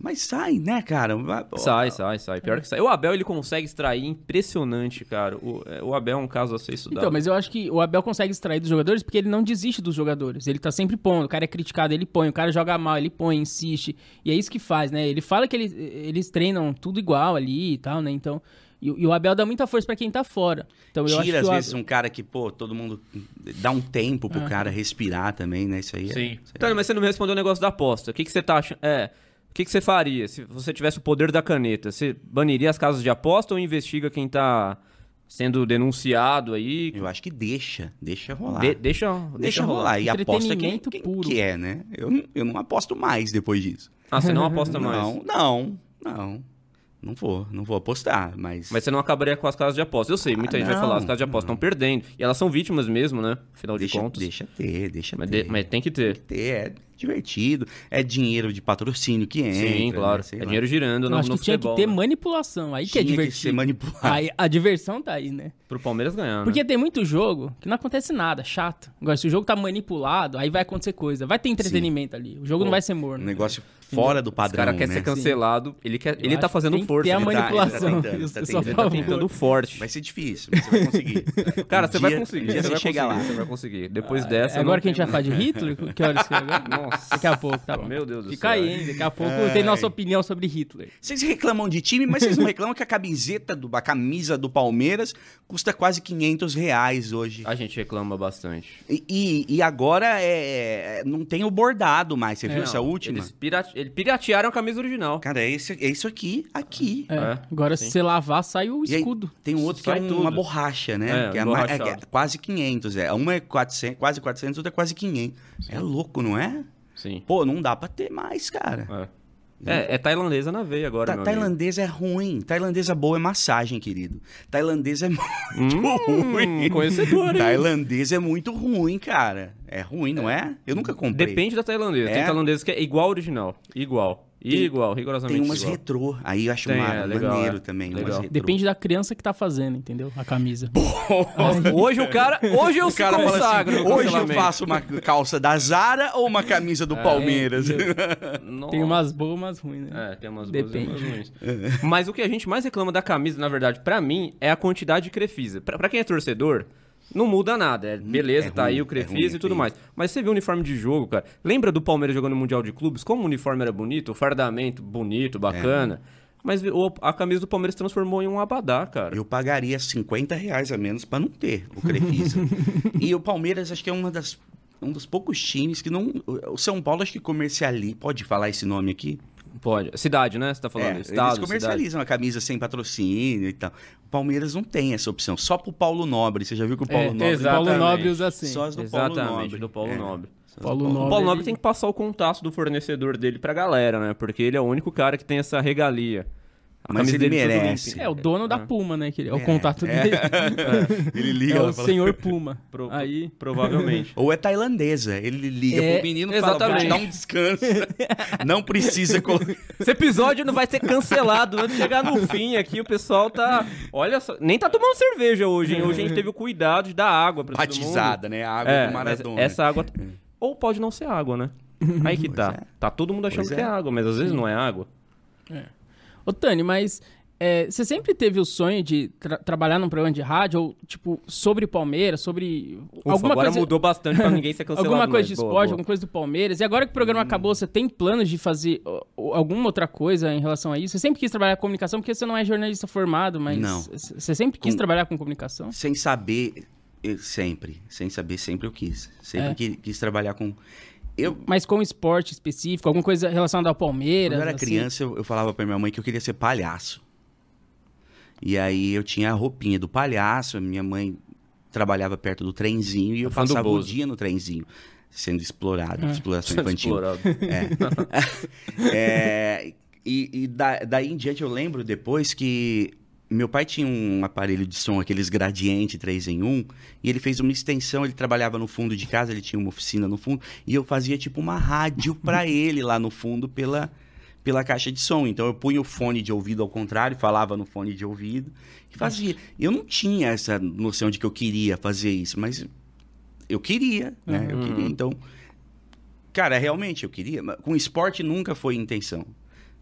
[SPEAKER 3] Mas sai, né, cara? Vai-
[SPEAKER 1] Sai, sai, sai.
[SPEAKER 3] É.
[SPEAKER 1] Pior que sai. O Abel, ele consegue extrair impressionante, cara. O, é, o Abel é um caso a ser estudado.
[SPEAKER 2] Então, mas eu acho que o Abel consegue extrair dos jogadores porque ele não desiste dos jogadores. Ele tá sempre pondo. O cara é criticado, ele põe. O cara joga mal, ele põe, insiste. E é isso que faz, né? Ele fala que ele- eles treinam tudo igual ali e tal, né? Então. E, e o Abel dá muita força pra quem tá fora. Então eu acho que
[SPEAKER 3] Tira, às
[SPEAKER 2] o Ab-
[SPEAKER 3] vezes, um cara que, pô, todo mundo dá um tempo
[SPEAKER 1] É.
[SPEAKER 3] pro cara respirar também, né? Isso aí
[SPEAKER 4] Sim.
[SPEAKER 3] é- isso aí
[SPEAKER 1] Então, mas você não me respondeu o negócio da aposta. O que, que você tá achando? É. O que, que você faria se você tivesse o poder da caneta? Você baniria as casas de aposta ou investiga quem tá sendo denunciado aí?
[SPEAKER 3] Eu acho que deixa, deixa rolar.
[SPEAKER 1] De- deixa, deixa,
[SPEAKER 3] deixa rolar. E aposta quem,
[SPEAKER 2] Entretenimento
[SPEAKER 3] quem
[SPEAKER 2] puro.
[SPEAKER 3] quer, né? Eu, não- eu não aposto mais depois disso.
[SPEAKER 1] Ah, você não aposta mais.
[SPEAKER 3] Não, não, não. Não vou, não vou apostar, mas...
[SPEAKER 1] Mas você não acabaria com as casas de aposta. Eu sei, muita
[SPEAKER 3] Ah,
[SPEAKER 1] gente vai
[SPEAKER 3] não.
[SPEAKER 1] falar, as casas de aposta estão perdendo. E elas são vítimas mesmo, né? Afinal
[SPEAKER 3] deixa,
[SPEAKER 1] de contas.
[SPEAKER 3] deixa ter, deixa
[SPEAKER 1] Mas,
[SPEAKER 3] ter.
[SPEAKER 1] de- mas tem que ter.
[SPEAKER 3] ter, É divertido, é dinheiro de patrocínio que entra.
[SPEAKER 1] Sim, claro.
[SPEAKER 3] né? Sei
[SPEAKER 1] É
[SPEAKER 3] lá.
[SPEAKER 1] dinheiro girando
[SPEAKER 2] Eu
[SPEAKER 1] no,
[SPEAKER 2] acho
[SPEAKER 1] no
[SPEAKER 2] que tinha
[SPEAKER 1] futebol.
[SPEAKER 2] que ter
[SPEAKER 1] né?
[SPEAKER 2] manipulação. Aí que
[SPEAKER 3] Tinha
[SPEAKER 2] é
[SPEAKER 3] que ser
[SPEAKER 2] divertido.
[SPEAKER 3] manipulado.
[SPEAKER 2] Aí a diversão tá aí, né?
[SPEAKER 1] Pro Palmeiras ganhar. né?
[SPEAKER 2] Porque tem muito jogo que não acontece nada, chato. Agora, se o jogo tá manipulado, aí vai acontecer coisa. Vai ter entretenimento ali. O jogo não vai ser
[SPEAKER 3] um
[SPEAKER 2] morno.
[SPEAKER 3] negócio fora do
[SPEAKER 1] o
[SPEAKER 3] padrão,
[SPEAKER 1] cara quer
[SPEAKER 3] né?
[SPEAKER 1] ser cancelado, ele, quer, ele
[SPEAKER 2] Eu
[SPEAKER 1] tá
[SPEAKER 2] acho que
[SPEAKER 1] fazendo
[SPEAKER 2] tem que
[SPEAKER 1] força.
[SPEAKER 2] ter a
[SPEAKER 1] ele tá-
[SPEAKER 2] manipulação.
[SPEAKER 3] ele tá tentando,
[SPEAKER 2] Eu sou
[SPEAKER 3] tá
[SPEAKER 2] só a
[SPEAKER 3] tentando,
[SPEAKER 1] Tá
[SPEAKER 2] favor.
[SPEAKER 1] tentando forte.
[SPEAKER 3] Vai ser difícil, mas você vai conseguir.
[SPEAKER 1] Cara,
[SPEAKER 3] Um
[SPEAKER 1] você
[SPEAKER 3] dia-
[SPEAKER 1] vai
[SPEAKER 3] Um
[SPEAKER 1] conseguir.
[SPEAKER 3] dia
[SPEAKER 1] você
[SPEAKER 3] você
[SPEAKER 1] vai
[SPEAKER 3] chegar lá.
[SPEAKER 1] conseguir, Você vai conseguir. Depois dessa.
[SPEAKER 2] É
[SPEAKER 1] não
[SPEAKER 2] agora que a gente
[SPEAKER 1] tem
[SPEAKER 2] vai falar de Hitler? Que horas que é agora?
[SPEAKER 1] Nossa.
[SPEAKER 2] Daqui a pouco, tá bom.
[SPEAKER 1] Meu Deus do
[SPEAKER 2] Fica
[SPEAKER 1] céu.
[SPEAKER 2] aí, hein? Daqui a pouco
[SPEAKER 3] É.
[SPEAKER 2] tem nossa opinião sobre Hitler.
[SPEAKER 3] Vocês reclamam de time, mas vocês não reclamam que a camiseta, do, a camisa do Palmeiras custa quase 500 reais hoje.
[SPEAKER 1] A gente reclama bastante.
[SPEAKER 3] E, e- e agora é, é- não tem o bordado mais, você viu
[SPEAKER 1] É, Não,
[SPEAKER 3] essa última?
[SPEAKER 1] Eles, pirate... eles piratearam a camisa original.
[SPEAKER 3] Cara, é, esse, é isso aqui, aqui.
[SPEAKER 2] É,
[SPEAKER 1] É,
[SPEAKER 2] agora,
[SPEAKER 1] sim.
[SPEAKER 2] se você lavar, sai o
[SPEAKER 3] E aí,
[SPEAKER 2] escudo.
[SPEAKER 3] tem um outro que é
[SPEAKER 1] Sai
[SPEAKER 3] um-
[SPEAKER 1] tudo.
[SPEAKER 3] uma borracha, né?
[SPEAKER 1] É,
[SPEAKER 3] que é, ma- é-
[SPEAKER 1] emborrachado.
[SPEAKER 3] é quase 500, é. Uma é 400, quase 400, outra é quase 500. É louco, não é?
[SPEAKER 1] Sim.
[SPEAKER 3] Pô, não dá pra ter mais, cara.
[SPEAKER 1] É. É, é tailandesa na veia agora,
[SPEAKER 3] Ta-
[SPEAKER 1] meu amigo.
[SPEAKER 3] tailandesa é ruim. Tailandesa boa é massagem, querido. Tailandesa é muito ruim.
[SPEAKER 1] Hum, conhecedor, hein?
[SPEAKER 3] Tailandesa é muito ruim, cara. É ruim, não é? Eu nunca comprei.
[SPEAKER 1] Depende da tailandesa. Tem
[SPEAKER 3] É?
[SPEAKER 1] tailandesa que é igual ao original. Igual. Igual, rigorosamente
[SPEAKER 3] Tem umas
[SPEAKER 1] igual.
[SPEAKER 3] retrô. Aí eu acho
[SPEAKER 1] Tem,
[SPEAKER 3] uma-
[SPEAKER 1] é, legal,
[SPEAKER 3] maneiro
[SPEAKER 1] é.
[SPEAKER 3] também.
[SPEAKER 1] Legal.
[SPEAKER 3] Umas retrô.
[SPEAKER 2] Depende da criança que tá fazendo, entendeu? A camisa.
[SPEAKER 1] Nossa, hoje o cara. Hoje eu
[SPEAKER 3] O cara fala
[SPEAKER 1] consagro.
[SPEAKER 3] assim,
[SPEAKER 1] no
[SPEAKER 3] hoje eu
[SPEAKER 1] cancelamento."
[SPEAKER 3] faço uma calça da Zara ou uma camisa
[SPEAKER 1] É,
[SPEAKER 3] do Palmeiras?
[SPEAKER 1] Nossa.
[SPEAKER 2] Tem umas boas, umas ruins, né?
[SPEAKER 1] É, tem umas boas e umas
[SPEAKER 2] Depende.
[SPEAKER 1] ruins. Mas o que a gente mais reclama da camisa, na verdade, pra mim, é a quantidade de crefisa. Pra, pra quem é torcedor, não muda nada. É, beleza,
[SPEAKER 3] é
[SPEAKER 1] tá
[SPEAKER 3] ruim,
[SPEAKER 1] aí o
[SPEAKER 3] é
[SPEAKER 1] crefisa
[SPEAKER 3] ruim, é
[SPEAKER 1] e tudo
[SPEAKER 3] feio.
[SPEAKER 1] mais. Mas você vê o uniforme de jogo, cara. Lembra do Palmeiras jogando o Mundial de Clubes? Como o uniforme era bonito, o fardamento bonito, bacana.
[SPEAKER 3] É.
[SPEAKER 1] Mas o- a camisa do Palmeiras transformou em um abadá, cara.
[SPEAKER 3] Eu pagaria 50 reais a menos pra não ter o Crefisa. e o Palmeiras acho que é uma das, um dos poucos times que não... O São Paulo acho que comercializa... Pode falar esse nome aqui?
[SPEAKER 1] Pode. Cidade, né? Você tá falando?
[SPEAKER 3] É, eles
[SPEAKER 1] Estado, cidade.
[SPEAKER 3] comercializam a camisa sem patrocínio e tal. O Palmeiras não tem essa opção. Só pro Paulo Nobre. Você já viu que o
[SPEAKER 2] É,
[SPEAKER 3] Paulo
[SPEAKER 2] o
[SPEAKER 3] Nobre...
[SPEAKER 2] Paulo
[SPEAKER 1] exatamente.
[SPEAKER 2] Nobre usa assim.
[SPEAKER 3] Só as do Paulo
[SPEAKER 1] Exatamente,
[SPEAKER 3] Nobre.
[SPEAKER 1] do Paulo
[SPEAKER 3] É,
[SPEAKER 1] Nobre.
[SPEAKER 3] só as do
[SPEAKER 2] Paulo
[SPEAKER 1] O
[SPEAKER 2] Nobre.
[SPEAKER 1] Paulo
[SPEAKER 2] ele-
[SPEAKER 1] Nobre tem que passar o contato do fornecedor dele pra galera, né? Porque ele é o único cara que tem essa regalia. A
[SPEAKER 3] Mas
[SPEAKER 1] camisa
[SPEAKER 3] ele
[SPEAKER 1] dele tudo
[SPEAKER 3] merece.
[SPEAKER 1] limpinho.
[SPEAKER 2] É, o dono
[SPEAKER 1] Ah.
[SPEAKER 2] da Puma, né? Que ele- é o contato dele.
[SPEAKER 3] Ele
[SPEAKER 2] É,
[SPEAKER 3] liga
[SPEAKER 2] o
[SPEAKER 3] lá e fala-
[SPEAKER 2] senhor Puma.
[SPEAKER 1] Pro-
[SPEAKER 2] Aí...
[SPEAKER 1] Provavelmente.
[SPEAKER 3] Ou é tailandesa. Ele liga
[SPEAKER 2] É,
[SPEAKER 3] pro menino e fala, "Vou te dar um descanso. não precisa colocar...
[SPEAKER 1] Esse episódio não vai ser cancelado. Antes de chegar no fim aqui, o pessoal tá. Olha só. Nem tá tomando cerveja hoje, hein? Hoje a gente teve o cuidado de dar água pra todo mundo.
[SPEAKER 3] Batizada, né? A água
[SPEAKER 1] é,
[SPEAKER 3] do
[SPEAKER 1] mas
[SPEAKER 3] Maradona. É.
[SPEAKER 1] Essa água. Ou pode não ser água, né? Aí que tá. Tá todo mundo achando
[SPEAKER 3] Pois
[SPEAKER 1] que é
[SPEAKER 3] é.
[SPEAKER 1] água, mas às vezes não é água.
[SPEAKER 2] Ô, Tani, mas é, você sempre teve o sonho de tra- trabalhar num programa de rádio, ou, tipo, sobre Palmeiras, sobre.
[SPEAKER 1] Ufa, agora mudou bastante pra ninguém ser cancelado.
[SPEAKER 2] Alguma
[SPEAKER 1] mais.
[SPEAKER 2] coisa de
[SPEAKER 1] Boa,
[SPEAKER 2] esporte,
[SPEAKER 1] boa. Hum.
[SPEAKER 2] alguma coisa do Palmeiras. E agora que o programa acabou, você tem planos de fazer ó, ó, alguma outra coisa em relação a isso? Você sempre quis trabalhar com comunicação, porque você não é jornalista formado, mas
[SPEAKER 3] Não.
[SPEAKER 2] c- você sempre quis
[SPEAKER 3] Com-
[SPEAKER 2] trabalhar com comunicação?
[SPEAKER 3] Sem saber, eu- sempre. Sem saber, sempre eu quis. Sempre
[SPEAKER 2] É.
[SPEAKER 3] que- quis, trabalhar com. Eu,
[SPEAKER 2] Mas com esporte específico, alguma coisa relacionada ao
[SPEAKER 3] quando
[SPEAKER 2] Palmeiras?
[SPEAKER 3] eu era
[SPEAKER 2] assim?
[SPEAKER 3] criança, eu, eu falava pra minha mãe que eu queria ser palhaço. E aí eu tinha a roupinha do palhaço, a minha mãe trabalhava perto do trenzinho e eu
[SPEAKER 1] Tá falando do
[SPEAKER 3] passava o
[SPEAKER 1] Bozo. É.
[SPEAKER 3] dia no trenzinho, sendo explorado, exploração infantil.
[SPEAKER 1] Explorado.
[SPEAKER 3] É, e e da- daí em diante eu lembro depois que meu pai tinha um aparelho de som, aqueles gradiente 3 em 1, e ele fez uma extensão, ele trabalhava no fundo de casa, ele tinha uma oficina no fundo, e eu fazia tipo uma rádio pra ele lá no fundo pela, pela caixa de som. Então eu punha o fone de ouvido ao contrário, falava no fone de ouvido e fazia. Eu não tinha essa noção de que eu queria fazer isso, mas eu queria, né? Eu é queria, então Cara, realmente eu queria. mas Com esporte nunca foi intenção.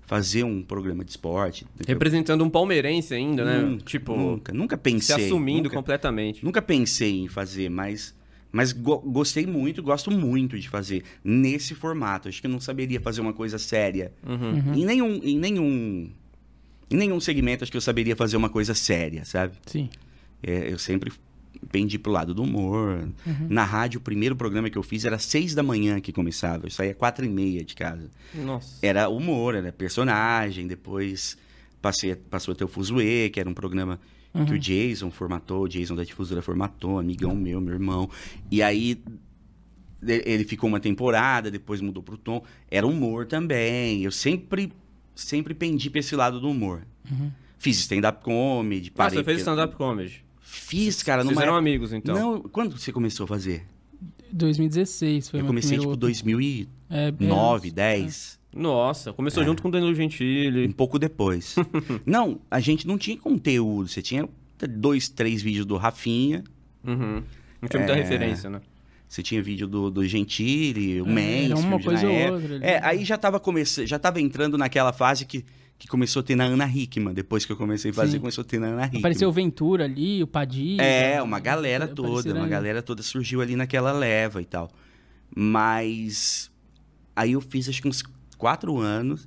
[SPEAKER 3] fazer um programa de esporte.
[SPEAKER 1] Representando um palmeirense ainda, né?
[SPEAKER 3] Nunca,
[SPEAKER 1] tipo,
[SPEAKER 3] nunca, nunca
[SPEAKER 1] se
[SPEAKER 3] pensei.
[SPEAKER 1] assumindo
[SPEAKER 3] nunca,
[SPEAKER 1] completamente.
[SPEAKER 3] nunca pensei em fazer, mas, mas go- gostei muito, gosto muito de fazer nesse formato. Acho que eu não saberia fazer uma coisa séria.
[SPEAKER 1] Uhum.
[SPEAKER 3] Em nenhum. Em nenhum. Em nenhum segmento acho que eu saberia fazer uma coisa séria, sabe?
[SPEAKER 2] Sim.
[SPEAKER 3] É, eu sempre pendi pro lado do humor.
[SPEAKER 1] Uhum.
[SPEAKER 3] Na rádio, o primeiro programa que eu fiz era seis da manhã que começava. Eu saía quatro e meia de casa
[SPEAKER 1] Nossa.
[SPEAKER 3] era humor, era personagem, depois passei, passou a ter o Fuzue, que era um programa que
[SPEAKER 1] Uhum.
[SPEAKER 3] o Jason formatou, o Jason da Difusora formatou, amigão meu, meu irmão. E aí de- ele ficou uma temporada, depois mudou pro Tom. Era humor também. Eu sempre, sempre pendi pra esse lado do humor. Fiz stand-up comedy,
[SPEAKER 1] Uhum. Ah,
[SPEAKER 3] parei.
[SPEAKER 1] você fez
[SPEAKER 3] porque-
[SPEAKER 1] stand-up comedy.
[SPEAKER 3] Fiz, cara,
[SPEAKER 1] Vocês
[SPEAKER 3] numa
[SPEAKER 1] eram
[SPEAKER 3] época...
[SPEAKER 1] amigos, então.
[SPEAKER 3] Não, quando você começou a fazer?
[SPEAKER 2] 2016 foi
[SPEAKER 3] eu
[SPEAKER 2] meu
[SPEAKER 3] comecei,
[SPEAKER 2] primeiro
[SPEAKER 3] tipo,
[SPEAKER 2] outro.
[SPEAKER 3] 2009,
[SPEAKER 2] É, é,
[SPEAKER 1] é.
[SPEAKER 3] 10.
[SPEAKER 1] Nossa, começou junto com o Danilo
[SPEAKER 3] Um
[SPEAKER 1] Gentili.
[SPEAKER 3] pouco depois. não, a gente não tinha conteúdo. Você tinha dois, três vídeos do Rafinha.
[SPEAKER 1] Uhum. Não tinha muita referência, né?
[SPEAKER 3] Você tinha vídeo do, do Gentili, o
[SPEAKER 2] É,
[SPEAKER 3] Mendes.
[SPEAKER 2] era uma
[SPEAKER 3] na
[SPEAKER 2] coisa ou
[SPEAKER 3] época.
[SPEAKER 2] outra ali. né?
[SPEAKER 3] É, aí já tava, começando, já tava entrando naquela fase que, que começou a ter na Ana Hickman. Depois que eu comecei a fazer,
[SPEAKER 2] Sim.
[SPEAKER 3] começou a ter na Ana Hickman.
[SPEAKER 2] Apareceu o Ventura ali, o Padilha.
[SPEAKER 3] É, uma galera
[SPEAKER 2] Apareceram
[SPEAKER 3] toda, uma
[SPEAKER 2] ali.
[SPEAKER 3] galera toda surgiu ali naquela leva e tal. Mas aí eu fiz acho que uns quatro anos.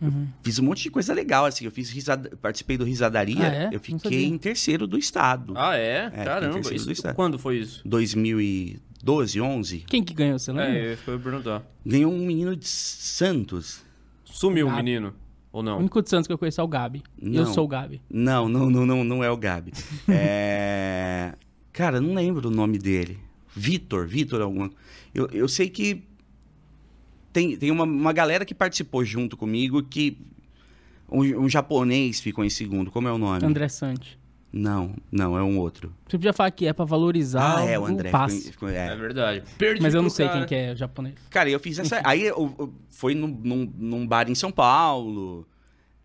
[SPEAKER 3] Eu
[SPEAKER 2] Uhum.
[SPEAKER 3] Fiz um monte de coisa legal, assim. Eu fiz risada, participei do Risadaria.
[SPEAKER 2] Ah, é?
[SPEAKER 3] Eu
[SPEAKER 2] Não
[SPEAKER 3] fiquei
[SPEAKER 2] sabia.
[SPEAKER 3] em terceiro do estado.
[SPEAKER 1] Ah, é?
[SPEAKER 3] tem
[SPEAKER 1] Caramba.
[SPEAKER 3] terceiro
[SPEAKER 1] Isso,
[SPEAKER 3] do estado.
[SPEAKER 1] quando foi isso?
[SPEAKER 3] 2012, 11.
[SPEAKER 2] Quem que ganhou, você lembra?
[SPEAKER 1] É, foi perguntar.
[SPEAKER 3] Ganhou um menino de Santos.
[SPEAKER 1] Sumiu o
[SPEAKER 2] Ah.
[SPEAKER 1] menino. Ou
[SPEAKER 2] O
[SPEAKER 1] não?
[SPEAKER 2] único de Santos que eu conheço é o Gabi. Eu
[SPEAKER 3] Não.
[SPEAKER 2] sou o Gabi.
[SPEAKER 3] Não, não, não, não, não é o Gabi. É... Cara, não lembro o nome dele. Vitor, Vitor alguma. Eu, eu sei que tem, tem uma, uma galera que participou junto comigo que um, um japonês ficou em segundo. Como é o nome?
[SPEAKER 2] André Sante.
[SPEAKER 3] Não, não, é um outro.
[SPEAKER 2] Você podia falar que é pra valorizar
[SPEAKER 3] ah, é o André. ficou em-
[SPEAKER 2] passe.
[SPEAKER 3] ficou-
[SPEAKER 1] É
[SPEAKER 3] é.
[SPEAKER 1] verdade. Perdi
[SPEAKER 2] Mas eu
[SPEAKER 1] pro
[SPEAKER 2] não sei
[SPEAKER 1] cara.
[SPEAKER 2] quem que é japonês.
[SPEAKER 3] Cara, eu fiz essa. Aí eu, eu- foi num, num, num bar em São Paulo.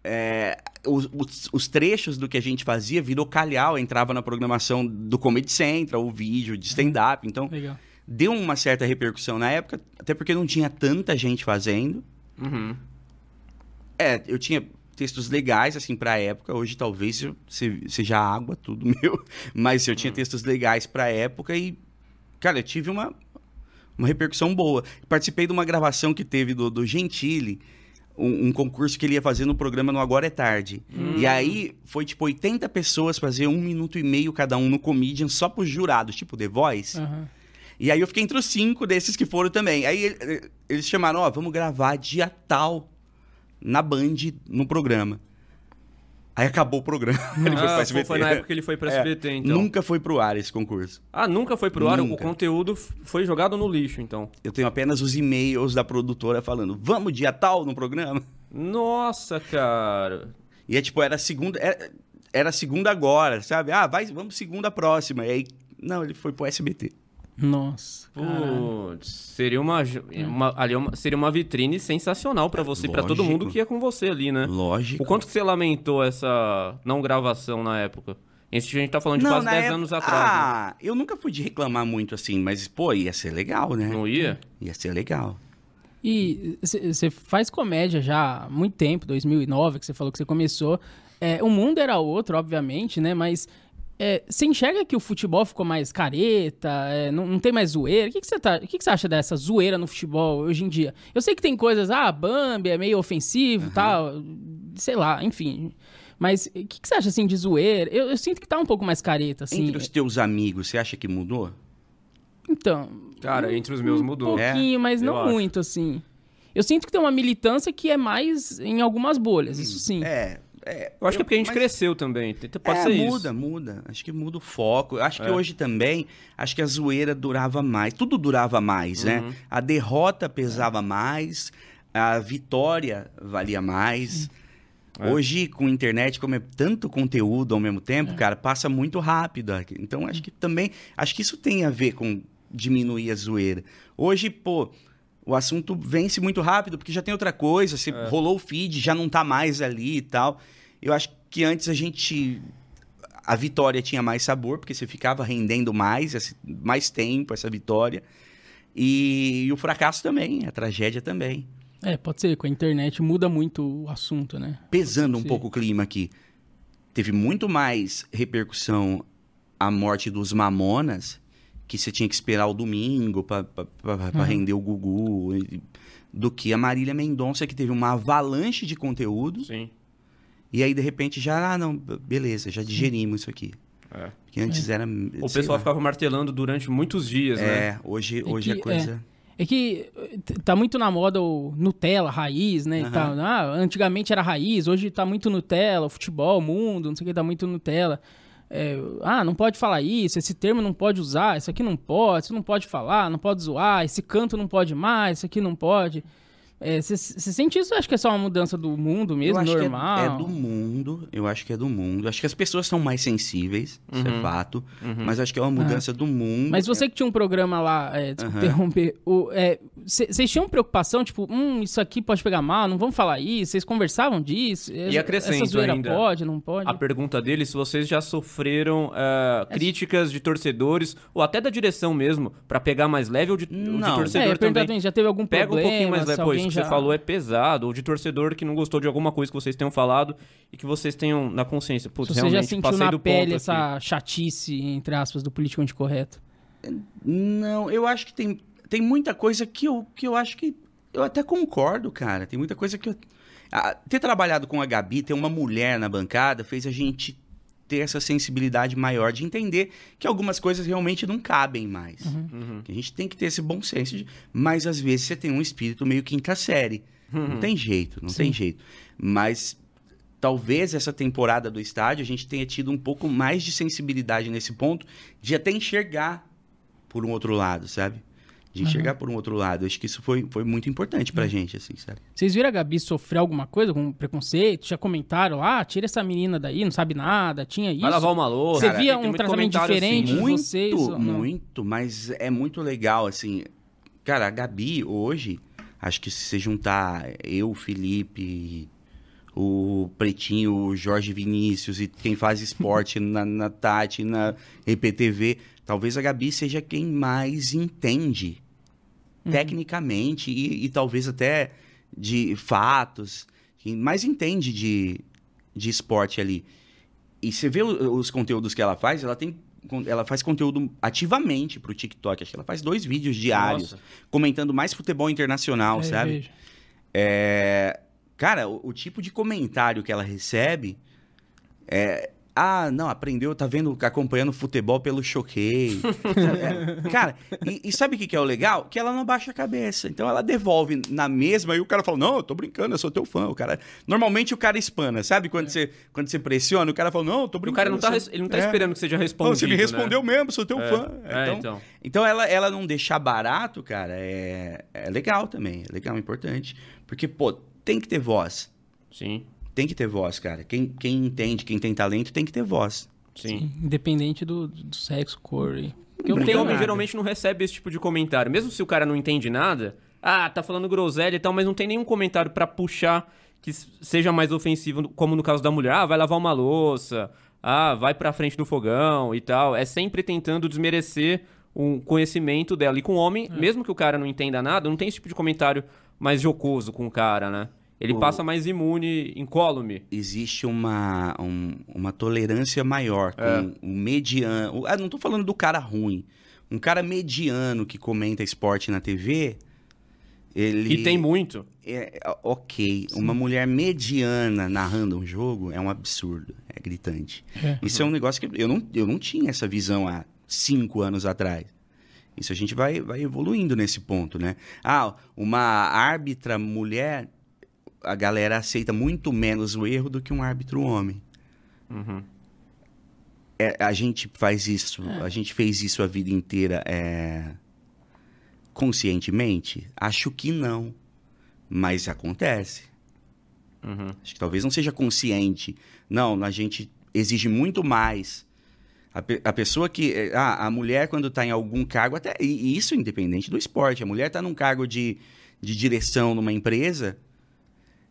[SPEAKER 3] É, os, os- os trechos do que a gente fazia virou calhau, entrava na programação do Comedy Central, o vídeo de stand-up. Então,
[SPEAKER 2] Legal.
[SPEAKER 3] deu uma certa repercussão na época, até porque não tinha tanta gente fazendo.
[SPEAKER 1] Uhum.
[SPEAKER 3] É, eu tinha textos legais, assim, pra época. Hoje talvez eu- se- seja água, tudo meu. Mas eu tinha textos legais pra época e, cara, eu tive uma, uma repercussão boa. Participei de uma gravação que teve do, do Gentili, um, um concurso que ele ia fazer no programa no Agora é Tarde. E aí foi, tipo, 80 pessoas fazer um minuto e meio cada um no Comedian só pros jurados, tipo The Voice.
[SPEAKER 2] Aham.
[SPEAKER 3] E aí eu fiquei entre os cinco desses que foram também. Aí ele- eles chamaram, ó, vamos gravar dia tal na Band, no programa. Aí acabou o programa.
[SPEAKER 1] ah,
[SPEAKER 3] ele foi pra
[SPEAKER 1] pô,
[SPEAKER 3] SBT.
[SPEAKER 1] foi na época que ele foi pra
[SPEAKER 3] É,
[SPEAKER 1] SBT, então.
[SPEAKER 3] Nunca foi pro ar esse concurso.
[SPEAKER 1] Ah, nunca foi pro ar, o
[SPEAKER 3] Nunca.
[SPEAKER 1] conteúdo f- foi jogado no lixo, então.
[SPEAKER 3] Eu tenho apenas os e-mails da produtora falando, vamos dia tal no programa.
[SPEAKER 1] Nossa, cara.
[SPEAKER 3] E é tipo, era segunda. Era, era segunda agora, sabe? Ah, vai, vamos segunda próxima. E aí. Não, ele foi pro SBT.
[SPEAKER 2] Nossa. caralho.
[SPEAKER 1] Putz, seria uma, ju- uma- ali é uma- seria uma vitrine sensacional pra você, pra todo
[SPEAKER 3] Lógico.
[SPEAKER 1] mundo que ia com você ali, né?
[SPEAKER 3] Lógico.
[SPEAKER 1] O quanto que você lamentou essa não gravação na época? Isso a gente tá falando de quase
[SPEAKER 3] na
[SPEAKER 1] 10
[SPEAKER 3] época-
[SPEAKER 1] anos atrás. né?
[SPEAKER 3] Ah, eu nunca fui de reclamar muito assim, mas, pô, ia ser legal, né?
[SPEAKER 1] Não ia?
[SPEAKER 3] Ia ser legal.
[SPEAKER 2] E você faz comédia já há muito tempo, 2009, que você falou que você começou. É, o mundo era outro, obviamente, né? Mas você enxerga que o futebol ficou mais careta, é, não, não tem mais zoeira? O que você tá, o que que você acha dessa zoeira no futebol hoje em dia? Eu sei que tem coisas, ah, Bambi é meio ofensivo e
[SPEAKER 3] Uhum.
[SPEAKER 2] tal, sei lá, enfim. Mas o que você acha, assim, de zoeira? Eu, eu sinto que tá um pouco mais careta, assim.
[SPEAKER 1] é.
[SPEAKER 3] Entre os teus amigos, você acha que mudou?
[SPEAKER 2] Então,
[SPEAKER 1] Cara, entre os meus
[SPEAKER 2] um
[SPEAKER 1] mudou.
[SPEAKER 3] É,
[SPEAKER 2] pouquinho, mas
[SPEAKER 1] eu
[SPEAKER 2] não
[SPEAKER 1] acho.
[SPEAKER 2] muito, assim. Eu sinto que tem uma militância que é mais em algumas bolhas, isso sim.
[SPEAKER 3] É. é
[SPEAKER 1] Eu acho que é porque a gente
[SPEAKER 3] mas-
[SPEAKER 1] cresceu também. tem- Pode
[SPEAKER 3] é,
[SPEAKER 1] ser isso.
[SPEAKER 3] muda, muda. Acho que muda o foco. Acho que
[SPEAKER 1] É.
[SPEAKER 3] hoje também, acho que a zoeira durava mais. Tudo durava mais,
[SPEAKER 1] Uhum.
[SPEAKER 3] né? A derrota pesava mais, a vitória valia mais.
[SPEAKER 1] É.
[SPEAKER 3] Hoje, com internet, como é tanto conteúdo ao mesmo tempo,
[SPEAKER 1] É.
[SPEAKER 3] cara, passa muito rápido. Então, acho que também. Acho que isso tem a ver com diminuir a zoeira. Hoje, pô, o assunto vence muito rápido, porque já tem outra coisa. Você
[SPEAKER 1] É.
[SPEAKER 3] rolou o feed, já não tá mais ali e tal. Eu acho que antes a gente. A vitória tinha mais sabor, porque você ficava rendendo mais, esse- mais tempo essa vitória. E, e o fracasso também, a tragédia também.
[SPEAKER 2] É, pode ser, com a internet muda muito o assunto, né?
[SPEAKER 3] Pesando um
[SPEAKER 2] Sim.
[SPEAKER 3] pouco o clima aqui, teve muito mais repercussão a morte dos mamonas, que você tinha que esperar o domingo pra pra- pra- pra
[SPEAKER 1] Uhum.
[SPEAKER 3] render o Gugu, e- do que a Marília Mendonça, que teve uma avalanche de conteúdo.
[SPEAKER 1] Sim.
[SPEAKER 3] E aí, de repente, já, ah, não, b- beleza, já digerimos isso aqui.
[SPEAKER 1] É.
[SPEAKER 3] Porque antes era.
[SPEAKER 1] O pessoal ficava martelando durante muitos dias, né?
[SPEAKER 3] É, hoje,
[SPEAKER 2] É
[SPEAKER 3] hoje
[SPEAKER 2] que-
[SPEAKER 3] a coisa.
[SPEAKER 2] É que eh, t- tá muito na moda o Nutella, raiz, né? e
[SPEAKER 3] Aham.
[SPEAKER 2] tal. Ah, antigamente era raiz, hoje tá muito Nutella, o futebol, o mundo, não sei o que, tá muito Nutella. É, ah, não pode falar isso, esse termo não pode usar, isso aqui não pode, isso não pode falar, não pode zoar, esse canto não pode mais, isso aqui não pode. É, Você sente isso? Acho que é só uma mudança do mundo
[SPEAKER 3] eu
[SPEAKER 2] mesmo,
[SPEAKER 3] acho
[SPEAKER 2] normal.
[SPEAKER 3] Que é, é do mundo, eu acho que é do mundo. Acho que as pessoas são mais sensíveis, isso é fato.
[SPEAKER 1] Uhum.
[SPEAKER 3] Mas acho que é uma mudança do mundo.
[SPEAKER 2] Uhum. Ah. Mas você que tinha um programa lá, é, desculpa
[SPEAKER 3] Aham.
[SPEAKER 2] interromper, o- é, cê- vocês tinham preocupação, tipo, hum, isso aqui pode pegar mal, não vamos falar isso, vocês conversavam disso?
[SPEAKER 1] E acrescento
[SPEAKER 2] Essa zoeira
[SPEAKER 1] ainda.
[SPEAKER 2] pode, não pode? É,
[SPEAKER 1] A pergunta dele, se vocês já sofreram ah, críticas de torcedores, ou até da direção mesmo, pra pegar mais leve, ou de, ou de
[SPEAKER 3] Não.
[SPEAKER 2] É, eu
[SPEAKER 1] torcedor
[SPEAKER 2] ia perguntar
[SPEAKER 1] também.
[SPEAKER 2] também, já teve algum
[SPEAKER 1] Pega
[SPEAKER 2] problema?
[SPEAKER 1] um pouquinho mais
[SPEAKER 2] se
[SPEAKER 1] leve, pô, isso
[SPEAKER 2] alguém
[SPEAKER 1] que
[SPEAKER 2] já...
[SPEAKER 1] você falou é pesado, ou de torcedor que não gostou de alguma coisa que vocês tenham falado e que vocês tenham na consciência. Putz,
[SPEAKER 2] se você já
[SPEAKER 1] realmente,
[SPEAKER 2] sentiu
[SPEAKER 1] passei
[SPEAKER 2] na
[SPEAKER 1] do
[SPEAKER 2] pele
[SPEAKER 1] ponto aqui.
[SPEAKER 2] essa chatice, entre aspas, do político anticorreto?
[SPEAKER 3] Não, eu acho que tem, tem muita coisa que eu, que eu acho que. Eu até concordo, cara. Tem muita coisa que eu. Ah, ter trabalhado com a Gabi, ter uma mulher na bancada, fez a gente ter essa sensibilidade maior de entender que algumas coisas realmente não cabem mais.
[SPEAKER 2] Uhum.
[SPEAKER 1] Uhum.
[SPEAKER 3] Que a gente tem que ter esse bom senso, de- mas às vezes você tem um espírito meio quinta série. Não tem jeito, não tem jeito. Mas talvez essa temporada do estádio a gente tenha tido um pouco mais de sensibilidade nesse ponto, de até enxergar por um outro lado, sabe? De enxergar por um outro lado. Acho que isso foi, foi muito importante pra gente, assim, sabe?
[SPEAKER 2] Vocês viram a Gabi sofrer alguma coisa, algum preconceito? Já comentaram, ah, tira essa menina daí, não sabe nada, tinha isso?
[SPEAKER 1] Vai lavar uma louça.
[SPEAKER 2] Você
[SPEAKER 1] cara,
[SPEAKER 2] via
[SPEAKER 1] tem
[SPEAKER 2] um
[SPEAKER 1] muito
[SPEAKER 2] tratamento
[SPEAKER 1] comentário
[SPEAKER 2] diferente?
[SPEAKER 1] né?
[SPEAKER 2] de
[SPEAKER 3] muito,
[SPEAKER 2] vocês, ou não?
[SPEAKER 3] muito, mas é muito legal, assim. Cara, a Gabi hoje, acho que se você juntar eu, o Felipe, o Pretinho, o Jorge Vinícius e quem faz esporte na, na Tati, na EPTV, talvez a Gabi seja quem mais entende Uhum. tecnicamente e, e talvez até de fatos, quem mais entende de, de esporte ali. E você vê o- os conteúdos que ela faz, ela tem con- ela faz conteúdo ativamente pro TikTok. Acho que ela faz dois vídeos diários,
[SPEAKER 1] Nossa.
[SPEAKER 3] comentando mais futebol internacional,
[SPEAKER 2] É,
[SPEAKER 3] sabe?
[SPEAKER 2] vejo.
[SPEAKER 3] É, cara, o, o tipo de comentário que ela recebe é. Ah, não, aprendeu, tá vendo, acompanhando futebol pelo choquei. É, cara, e, e sabe o que, que é o legal? Que ela não baixa a cabeça. Então ela devolve na mesma e o cara fala: Não, eu tô brincando, eu sou teu fã. O cara... Normalmente o cara espana, sabe? Quando, você, quando você pressiona, o cara fala: Não, eu
[SPEAKER 1] É.
[SPEAKER 3] tô
[SPEAKER 1] O
[SPEAKER 3] brincando.
[SPEAKER 1] cara não tá,
[SPEAKER 3] eu
[SPEAKER 1] res-
[SPEAKER 3] sou-
[SPEAKER 1] ele não tá
[SPEAKER 3] É.
[SPEAKER 1] esperando que seja
[SPEAKER 3] Não,
[SPEAKER 1] respondido.
[SPEAKER 3] você me
[SPEAKER 1] né?
[SPEAKER 3] respondeu mesmo, sou teu fã.
[SPEAKER 1] É,
[SPEAKER 3] então,
[SPEAKER 1] então.
[SPEAKER 3] então ela, ela não deixar barato, cara, é, é legal também. É legal, é importante. Porque, pô, tem que ter voz.
[SPEAKER 1] Sim,
[SPEAKER 3] Tem que ter voz, cara. Quem, quem entende, quem tem talento, tem que ter voz.
[SPEAKER 1] sim.
[SPEAKER 2] Independente do, do sexo, cor e... Porque eu
[SPEAKER 1] Porque
[SPEAKER 2] tenho-
[SPEAKER 1] o homem
[SPEAKER 3] nada.
[SPEAKER 1] geralmente não recebe esse tipo de comentário. Mesmo se o cara não entende nada, ah, tá falando groselha e tal, mas não tem nenhum comentário pra puxar que s- seja mais ofensivo, como no caso da mulher. Ah, vai lavar uma louça, ah, vai pra frente do fogão e tal. É sempre tentando desmerecer o conhecimento dela. E com o homem,
[SPEAKER 3] É.
[SPEAKER 1] mesmo que o cara não entenda nada, não tem esse tipo de comentário mais jocoso com o cara, né? Ele
[SPEAKER 3] O-
[SPEAKER 1] passa mais imune, incólume.
[SPEAKER 3] Existe uma, um- uma tolerância maior com
[SPEAKER 1] É.
[SPEAKER 3] o mediano. o- Ah, não tô falando do cara ruim. Um cara mediano que comenta esporte na TV. Ele...
[SPEAKER 1] E tem muito.
[SPEAKER 3] É, ok, uma mulher mediana narrando um jogo é um absurdo, é gritante.
[SPEAKER 2] É.
[SPEAKER 3] Isso é um negócio que eu não, eu não tinha essa visão há cinco anos atrás. Isso a gente vai, vai evoluindo nesse ponto, né? Ah, uma árbitra mulher, a galera aceita muito menos o erro do que um árbitro homem. Uhum, É, a gente faz isso, a gente fez isso a vida inteira é, conscientemente? Acho que não. Mas acontece.
[SPEAKER 1] Uhum.
[SPEAKER 3] Acho que talvez não seja consciente. Não, a gente exige muito mais. A, pe- a pessoa que. eh, Ah, a mulher, quando está em algum cargo, até. E e isso independente do esporte. A mulher está num cargo de, de direção numa empresa.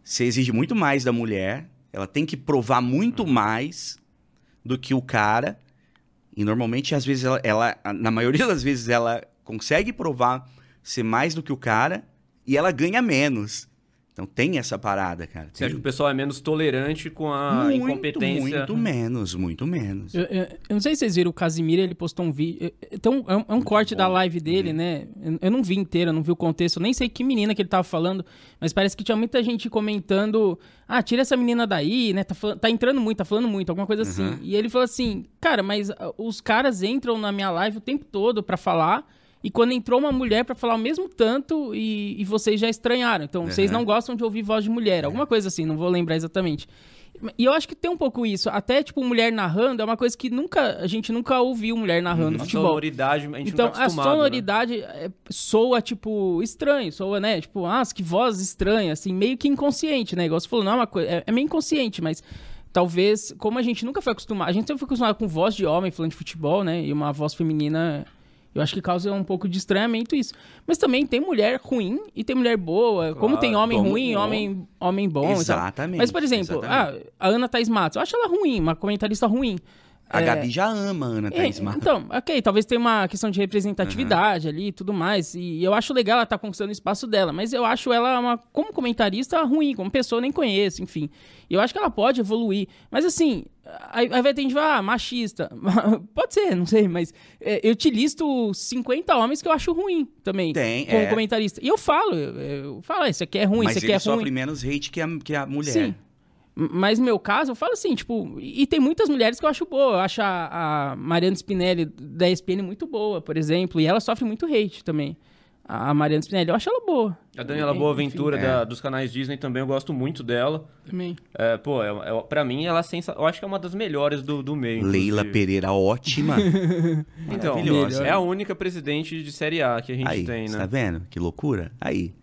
[SPEAKER 3] Você exige muito mais da mulher. Ela tem que provar muito mais do que o cara. E normalmente, às vezes, ela, ela- Na maioria das vezes, ela consegue provar ser mais do que o cara. E ela ganha menos. Então tem essa parada, cara.
[SPEAKER 1] Você acha que
[SPEAKER 3] Tem
[SPEAKER 1] o pessoal é menos tolerante com a
[SPEAKER 3] muito,
[SPEAKER 1] Ah, incompetência?
[SPEAKER 3] Muito menos, muito menos.
[SPEAKER 2] Eu, eu- eu não sei se vocês viram o Casimiro, ele postou um vídeo. Então, é um, é um corte da live dele, né? Eu, eu não vi inteira, eu não vi o contexto, eu nem sei que menina que ele tava falando, mas parece que tinha muita gente comentando: ah, tira essa menina daí, né? Tá, falan- tá entrando muito, tá falando muito, alguma coisa assim. E ele falou assim: cara, mas ah, os caras entram na minha live o tempo todo pra falar. E quando entrou uma mulher pra falar o mesmo tanto e, e vocês já estranharam. Então, vocês
[SPEAKER 3] Uhum.
[SPEAKER 2] não gostam de ouvir voz de mulher. Alguma coisa assim, não vou lembrar exatamente. E eu acho que tem um pouco isso. Até, tipo, mulher narrando é uma coisa que nunca a gente nunca ouviu mulher narrando
[SPEAKER 1] A
[SPEAKER 2] futebol.
[SPEAKER 1] sonoridade, a gente
[SPEAKER 2] Então,
[SPEAKER 1] não tá
[SPEAKER 2] a
[SPEAKER 1] acostumado, né?
[SPEAKER 2] sonoridade é, soa, tipo, estranho. Soa, né? Tipo, ah, que voz estranha, assim, meio que inconsciente, né? Igual você falou, não é uma coisa... É, é meio inconsciente, mas talvez, como a gente nunca foi acostumado... A gente sempre foi acostumado com voz de homem falando de futebol, né? E uma voz feminina... Eu acho que causa um pouco de estranhamento isso. Mas também tem mulher ruim e tem mulher boa. como
[SPEAKER 1] Claro,
[SPEAKER 2] tem homem
[SPEAKER 3] como
[SPEAKER 2] ruim,
[SPEAKER 3] bom.
[SPEAKER 2] homem, homem bom. e tal.
[SPEAKER 3] Exatamente,
[SPEAKER 2] Mas, por exemplo, ah,
[SPEAKER 3] exatamente.
[SPEAKER 2] a Ana Thaís Matos, eu acho ela ruim, uma comentarista ruim.
[SPEAKER 3] A
[SPEAKER 2] É,
[SPEAKER 3] Gabi já ama a Ana
[SPEAKER 2] é,
[SPEAKER 3] né, Thaís Uhum. Matos.
[SPEAKER 2] Então, ok, talvez tenha uma questão de representatividade ali e tudo mais. E eu acho legal ela estar conquistando o espaço dela, mas eu acho ela uma, como comentarista ruim, como pessoa eu nem conheço, enfim. E eu acho que ela pode evoluir. Mas assim, aí, aí vai ter gente que fala, ah, machista. pode ser, não sei, mas é, eu te listo 50 homens que eu acho ruim também.
[SPEAKER 3] Tem,
[SPEAKER 2] como
[SPEAKER 3] é.
[SPEAKER 2] comentarista. E eu falo, eu, eu falo, ah, isso aqui é ruim,
[SPEAKER 3] Mas
[SPEAKER 2] isso aqui
[SPEAKER 3] ele
[SPEAKER 2] é
[SPEAKER 3] sofre
[SPEAKER 2] ruim.
[SPEAKER 3] menos hate que a, que a mulher.
[SPEAKER 2] Sim. M- Mas no meu caso, eu falo assim, tipo, e e tem muitas mulheres que eu acho boa. Eu acho a, a Mariana Spinelli da ESPN muito boa, por exemplo, e ela sofre muito hate também. A a Mariana Spinelli, eu acho ela boa.
[SPEAKER 1] A Daniela
[SPEAKER 2] Enfim,
[SPEAKER 1] Boaventura
[SPEAKER 3] enfim.
[SPEAKER 1] da- dos canais Disney também, eu gosto muito dela.
[SPEAKER 2] Também.
[SPEAKER 1] É, pô, é, é- pra mim, ela é sensa... eu acho que é uma das melhores do, do meio.
[SPEAKER 3] Leila
[SPEAKER 1] inclusive.
[SPEAKER 3] Pereira, ótima.
[SPEAKER 1] Então,
[SPEAKER 3] Maravilhosa.
[SPEAKER 1] é a única presidente de Série A que a gente
[SPEAKER 3] Aí,
[SPEAKER 1] tem,
[SPEAKER 3] você
[SPEAKER 1] né?
[SPEAKER 3] tá vendo? Que loucura. Aí.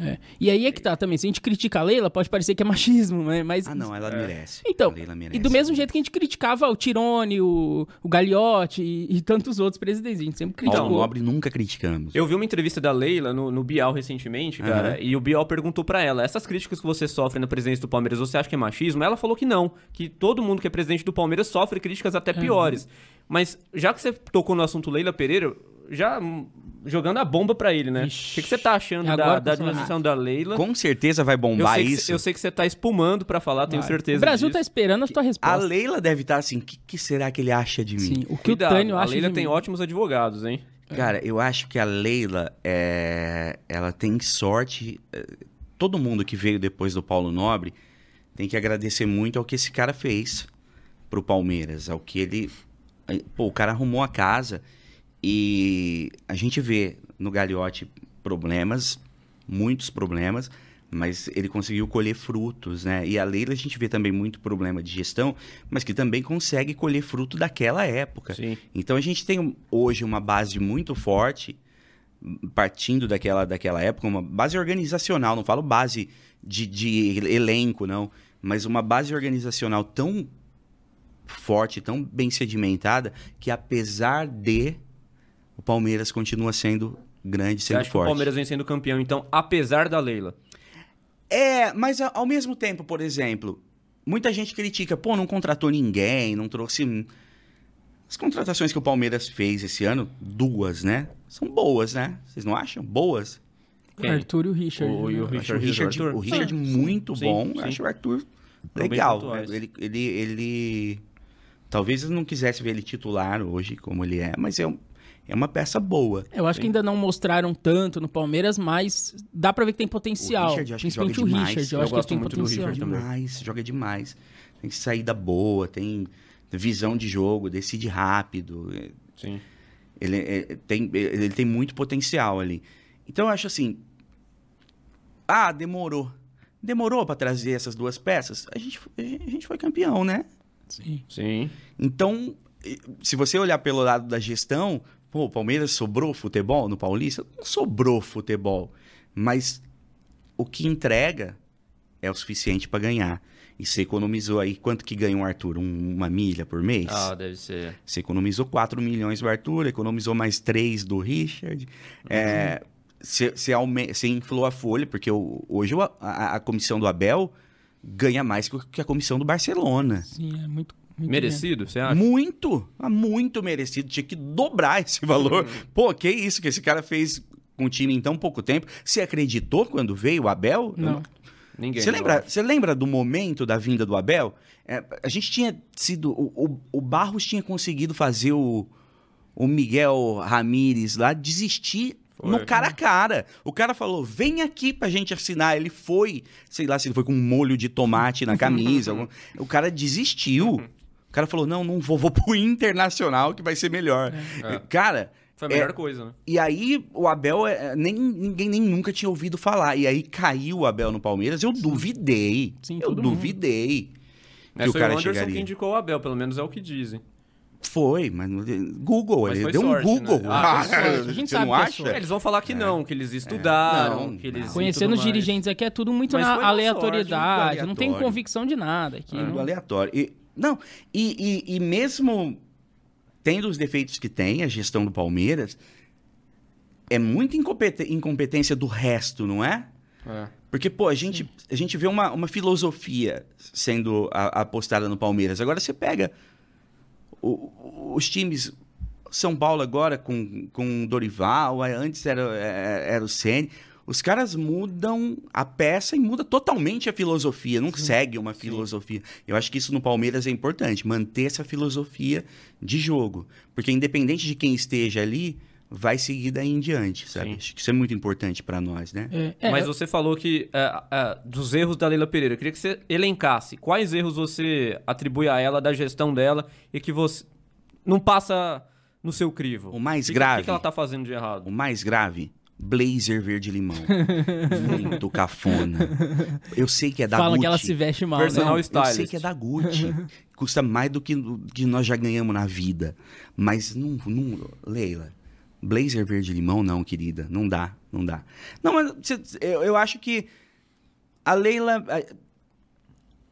[SPEAKER 2] É. E aí é que tá também. Se a gente critica a Leila, pode parecer que é machismo, né? Mas.
[SPEAKER 3] Ah, não,
[SPEAKER 1] É.
[SPEAKER 3] ela merece.
[SPEAKER 2] Então,
[SPEAKER 3] A Leila merece.
[SPEAKER 2] e do mesmo jeito que a gente criticava o Tirone, o, o Gagliotti e, e tantos outros presidentes. A gente sempre
[SPEAKER 3] Paulo
[SPEAKER 2] criticou.
[SPEAKER 3] Nobre nunca criticamos.
[SPEAKER 1] Eu vi uma entrevista da Leila no, no Bial recentemente, cara,
[SPEAKER 3] Uhum.
[SPEAKER 1] e o Bial perguntou pra ela: essas críticas que você sofre na presidência do Palmeiras, você acha que é machismo? Ela falou que não, que todo mundo que é presidente do Palmeiras sofre críticas até
[SPEAKER 2] Uhum.
[SPEAKER 1] piores. Mas já que você tocou no assunto Leila Pereira, já hum, jogando a bomba pra ele, né? O
[SPEAKER 2] Ixi.
[SPEAKER 1] que, que você tá achando
[SPEAKER 2] É
[SPEAKER 1] da,
[SPEAKER 2] agora
[SPEAKER 1] da
[SPEAKER 2] que eu sou
[SPEAKER 1] administração da Leila?
[SPEAKER 3] Com certeza vai
[SPEAKER 1] Eu
[SPEAKER 3] bombar
[SPEAKER 1] sei, que,
[SPEAKER 3] isso.
[SPEAKER 1] cê- eu sei que você tá espumando pra falar, tenho certeza.
[SPEAKER 2] O Brasil tá
[SPEAKER 1] disso.
[SPEAKER 2] esperando a sua
[SPEAKER 3] A
[SPEAKER 2] resposta.
[SPEAKER 3] Leila deve estar assim, o que, que será que ele acha de mim?
[SPEAKER 2] Sim, o que
[SPEAKER 1] Cuidado,
[SPEAKER 2] o Tânio
[SPEAKER 1] a
[SPEAKER 2] acha.
[SPEAKER 1] Leila
[SPEAKER 2] de
[SPEAKER 1] tem
[SPEAKER 2] mim.
[SPEAKER 1] ótimos advogados, hein?
[SPEAKER 3] Cara, eu acho que a Leila, é... ela tem sorte. é, Todo mundo que veio depois do Paulo Nobre tem que agradecer muito ao que esse cara fez pro Palmeiras, ao que ele... Pô, o cara arrumou a casa e a gente vê no Gagliotti problemas, muitos problemas, mas ele conseguiu colher frutos, né? E a Leila a gente vê também muito problema de gestão, mas que também consegue colher fruto daquela época.
[SPEAKER 1] Sim.
[SPEAKER 3] Então a gente tem um- hoje uma base muito forte, m- partindo daquela, daquela época, uma base organizacional, não falo base de, de elenco, não, mas uma base organizacional tão forte, tão bem sedimentada, que apesar de o Palmeiras continua sendo grande,
[SPEAKER 1] Você
[SPEAKER 3] sendo
[SPEAKER 1] acha que o
[SPEAKER 3] forte.
[SPEAKER 1] Palmeiras vem sendo campeão, então, apesar da Leila?
[SPEAKER 3] É, mas a- ao mesmo tempo, por exemplo, muita gente critica, pô, não contratou ninguém, não trouxe. um" As contratações que o Palmeiras fez esse ano, duas, né? São boas, né? Vocês não acham? Boas.
[SPEAKER 1] Quem?
[SPEAKER 2] Arthur e o Richard.
[SPEAKER 1] O- e o
[SPEAKER 2] né?
[SPEAKER 3] Eu
[SPEAKER 1] Richard e o
[SPEAKER 3] acho o Richard,
[SPEAKER 1] Arthur?
[SPEAKER 3] o Richard
[SPEAKER 1] Ah,
[SPEAKER 3] muito
[SPEAKER 1] sim,
[SPEAKER 3] bom.
[SPEAKER 1] sim.
[SPEAKER 3] Eu acho o Arthur
[SPEAKER 1] bem
[SPEAKER 3] legal.
[SPEAKER 1] pontuais.
[SPEAKER 3] Ele, ele, ele. Talvez eu não quisesse ver ele titular hoje, como ele é, mas é, um- é uma peça boa.
[SPEAKER 2] Eu acho que ainda não mostraram tanto no Palmeiras, mas dá pra ver que tem potencial.
[SPEAKER 3] O Richard, eu acho que
[SPEAKER 2] principalmente
[SPEAKER 3] joga
[SPEAKER 2] o
[SPEAKER 3] demais.
[SPEAKER 2] Richard, eu,
[SPEAKER 1] Eu
[SPEAKER 2] acho que ele
[SPEAKER 1] gosto
[SPEAKER 2] tem
[SPEAKER 1] muito do
[SPEAKER 2] potencial.
[SPEAKER 1] Richard
[SPEAKER 3] Joga demais, joga demais. Tem saída boa, tem visão de jogo, decide rápido. É,
[SPEAKER 1] Sim.
[SPEAKER 3] Ele, é, tem, ele tem muito potencial ali. Então eu acho assim. Ah, demorou. Demorou pra trazer essas duas peças? A gente, a gente foi campeão, né?
[SPEAKER 2] Sim.
[SPEAKER 1] Sim.
[SPEAKER 3] Então, e- se você olhar pelo lado da gestão, pô, o Palmeiras sobrou futebol no Paulista? Não sobrou futebol, mas o que entrega é o suficiente pra ganhar. E você economizou aí, quanto que ganha um Arthur? Um- uma milha por mês?
[SPEAKER 1] Ah, deve ser.
[SPEAKER 3] Você economizou 4 milhões do Arthur, economizou mais 3 do Richard. É, Você você aume- você inflou a folha, porque o- hoje o- a, a comissão do Abel ganha mais que o- que a comissão do Barcelona.
[SPEAKER 2] Sim, é muito. muito
[SPEAKER 1] Merecido, você acha?
[SPEAKER 3] Muito, ah, muito merecido. Tinha que dobrar esse valor. Pô, que isso que esse cara fez com o time em tão pouco tempo. Você acreditou quando veio o Abel?
[SPEAKER 2] Não.
[SPEAKER 1] Ninguém.
[SPEAKER 3] Você lembra,
[SPEAKER 1] gosta.
[SPEAKER 3] você lembra do momento da vinda do Abel? É, a gente tinha sido. O, o- o Barros tinha conseguido fazer o, o Miguel Ramírez lá desistir
[SPEAKER 1] Foi.
[SPEAKER 3] no cara a cara. O cara falou: vem aqui pra gente assinar. Ele foi, sei lá se ele foi com um molho de tomate na camisa. algum- o cara desistiu. O cara falou: não, não vou, vou pro internacional que vai ser melhor.
[SPEAKER 1] É.
[SPEAKER 3] Cara.
[SPEAKER 1] Foi a
[SPEAKER 3] é,
[SPEAKER 1] melhor coisa, né?
[SPEAKER 3] E aí o Abel é, nem ninguém nem nunca tinha ouvido falar. E aí caiu o Abel no Palmeiras, eu duvidei.
[SPEAKER 2] Sim,
[SPEAKER 3] eu
[SPEAKER 2] todo mundo.
[SPEAKER 3] duvidei.
[SPEAKER 1] É,
[SPEAKER 3] Que o
[SPEAKER 1] foi o
[SPEAKER 3] cara
[SPEAKER 1] Anderson
[SPEAKER 3] chegaria.
[SPEAKER 1] que indicou o Abel, pelo menos é o que dizem.
[SPEAKER 3] Foi, mas não- Google,
[SPEAKER 1] Mas
[SPEAKER 3] ele
[SPEAKER 1] foi
[SPEAKER 3] deu
[SPEAKER 1] sorte,
[SPEAKER 3] um Google.
[SPEAKER 1] né? Ah,
[SPEAKER 2] foi sorte. A gente
[SPEAKER 3] Você
[SPEAKER 2] sabe
[SPEAKER 3] não
[SPEAKER 2] que é
[SPEAKER 3] acha?
[SPEAKER 2] sorte.
[SPEAKER 1] Eles vão falar que não, que eles estudaram,
[SPEAKER 3] É. Não,
[SPEAKER 1] que eles.
[SPEAKER 2] Conhecendo
[SPEAKER 1] e
[SPEAKER 2] os
[SPEAKER 1] tudo mais.
[SPEAKER 2] dirigentes aqui é tudo muito
[SPEAKER 1] Mas foi
[SPEAKER 2] na
[SPEAKER 1] uma
[SPEAKER 2] aleatoriedade,
[SPEAKER 3] sorte, muito
[SPEAKER 2] não tem
[SPEAKER 3] aleatório. É.
[SPEAKER 2] convicção de nada aqui.
[SPEAKER 3] Do
[SPEAKER 2] não-
[SPEAKER 3] aleatório. E, não, e, e- e mesmo tendo os defeitos que tem a gestão do Palmeiras, é muita incompet- incompetência do resto, não é?
[SPEAKER 1] É.
[SPEAKER 3] Porque, pô, a gente, a gente vê uma, uma filosofia sendo a- apostada no Palmeiras. Agora você pega o- o- os times. São Paulo agora com, com o Dorival, aí antes era, é- era o Ceni. Os caras mudam a peça e muda totalmente a filosofia, não segue uma filosofia. Eu acho que isso no Palmeiras é importante, manter essa filosofia de jogo. Porque independente de quem esteja ali, vai seguir daí em diante, sabe?
[SPEAKER 1] Sim.
[SPEAKER 3] Acho que isso é muito importante pra nós, né?
[SPEAKER 2] É, é,
[SPEAKER 1] Mas você falou que é, é, dos erros da Leila Pereira. Eu queria que você elencasse quais erros você atribui a ela da gestão dela e que você não passa no seu crivo.
[SPEAKER 3] O mais
[SPEAKER 1] Que- O
[SPEAKER 3] grave.
[SPEAKER 1] que, que ela tá fazendo de errado?
[SPEAKER 3] O mais grave, blazer verde limão. Muito cafona. Eu sei que é da
[SPEAKER 2] fala
[SPEAKER 3] Gucci.
[SPEAKER 2] que ela se veste mal.
[SPEAKER 1] Person- Personal
[SPEAKER 2] Né?
[SPEAKER 3] Não, Eu sei
[SPEAKER 1] stylist.
[SPEAKER 3] que é da Gucci. Custa mais do que, do que nós já ganhamos na vida. Mas não, não- Leila, blazer verde limão não, querida. Não dá, não dá. Não, mas cê- eu, eu acho que a Leila... a-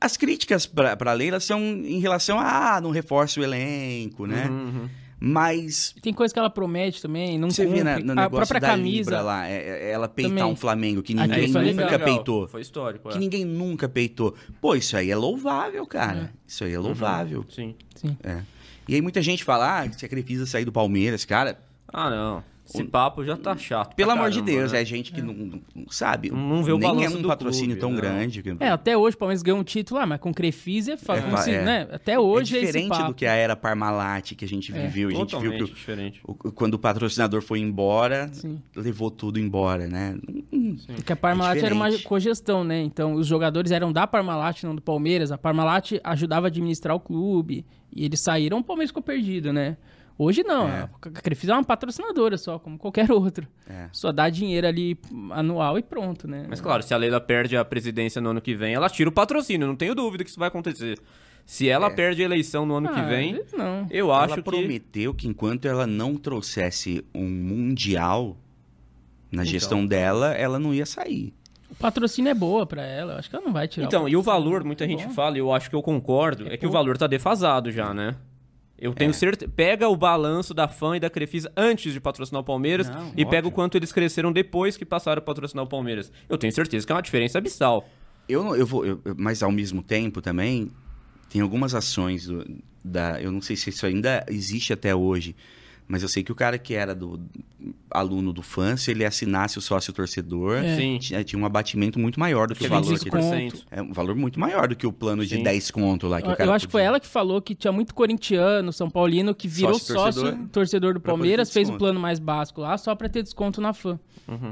[SPEAKER 3] As críticas pra, pra Leila são em relação a... Ah, não reforça o elenco, né?
[SPEAKER 1] Uhum, uhum.
[SPEAKER 3] Mas...
[SPEAKER 2] Tem coisa que ela promete também, não
[SPEAKER 3] Você
[SPEAKER 2] cumpre.
[SPEAKER 3] vê na, no
[SPEAKER 2] a
[SPEAKER 3] negócio
[SPEAKER 2] própria
[SPEAKER 3] da
[SPEAKER 2] camisa.
[SPEAKER 3] Libra lá, é- é- ela peitar
[SPEAKER 2] Também.
[SPEAKER 3] um Flamengo que
[SPEAKER 2] Aquilo
[SPEAKER 3] ninguém
[SPEAKER 2] foi
[SPEAKER 1] Isso
[SPEAKER 3] nunca
[SPEAKER 1] legal.
[SPEAKER 3] peitou.
[SPEAKER 1] Foi histórico. é.
[SPEAKER 3] Que ninguém nunca peitou. Pô, isso aí é louvável, cara. Isso aí é louvável.
[SPEAKER 1] Uhum. Sim.
[SPEAKER 2] Sim.
[SPEAKER 3] E aí muita gente fala, ah, sacrifica sair do Palmeiras, cara.
[SPEAKER 1] Ah, não. Esse papo já tá chato. pra
[SPEAKER 3] Pelo amor de
[SPEAKER 1] caramba,
[SPEAKER 3] Deus,
[SPEAKER 1] né?
[SPEAKER 3] é gente que não, não sabe.
[SPEAKER 1] Não vê o
[SPEAKER 3] Nem é
[SPEAKER 1] balanço
[SPEAKER 3] um
[SPEAKER 1] do
[SPEAKER 3] patrocínio
[SPEAKER 1] clube,
[SPEAKER 3] tão
[SPEAKER 1] não.
[SPEAKER 3] grande. que-
[SPEAKER 2] É, até hoje o Palmeiras ganhou um título, ah, mas com Crefisa é
[SPEAKER 3] É,
[SPEAKER 2] fácil. não se-
[SPEAKER 3] é.
[SPEAKER 2] né? Até hoje é,
[SPEAKER 3] é
[SPEAKER 2] esse
[SPEAKER 3] diferente
[SPEAKER 2] papo.
[SPEAKER 3] do que a era Parmalat que a gente
[SPEAKER 2] É.
[SPEAKER 3] viveu. a gente viu
[SPEAKER 1] Totalmente
[SPEAKER 3] que
[SPEAKER 1] diferente.
[SPEAKER 3] o- o- quando o patrocinador foi embora,
[SPEAKER 2] Sim.
[SPEAKER 3] levou tudo embora, né?
[SPEAKER 2] Porque É a Parmalat era uma
[SPEAKER 3] diferente.
[SPEAKER 2] cogestão, né? Então, os jogadores eram da Parmalat, não do Palmeiras. A Parmalat ajudava a administrar o clube. E eles saíram, o Palmeiras ficou perdido, né? Hoje não.
[SPEAKER 3] É.
[SPEAKER 2] A Crefisa é uma patrocinadora só, como qualquer outro.
[SPEAKER 3] É.
[SPEAKER 2] Só dá dinheiro ali anual e pronto, né?
[SPEAKER 1] Mas claro, se a Leila perde a presidência no ano que vem, ela tira o patrocínio, não tenho dúvida que isso vai acontecer. Se ela perde a eleição no ano que
[SPEAKER 2] Ah,
[SPEAKER 1] vem,
[SPEAKER 2] Não.
[SPEAKER 1] eu
[SPEAKER 3] É. ela
[SPEAKER 1] acho que
[SPEAKER 3] prometeu que enquanto ela não trouxesse um mundial na
[SPEAKER 2] Então.
[SPEAKER 3] gestão dela, ela não ia sair.
[SPEAKER 2] O patrocínio é boa pra ela. Eu acho que ela não vai tirar.
[SPEAKER 1] Então,
[SPEAKER 2] o...
[SPEAKER 1] e o valor, muita gente
[SPEAKER 2] Bom.
[SPEAKER 1] fala, e eu acho que eu concordo, é, que o
[SPEAKER 2] pouco.
[SPEAKER 1] valor tá defasado já, né? Eu
[SPEAKER 3] É.
[SPEAKER 1] tenho certeza. Pega o balanço da FAM e da Crefisa antes de patrocinar o Palmeiras
[SPEAKER 3] Não,
[SPEAKER 1] e pega
[SPEAKER 3] óbvio.
[SPEAKER 1] o quanto eles cresceram depois que passaram a patrocinar o Palmeiras. Eu tenho certeza que é uma diferença abissal.
[SPEAKER 3] Eu não, eu vou, eu- eu- mas ao mesmo tempo também tem algumas ações do- da, eu não sei se isso ainda existe até hoje, mas eu sei que o cara que era do aluno do fã, se ele assinasse o sócio torcedor,
[SPEAKER 2] É.
[SPEAKER 1] Sim.
[SPEAKER 3] tinha, tinha um abatimento muito maior do que
[SPEAKER 1] Que
[SPEAKER 3] o
[SPEAKER 1] é
[SPEAKER 3] valor que
[SPEAKER 1] 25%.
[SPEAKER 3] ele, é um valor muito maior do que o plano de
[SPEAKER 1] Sim.
[SPEAKER 3] 10 conto lá que
[SPEAKER 2] Eu,
[SPEAKER 3] o cara
[SPEAKER 2] acho que foi
[SPEAKER 3] podia.
[SPEAKER 2] ela que falou que tinha muito corintiano, São Paulino, que virou
[SPEAKER 3] Sócio
[SPEAKER 2] sócio
[SPEAKER 3] torcedor. né?
[SPEAKER 2] torcedor, do
[SPEAKER 3] Pra poder
[SPEAKER 2] Palmeiras,
[SPEAKER 3] ter
[SPEAKER 2] fez o
[SPEAKER 3] desconto. Uhum.
[SPEAKER 2] plano mais básico lá só pra ter desconto na fã.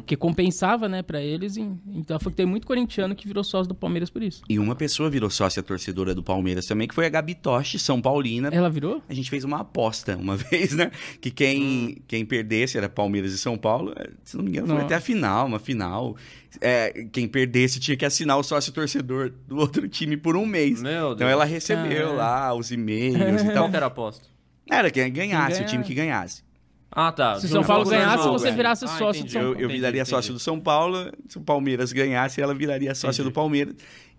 [SPEAKER 2] Que compensava, né, pra eles. e- Então ela falou que tem muito corintiano que virou sócio do Palmeiras por isso.
[SPEAKER 3] E uma pessoa virou sócia torcedora do Palmeiras também, que foi a Gabi Toche, São Paulina.
[SPEAKER 2] Ela virou?
[SPEAKER 3] A gente fez uma aposta uma vez, né? Que quem, quem perdesse era Palmeiras e São Paulo. eh, Se não me engano, foi
[SPEAKER 2] Não.
[SPEAKER 3] até a final, uma final. É, quem perdesse tinha que assinar o sócio torcedor do outro time por um mês.
[SPEAKER 1] Meu Deus.
[SPEAKER 3] Então ela recebeu
[SPEAKER 2] Ah.
[SPEAKER 3] lá os e-mails e
[SPEAKER 1] Qual
[SPEAKER 3] tal.
[SPEAKER 1] que era a aposta?
[SPEAKER 3] Era quem ganhasse,
[SPEAKER 2] Quem
[SPEAKER 3] o time que ganhasse.
[SPEAKER 1] Ah, tá. Do
[SPEAKER 2] Se São
[SPEAKER 1] jogo
[SPEAKER 2] Paulo
[SPEAKER 1] normal,
[SPEAKER 2] ganhasse,
[SPEAKER 1] velho.
[SPEAKER 2] você virasse
[SPEAKER 1] Ah,
[SPEAKER 2] sócio
[SPEAKER 1] entendi.
[SPEAKER 2] de São
[SPEAKER 3] Eu,
[SPEAKER 2] Paulo.
[SPEAKER 3] eu
[SPEAKER 1] Entendi,
[SPEAKER 3] viraria
[SPEAKER 1] entendi.
[SPEAKER 3] sócio do São Paulo, se o Palmeiras ganhasse, ela viraria sócia
[SPEAKER 1] Entendi.
[SPEAKER 3] do Palmeiras.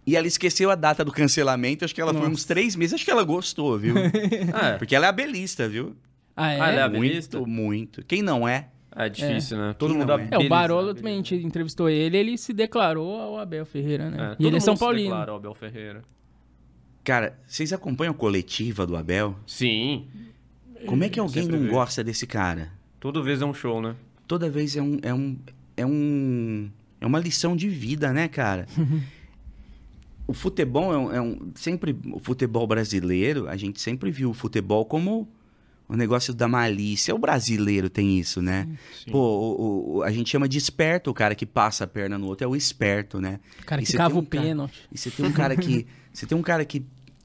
[SPEAKER 3] E ela esqueceu a data do cancelamento, acho que ela foi uns três meses, acho que ela gostou, viu?
[SPEAKER 1] Ah,
[SPEAKER 3] Porque ela é abelista, viu?
[SPEAKER 2] Ah, é?
[SPEAKER 1] Ah, ela é abelista?
[SPEAKER 3] Muito, muito. Quem não é?
[SPEAKER 1] é difícil, né? Todo
[SPEAKER 3] Quem
[SPEAKER 1] mundo
[SPEAKER 3] não é?
[SPEAKER 2] É, o
[SPEAKER 1] beleza,
[SPEAKER 2] Barolo
[SPEAKER 1] beleza.
[SPEAKER 2] também, a gente entrevistou ele, ele se declarou ao Abel Ferreira,
[SPEAKER 1] É,
[SPEAKER 2] né?
[SPEAKER 1] todo
[SPEAKER 2] e ele é
[SPEAKER 1] mundo
[SPEAKER 2] São
[SPEAKER 1] se
[SPEAKER 2] Paulino.
[SPEAKER 1] declara, Abel Ferreira.
[SPEAKER 3] Cara, vocês acompanham a coletiva do Abel?
[SPEAKER 1] Sim.
[SPEAKER 3] Como é que alguém
[SPEAKER 1] sempre
[SPEAKER 3] não
[SPEAKER 1] vejo.
[SPEAKER 3] gosta desse cara?
[SPEAKER 1] Toda vez é um show, né?
[SPEAKER 3] Toda vez é um. É, um, é, um, é uma lição de vida, né, cara? o futebol é um, é um- Sempre. O futebol brasileiro, a gente sempre viu o futebol como o negócio da malícia. O brasileiro tem isso, né?
[SPEAKER 4] Sim.
[SPEAKER 3] Pô, o- o- o- a gente chama de esperto o cara que passa a perna no outro, é o esperto, né?
[SPEAKER 2] O cara
[SPEAKER 3] E
[SPEAKER 2] que
[SPEAKER 3] você
[SPEAKER 2] cava
[SPEAKER 3] tem
[SPEAKER 2] o
[SPEAKER 3] um cara-
[SPEAKER 2] pênalti.
[SPEAKER 3] E você tem um cara que. você tem um cara que,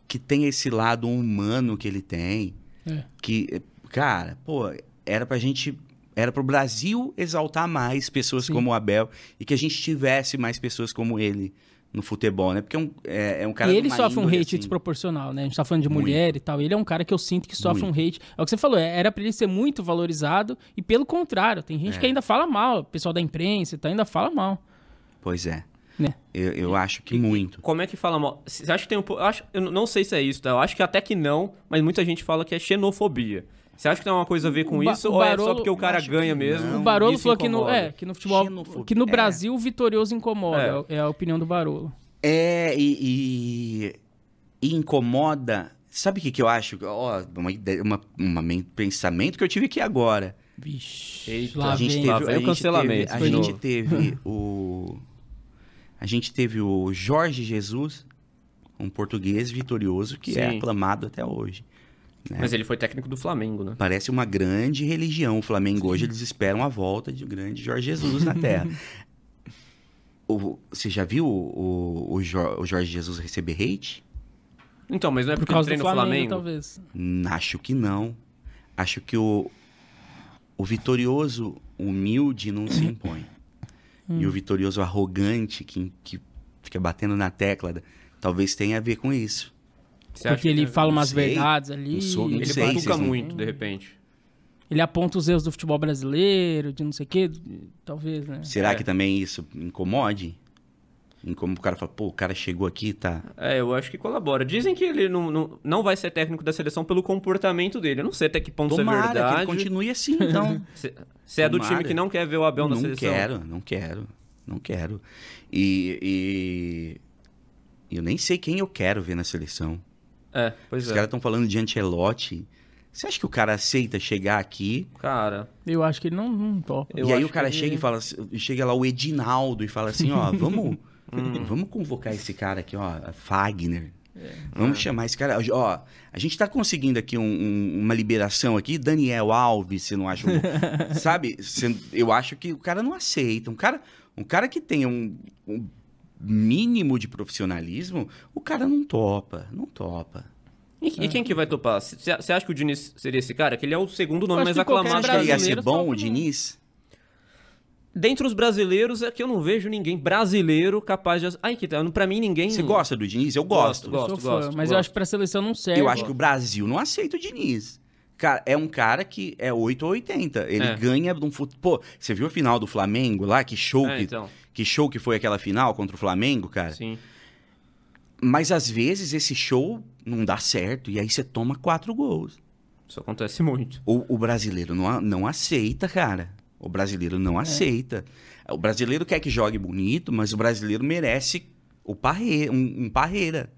[SPEAKER 3] que tem esse lado humano que ele tem.
[SPEAKER 2] É.
[SPEAKER 3] Que, cara, pô, era pra gente. Era pro Brasil exaltar mais pessoas
[SPEAKER 2] Sim.
[SPEAKER 3] como o Abel e que a gente tivesse mais pessoas como ele no futebol, né? Porque é um, é, é um cara.
[SPEAKER 2] e
[SPEAKER 3] de
[SPEAKER 2] ele
[SPEAKER 3] uma
[SPEAKER 2] sofre um
[SPEAKER 3] índole,
[SPEAKER 2] hate
[SPEAKER 3] assim.
[SPEAKER 2] desproporcional, né? A gente tá falando de
[SPEAKER 3] Muito.
[SPEAKER 2] mulher e tal. Ele é um cara que eu sinto que sofre um hate. É o que você falou, é- era pra ele ser muito valorizado. E pelo contrário, tem
[SPEAKER 3] É.
[SPEAKER 2] gente que ainda fala mal. O pessoal da imprensa e tal, ainda fala mal.
[SPEAKER 3] Pois é.
[SPEAKER 2] Né?
[SPEAKER 3] Eu, eu acho que muito.
[SPEAKER 1] Como é que fala mal? Você acha que tem um pouco. Acho... Eu não sei se é isso, tá? Eu acho que até que não, mas muita gente fala que é xenofobia. Você acha que tem alguma coisa a ver com
[SPEAKER 2] O Ba-
[SPEAKER 1] isso?
[SPEAKER 2] o
[SPEAKER 1] Ou é só
[SPEAKER 2] Barolo-
[SPEAKER 1] porque o cara
[SPEAKER 3] acho que
[SPEAKER 1] ganha mesmo?
[SPEAKER 3] não.
[SPEAKER 2] o
[SPEAKER 1] e
[SPEAKER 2] Barolo
[SPEAKER 1] isso
[SPEAKER 2] falou que no,
[SPEAKER 1] incomoda?
[SPEAKER 2] é, que no futebol.
[SPEAKER 3] Xenofobia.
[SPEAKER 2] Que no
[SPEAKER 3] É.
[SPEAKER 2] Brasil o vitorioso incomoda. É. é a opinião do Barolo.
[SPEAKER 3] É, e, e- e incomoda. Sabe o que, que eu acho? Ó, uma ideia, uma, uma men- pensamento que eu tive aqui agora.
[SPEAKER 2] Vixe.
[SPEAKER 1] Eita.
[SPEAKER 2] lá
[SPEAKER 3] a gente
[SPEAKER 2] vem.
[SPEAKER 3] teve,
[SPEAKER 1] Lá
[SPEAKER 3] a
[SPEAKER 1] vem o
[SPEAKER 3] gente
[SPEAKER 1] cancelamento,
[SPEAKER 3] teve- a
[SPEAKER 1] de
[SPEAKER 3] gente
[SPEAKER 1] novo.
[SPEAKER 3] teve o a gente teve o Jorge Jesus, um português vitorioso que é
[SPEAKER 1] Sim.
[SPEAKER 3] aclamado até hoje.
[SPEAKER 1] Mas ele foi técnico do Flamengo, né?
[SPEAKER 3] Parece uma grande religião o Flamengo hoje, eles esperam a volta de um grande Jorge Jesus na Terra. O- você já viu o, o, o Jor- o Jorge Jesus receber hate?
[SPEAKER 1] Então, mas não é
[SPEAKER 2] Por
[SPEAKER 1] porque
[SPEAKER 2] causa
[SPEAKER 1] ele
[SPEAKER 2] do
[SPEAKER 1] treina
[SPEAKER 2] Flamengo,
[SPEAKER 1] o Flamengo.
[SPEAKER 2] talvez.
[SPEAKER 3] Hum, Acho que não. Acho que o, o vitorioso humilde não se impõe. E o vitorioso arrogante, que, que fica batendo na tecla, da- talvez tenha a ver com isso.
[SPEAKER 1] Você acha
[SPEAKER 2] Porque ele
[SPEAKER 1] que- é?
[SPEAKER 2] fala
[SPEAKER 3] não
[SPEAKER 2] umas
[SPEAKER 3] sei,
[SPEAKER 2] verdades ali.
[SPEAKER 3] não sou- não
[SPEAKER 1] Ele
[SPEAKER 3] sei,
[SPEAKER 1] batuca
[SPEAKER 3] vocês não-
[SPEAKER 1] muito, de repente.
[SPEAKER 2] Ele aponta os erros do futebol brasileiro, de não sei o quê. Talvez, né?
[SPEAKER 3] Será
[SPEAKER 1] É.
[SPEAKER 3] que também isso incomode? Como o cara fala, pô, o cara chegou aqui, tá?
[SPEAKER 1] É, eu acho que colabora. Dizem que ele não, não, não vai ser técnico da seleção pelo comportamento dele. Eu não sei até que ponto isso é
[SPEAKER 3] Tomara que ele
[SPEAKER 1] verdade.
[SPEAKER 3] continue assim, então.
[SPEAKER 1] Você você é do
[SPEAKER 3] Tomara.
[SPEAKER 1] time que não quer ver o Abel na
[SPEAKER 3] não
[SPEAKER 1] seleção.
[SPEAKER 3] quero, não quero, não quero. E, e eu nem sei quem eu quero ver na seleção.
[SPEAKER 1] É, pois
[SPEAKER 3] Os
[SPEAKER 1] é.
[SPEAKER 3] caras estão falando de Ancelotti. Você acha que o cara aceita chegar aqui?
[SPEAKER 1] Cara,
[SPEAKER 2] Eu acho que ele não, não topa.
[SPEAKER 1] Eu
[SPEAKER 3] e aí
[SPEAKER 1] acho
[SPEAKER 3] o cara
[SPEAKER 1] que-
[SPEAKER 3] chega e fala, assim- chega lá o Edinaldo e fala assim, ó, vamos,
[SPEAKER 1] Hum.
[SPEAKER 3] vamos convocar esse cara aqui, ó, Fagner.
[SPEAKER 1] É.
[SPEAKER 3] Vamos chamar esse cara. Ó, a gente tá conseguindo aqui um- um- uma liberação aqui, Daniel Alves, você não acha? um- sabe? Você- eu acho que o cara não aceita. Um cara, um cara que tenha um, um mínimo de profissionalismo, o cara não topa, não topa.
[SPEAKER 1] e, e quem que vai topar? Você você acha que o Diniz seria esse cara? Que ele é o segundo
[SPEAKER 2] Eu
[SPEAKER 1] nome
[SPEAKER 2] acho
[SPEAKER 1] mais
[SPEAKER 2] que qualquer
[SPEAKER 1] aclamado
[SPEAKER 3] Mas
[SPEAKER 1] da
[SPEAKER 3] que ia
[SPEAKER 1] brasileiro.
[SPEAKER 2] brasileiro
[SPEAKER 3] ser
[SPEAKER 2] topa,
[SPEAKER 3] bom o
[SPEAKER 2] não.
[SPEAKER 3] Diniz?
[SPEAKER 1] Dentre os brasileiros, é que eu não vejo ninguém brasileiro capaz de... Ai, que tá, pra mim ninguém...
[SPEAKER 3] Você gosta do Diniz? Eu gosto.
[SPEAKER 1] Gosto, É,
[SPEAKER 2] Sou fã,
[SPEAKER 1] gosto,
[SPEAKER 2] mas eu
[SPEAKER 1] gosto.
[SPEAKER 2] acho que pra seleção não serve.
[SPEAKER 3] Eu acho que o Brasil não aceita o Diniz. Cara, é um cara que é 8 ou 80. Ele
[SPEAKER 1] É.
[SPEAKER 3] ganha de um futebol. Pô, você viu a final do Flamengo lá? Que show,
[SPEAKER 1] É,
[SPEAKER 3] que,
[SPEAKER 1] então.
[SPEAKER 3] que show que foi aquela final contra o Flamengo, cara.
[SPEAKER 1] Sim.
[SPEAKER 3] Mas às vezes esse show não dá certo. E aí você toma quatro gols.
[SPEAKER 1] Isso acontece muito.
[SPEAKER 3] O, o brasileiro não, a- não aceita, cara. O brasileiro não aceita. O brasileiro quer que jogue bonito, mas o brasileiro merece o parre, um, um parreira.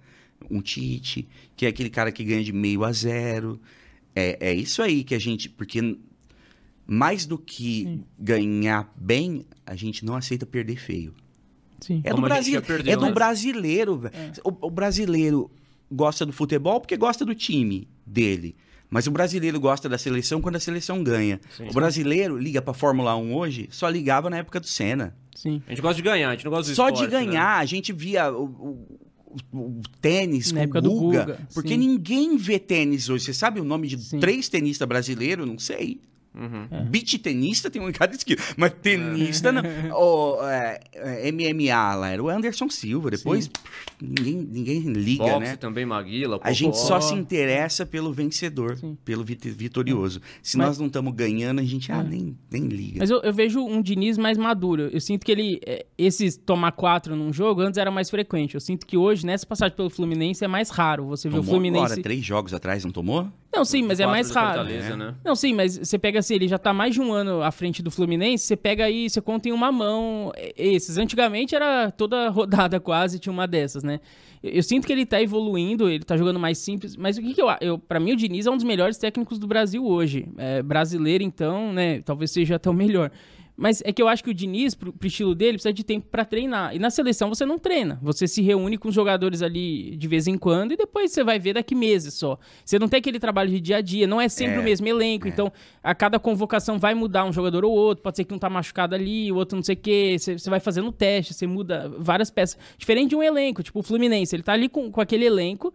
[SPEAKER 3] Um Tite, que é aquele cara que ganha de meio a zero. É, é isso aí que a gente. Porque mais do que ganhar bem, a gente não aceita perder feio.
[SPEAKER 2] Sim.
[SPEAKER 3] É do,
[SPEAKER 1] Como a gente
[SPEAKER 3] Brasil,
[SPEAKER 1] já perdeu,
[SPEAKER 3] é do
[SPEAKER 1] né?
[SPEAKER 3] brasileiro.
[SPEAKER 2] É.
[SPEAKER 3] velho. O, o brasileiro gosta do futebol porque gosta do time dele. Mas o brasileiro gosta da seleção quando a seleção ganha.
[SPEAKER 1] Sim.
[SPEAKER 3] O brasileiro liga pra Fórmula 1 hoje, só ligava na época do Senna.
[SPEAKER 2] Sim.
[SPEAKER 1] A gente gosta de ganhar, a gente não gosta do
[SPEAKER 3] só
[SPEAKER 1] esporte,
[SPEAKER 3] de
[SPEAKER 1] né?
[SPEAKER 3] ganhar, a gente via o, o- o- o tênis
[SPEAKER 2] Na
[SPEAKER 3] com
[SPEAKER 2] época
[SPEAKER 3] o
[SPEAKER 2] do
[SPEAKER 3] Guga,
[SPEAKER 2] Guga,
[SPEAKER 3] Porque
[SPEAKER 2] sim.
[SPEAKER 3] ninguém vê tênis hoje. Você sabe o nome de
[SPEAKER 2] Sim.
[SPEAKER 3] três tenistas brasileiros? Não sei.
[SPEAKER 1] Uhum.
[SPEAKER 3] Beach tenista tem um em cada esquina, mas tenista não. O, é, é, MMA lá era o Anderson Silva, depois pff, ninguém, ninguém liga,
[SPEAKER 1] Boxe
[SPEAKER 3] né?
[SPEAKER 1] também, Maguila,
[SPEAKER 3] A gente
[SPEAKER 1] Popó.
[SPEAKER 3] só se interessa pelo vencedor, pelo vit- vitorioso. Se
[SPEAKER 2] Mas- É.
[SPEAKER 3] nós não estamos ganhando, a gente ah, nem, nem liga.
[SPEAKER 2] Mas eu, eu vejo um Diniz mais maduro. Eu sinto que ele. é, Esses tomar quatro num jogo antes era mais frequente. Eu sinto que hoje, nessa passagem pelo Fluminense, é mais raro. Você vê o
[SPEAKER 3] tomou
[SPEAKER 2] Fluminense.
[SPEAKER 3] agora, três jogos atrás, não tomou?
[SPEAKER 2] Não, sim, mas é
[SPEAKER 1] Quatro
[SPEAKER 2] mais
[SPEAKER 1] do
[SPEAKER 2] raro.
[SPEAKER 1] Fortaleza, né?
[SPEAKER 2] Não, sim, mas você pega assim, ele já tá mais de um ano à frente do Fluminense, você pega aí, você conta em uma mão é, esses. Antigamente era toda rodada quase, tinha uma dessas, né? Eu, eu sinto que ele tá evoluindo, ele tá jogando mais simples, mas o que que eu... a- eu para mim o Diniz é um dos melhores técnicos do Brasil hoje. É, brasileiro, então, né, talvez seja até o melhor. Mas é que eu acho que o Diniz, pro, pro estilo dele, precisa de tempo pra treinar. E na seleção você não treina. Você se reúne com os jogadores ali de vez em quando e depois você vai ver daqui meses só. Você não tem aquele trabalho de dia a dia, não é sempre
[SPEAKER 3] É,
[SPEAKER 2] o mesmo elenco. Então, a cada convocação vai mudar um jogador ou outro. Pode ser que um tá machucado ali, o outro não sei o quê. Você, você vai fazendo teste, você muda várias peças. Diferente de um elenco, tipo o Fluminense. Ele tá ali com, com aquele elenco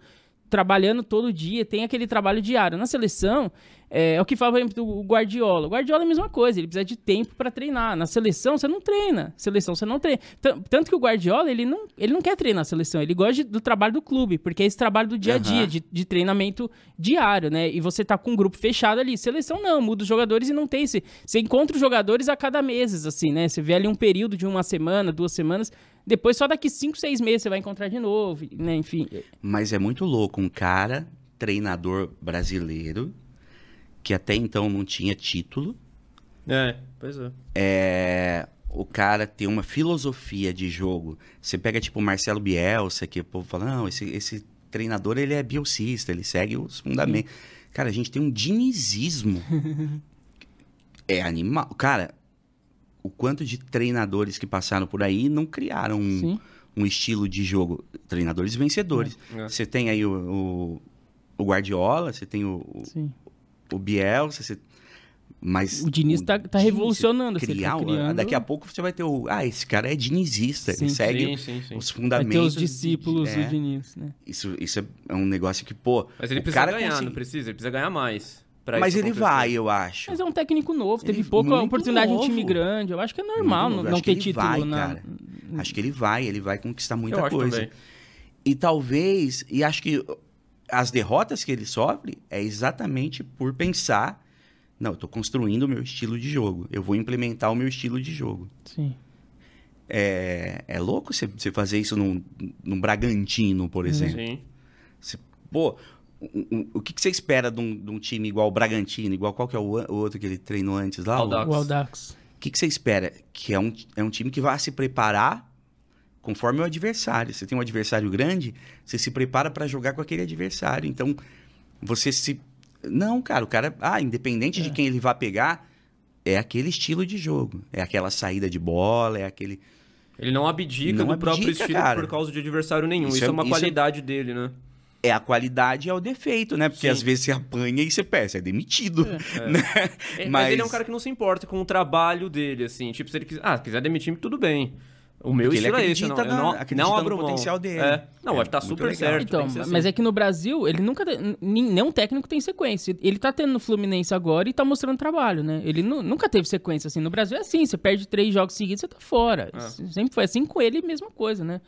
[SPEAKER 2] trabalhando todo dia, tem aquele trabalho diário. Na seleção, é, é o que fala, por exemplo, do Guardiola. O Guardiola é a mesma coisa, ele precisa de tempo para treinar. Na seleção, você não treina. Seleção, você não treina. Tan- Tanto que o Guardiola, ele não, ele não quer treinar a seleção, ele gosta de- do trabalho do clube, porque é esse trabalho do dia a dia,
[SPEAKER 3] Aham.
[SPEAKER 2] de, de treinamento diário, né? E você tá com um grupo fechado ali. Seleção não, muda os jogadores e não tem esse... Você encontra os jogadores a cada meses, assim, né? Você vê ali um período de uma semana, duas semanas... Depois, só daqui cinco, seis meses você vai encontrar de novo, né? Enfim,
[SPEAKER 3] Mas é muito louco um cara, treinador brasileiro, que até então não tinha título.
[SPEAKER 1] É, pois é.
[SPEAKER 3] É, o cara tem uma filosofia de jogo. Você pega tipo o Marcelo Bielsa, que o povo fala, não, esse, esse treinador ele é bielcista, ele segue os fundamentos. Cara, a gente tem um dinizismo. é animal. Cara, o quanto de treinadores que passaram por aí não criaram um,
[SPEAKER 2] sim.
[SPEAKER 3] um estilo de jogo. Treinadores vencedores.
[SPEAKER 1] É.
[SPEAKER 3] Você tem aí o, o, o Guardiola, você tem o, o-
[SPEAKER 2] Sim.
[SPEAKER 3] o Bielsa, você... mas...
[SPEAKER 2] O Diniz tá- tá
[SPEAKER 3] Diniz,
[SPEAKER 2] revolucionando, assim, ele tá
[SPEAKER 3] Criar,
[SPEAKER 2] criando-
[SPEAKER 3] Daqui a pouco você vai ter o... Ah, esse cara é dinizista,
[SPEAKER 2] Sim,
[SPEAKER 3] ele segue
[SPEAKER 1] Sim, sim, sim.
[SPEAKER 3] os
[SPEAKER 2] Vai
[SPEAKER 3] fundamentos...
[SPEAKER 2] ter os discípulos
[SPEAKER 3] É,
[SPEAKER 2] do Diniz, né?
[SPEAKER 3] Isso, isso é um negócio que, pô...
[SPEAKER 1] Mas ele
[SPEAKER 3] o
[SPEAKER 1] precisa
[SPEAKER 3] cara
[SPEAKER 1] ganhar,
[SPEAKER 3] consegue-
[SPEAKER 1] não precisa, ele precisa ganhar mais. pra
[SPEAKER 3] Mas
[SPEAKER 1] isso
[SPEAKER 3] ele
[SPEAKER 1] acontecer.
[SPEAKER 3] vai, eu acho.
[SPEAKER 2] Mas é um técnico novo, teve
[SPEAKER 3] Tipo, Ele-
[SPEAKER 2] pouca
[SPEAKER 3] muito
[SPEAKER 2] oportunidade em time
[SPEAKER 3] novo.
[SPEAKER 2] grande. Eu acho que é normal não,
[SPEAKER 3] Muito novo,
[SPEAKER 2] não
[SPEAKER 3] acho
[SPEAKER 2] ter
[SPEAKER 3] que ele
[SPEAKER 2] título
[SPEAKER 3] vai,
[SPEAKER 2] na.
[SPEAKER 3] cara.
[SPEAKER 2] hum.
[SPEAKER 3] Acho que ele vai, ele vai conquistar muita
[SPEAKER 1] eu acho
[SPEAKER 3] coisa.
[SPEAKER 1] também.
[SPEAKER 3] E talvez, e acho que as derrotas que ele sofre é exatamente por pensar: não, eu tô construindo o meu estilo de jogo, eu vou implementar o meu estilo de jogo.
[SPEAKER 2] Sim.
[SPEAKER 3] É, é louco você- você fazer isso num, num Bragantino, por exemplo.
[SPEAKER 1] Sim.
[SPEAKER 3] Pô, o- o, o que, que você espera de um, de um time igual o Bragantino, igual qual que é o, an- o outro que ele treinou antes lá?
[SPEAKER 1] Aldax.
[SPEAKER 2] O Aldax.
[SPEAKER 3] O que, que você espera? Que é um, é um time que vai se preparar conforme o adversário. Você tem um adversário grande, você se prepara pra jogar com aquele adversário. Então, você se. Não, cara, o cara. Ah, independente
[SPEAKER 1] É.
[SPEAKER 3] de quem ele vai pegar, é aquele estilo de jogo. É aquela saída de bola, é aquele.
[SPEAKER 1] Ele não abdica
[SPEAKER 3] Não
[SPEAKER 1] do próprio
[SPEAKER 3] abdica,
[SPEAKER 1] estilo
[SPEAKER 3] cara.
[SPEAKER 1] por causa de adversário nenhum. Isso,
[SPEAKER 3] Isso
[SPEAKER 1] é
[SPEAKER 3] é-
[SPEAKER 1] uma
[SPEAKER 3] isso é-
[SPEAKER 1] qualidade dele, né?
[SPEAKER 3] É a qualidade e é o defeito, né? Porque
[SPEAKER 1] Sim.
[SPEAKER 3] às vezes você apanha e você perde, você é demitido. Né?
[SPEAKER 1] É, mas...
[SPEAKER 3] Mas-
[SPEAKER 1] ele é um cara que não se importa com o trabalho dele, assim. Tipo, se ele quiser, ah, quiser demitir, tudo bem. O meu
[SPEAKER 3] Porque ele
[SPEAKER 1] estilo é esse, eu não,
[SPEAKER 3] acredita
[SPEAKER 1] eu
[SPEAKER 3] na-
[SPEAKER 1] não,
[SPEAKER 3] acredita
[SPEAKER 1] não
[SPEAKER 3] no
[SPEAKER 1] abro mão.
[SPEAKER 3] potencial dele.
[SPEAKER 1] É. Não,
[SPEAKER 3] É,
[SPEAKER 1] acho que tá
[SPEAKER 3] muito
[SPEAKER 1] super
[SPEAKER 3] legal.
[SPEAKER 1] certo.
[SPEAKER 2] Então,
[SPEAKER 1] tem que ser
[SPEAKER 2] mas
[SPEAKER 1] assim.
[SPEAKER 2] é que no Brasil, ele nunca. te- nin- Nenhum técnico tem sequência. Ele tá tendo no Fluminense agora e tá mostrando trabalho, né? Ele nu- nunca teve sequência assim. No Brasil é assim: você perde três jogos seguidos, você tá fora.
[SPEAKER 1] É.
[SPEAKER 2] Isso Sempre foi assim com ele, mesma coisa, né?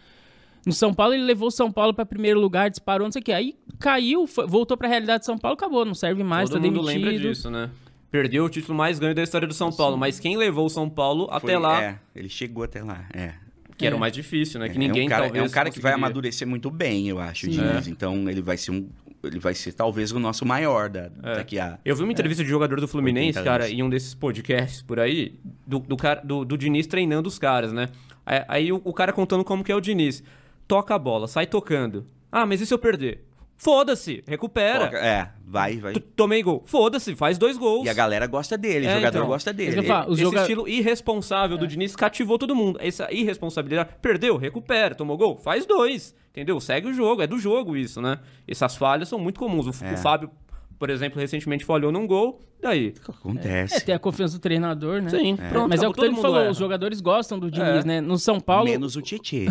[SPEAKER 2] No São Paulo, ele levou o São Paulo pra primeiro lugar, disparou, não sei o quê. Aí caiu, foi- voltou pra realidade de São Paulo, acabou, não serve mais,
[SPEAKER 1] Todo
[SPEAKER 2] tá
[SPEAKER 1] mundo lembra
[SPEAKER 2] demitido.
[SPEAKER 1] disso, né? Perdeu o título mais ganho da história do São Paulo, mas quem levou o São Paulo até
[SPEAKER 3] Foi-
[SPEAKER 1] lá,
[SPEAKER 3] É, ele chegou até lá. É.
[SPEAKER 1] que era o mais difícil, né? Que
[SPEAKER 3] É,
[SPEAKER 1] ninguém
[SPEAKER 3] é um cara,
[SPEAKER 1] talvez
[SPEAKER 3] é um cara que vai
[SPEAKER 1] conseguiria.
[SPEAKER 3] amadurecer muito bem, eu acho, o
[SPEAKER 2] Sim. É.
[SPEAKER 3] Diniz. Então ele vai ser um, ele vai ser talvez o nosso maior
[SPEAKER 2] É.
[SPEAKER 3] da, daqui a.
[SPEAKER 1] Eu vi uma entrevista de jogador do Fluminense,
[SPEAKER 3] 80 É. anos.
[SPEAKER 1] cara, em um desses podcasts por aí, do, do, cara- do, do Diniz treinando os caras, né? Aí, aí o, o cara contando como que é o Diniz. Toca a bola, sai tocando. Ah, mas e se eu perder? Foda-se, recupera.
[SPEAKER 3] Coloca- É, vai, vai.
[SPEAKER 1] T- Tomei gol. Foda-se, faz dois gols.
[SPEAKER 3] E a galera gosta dele,
[SPEAKER 1] É,
[SPEAKER 3] o jogador
[SPEAKER 1] então.
[SPEAKER 3] gosta
[SPEAKER 2] Isso
[SPEAKER 3] dele.
[SPEAKER 2] que eu falo. Ah, os
[SPEAKER 1] Esse
[SPEAKER 2] joga- É.
[SPEAKER 1] estilo irresponsável do Diniz cativou todo mundo. Essa irresponsabilidade. Perdeu, recupera, tomou gol, faz dois. Entendeu? Segue o jogo, é do jogo isso, né? Essas falhas são muito comuns. O, F-
[SPEAKER 3] É.
[SPEAKER 1] o Fábio, por exemplo, recentemente falhou num gol, daí.
[SPEAKER 3] Ele- Acontece.
[SPEAKER 2] É, tem a confiança do treinador, né?
[SPEAKER 1] Sim, É. pronto,
[SPEAKER 2] Mas é o
[SPEAKER 1] acabou,
[SPEAKER 2] que ele
[SPEAKER 1] todo mundo
[SPEAKER 2] falou,
[SPEAKER 1] erra.
[SPEAKER 2] os jogadores gostam do
[SPEAKER 1] É.
[SPEAKER 2] Diniz, né? No São Paulo... É.
[SPEAKER 3] Menos o Tietê.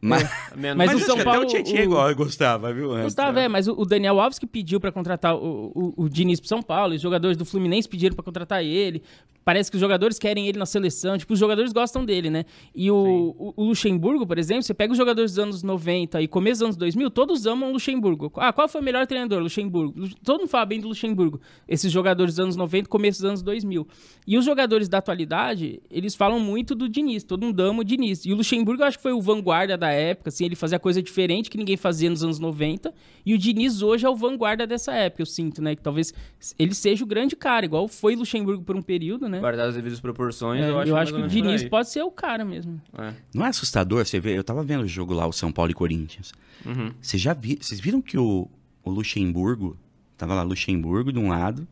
[SPEAKER 3] mas
[SPEAKER 1] Menos-
[SPEAKER 2] Mas
[SPEAKER 3] mas
[SPEAKER 2] o
[SPEAKER 3] acho
[SPEAKER 2] São
[SPEAKER 3] que
[SPEAKER 2] Paulo,
[SPEAKER 3] até o Tietê
[SPEAKER 2] o-
[SPEAKER 3] igual eu gostava, viu? antes,
[SPEAKER 2] Gustavo,
[SPEAKER 3] né?
[SPEAKER 2] é, mas o- o Daniel Alves que pediu pra contratar o, o, o Diniz pro São Paulo, os jogadores do Fluminense pediram pra contratar ele. Parece que os jogadores querem ele na seleção, tipo, os jogadores gostam dele, né? E o, o- o Luxemburgo, por exemplo, você pega os jogadores dos anos 90 e começo dos anos 2000, todos amam o Luxemburgo. Ah, qual foi o melhor treinador? Luxemburgo. Lu- Todo mundo fala bem do Luxemburgo. Esses jogadores dos anos 90 e começo dos anos 2000. E os jogadores da atualidade, eles falam muito do Diniz, todo mundo ama o Diniz. E o Luxemburgo, eu acho que foi o vanguarda da época, assim, ele fazia coisa diferente que ninguém fazia nos anos 90. E o Diniz hoje é o vanguarda dessa época, eu sinto, né? Que talvez ele seja o grande cara, igual foi Luxemburgo por um período, né?
[SPEAKER 1] Guardar as devidas proporções,
[SPEAKER 2] É,
[SPEAKER 1] eu acho, mais
[SPEAKER 2] eu acho
[SPEAKER 1] ou
[SPEAKER 2] que o
[SPEAKER 1] menos por
[SPEAKER 2] Diniz
[SPEAKER 1] aí.
[SPEAKER 2] pode ser o cara mesmo.
[SPEAKER 1] É.
[SPEAKER 3] Não é assustador você ver? Eu tava vendo o jogo lá, o São Paulo e Corinthians.
[SPEAKER 1] Uhum.
[SPEAKER 3] Você já vi, vocês viram que o, o Luxemburgo, tava lá Luxemburgo de um lado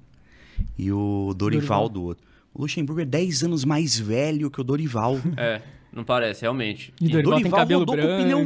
[SPEAKER 3] e o Dorival,
[SPEAKER 2] Dorival.
[SPEAKER 3] do outro. O Luxemburgo é 10 anos mais velho que o Dorival.
[SPEAKER 1] É, não parece, realmente.
[SPEAKER 2] E Dorival tem cabelo
[SPEAKER 3] rodou com
[SPEAKER 2] branco.
[SPEAKER 3] o pneu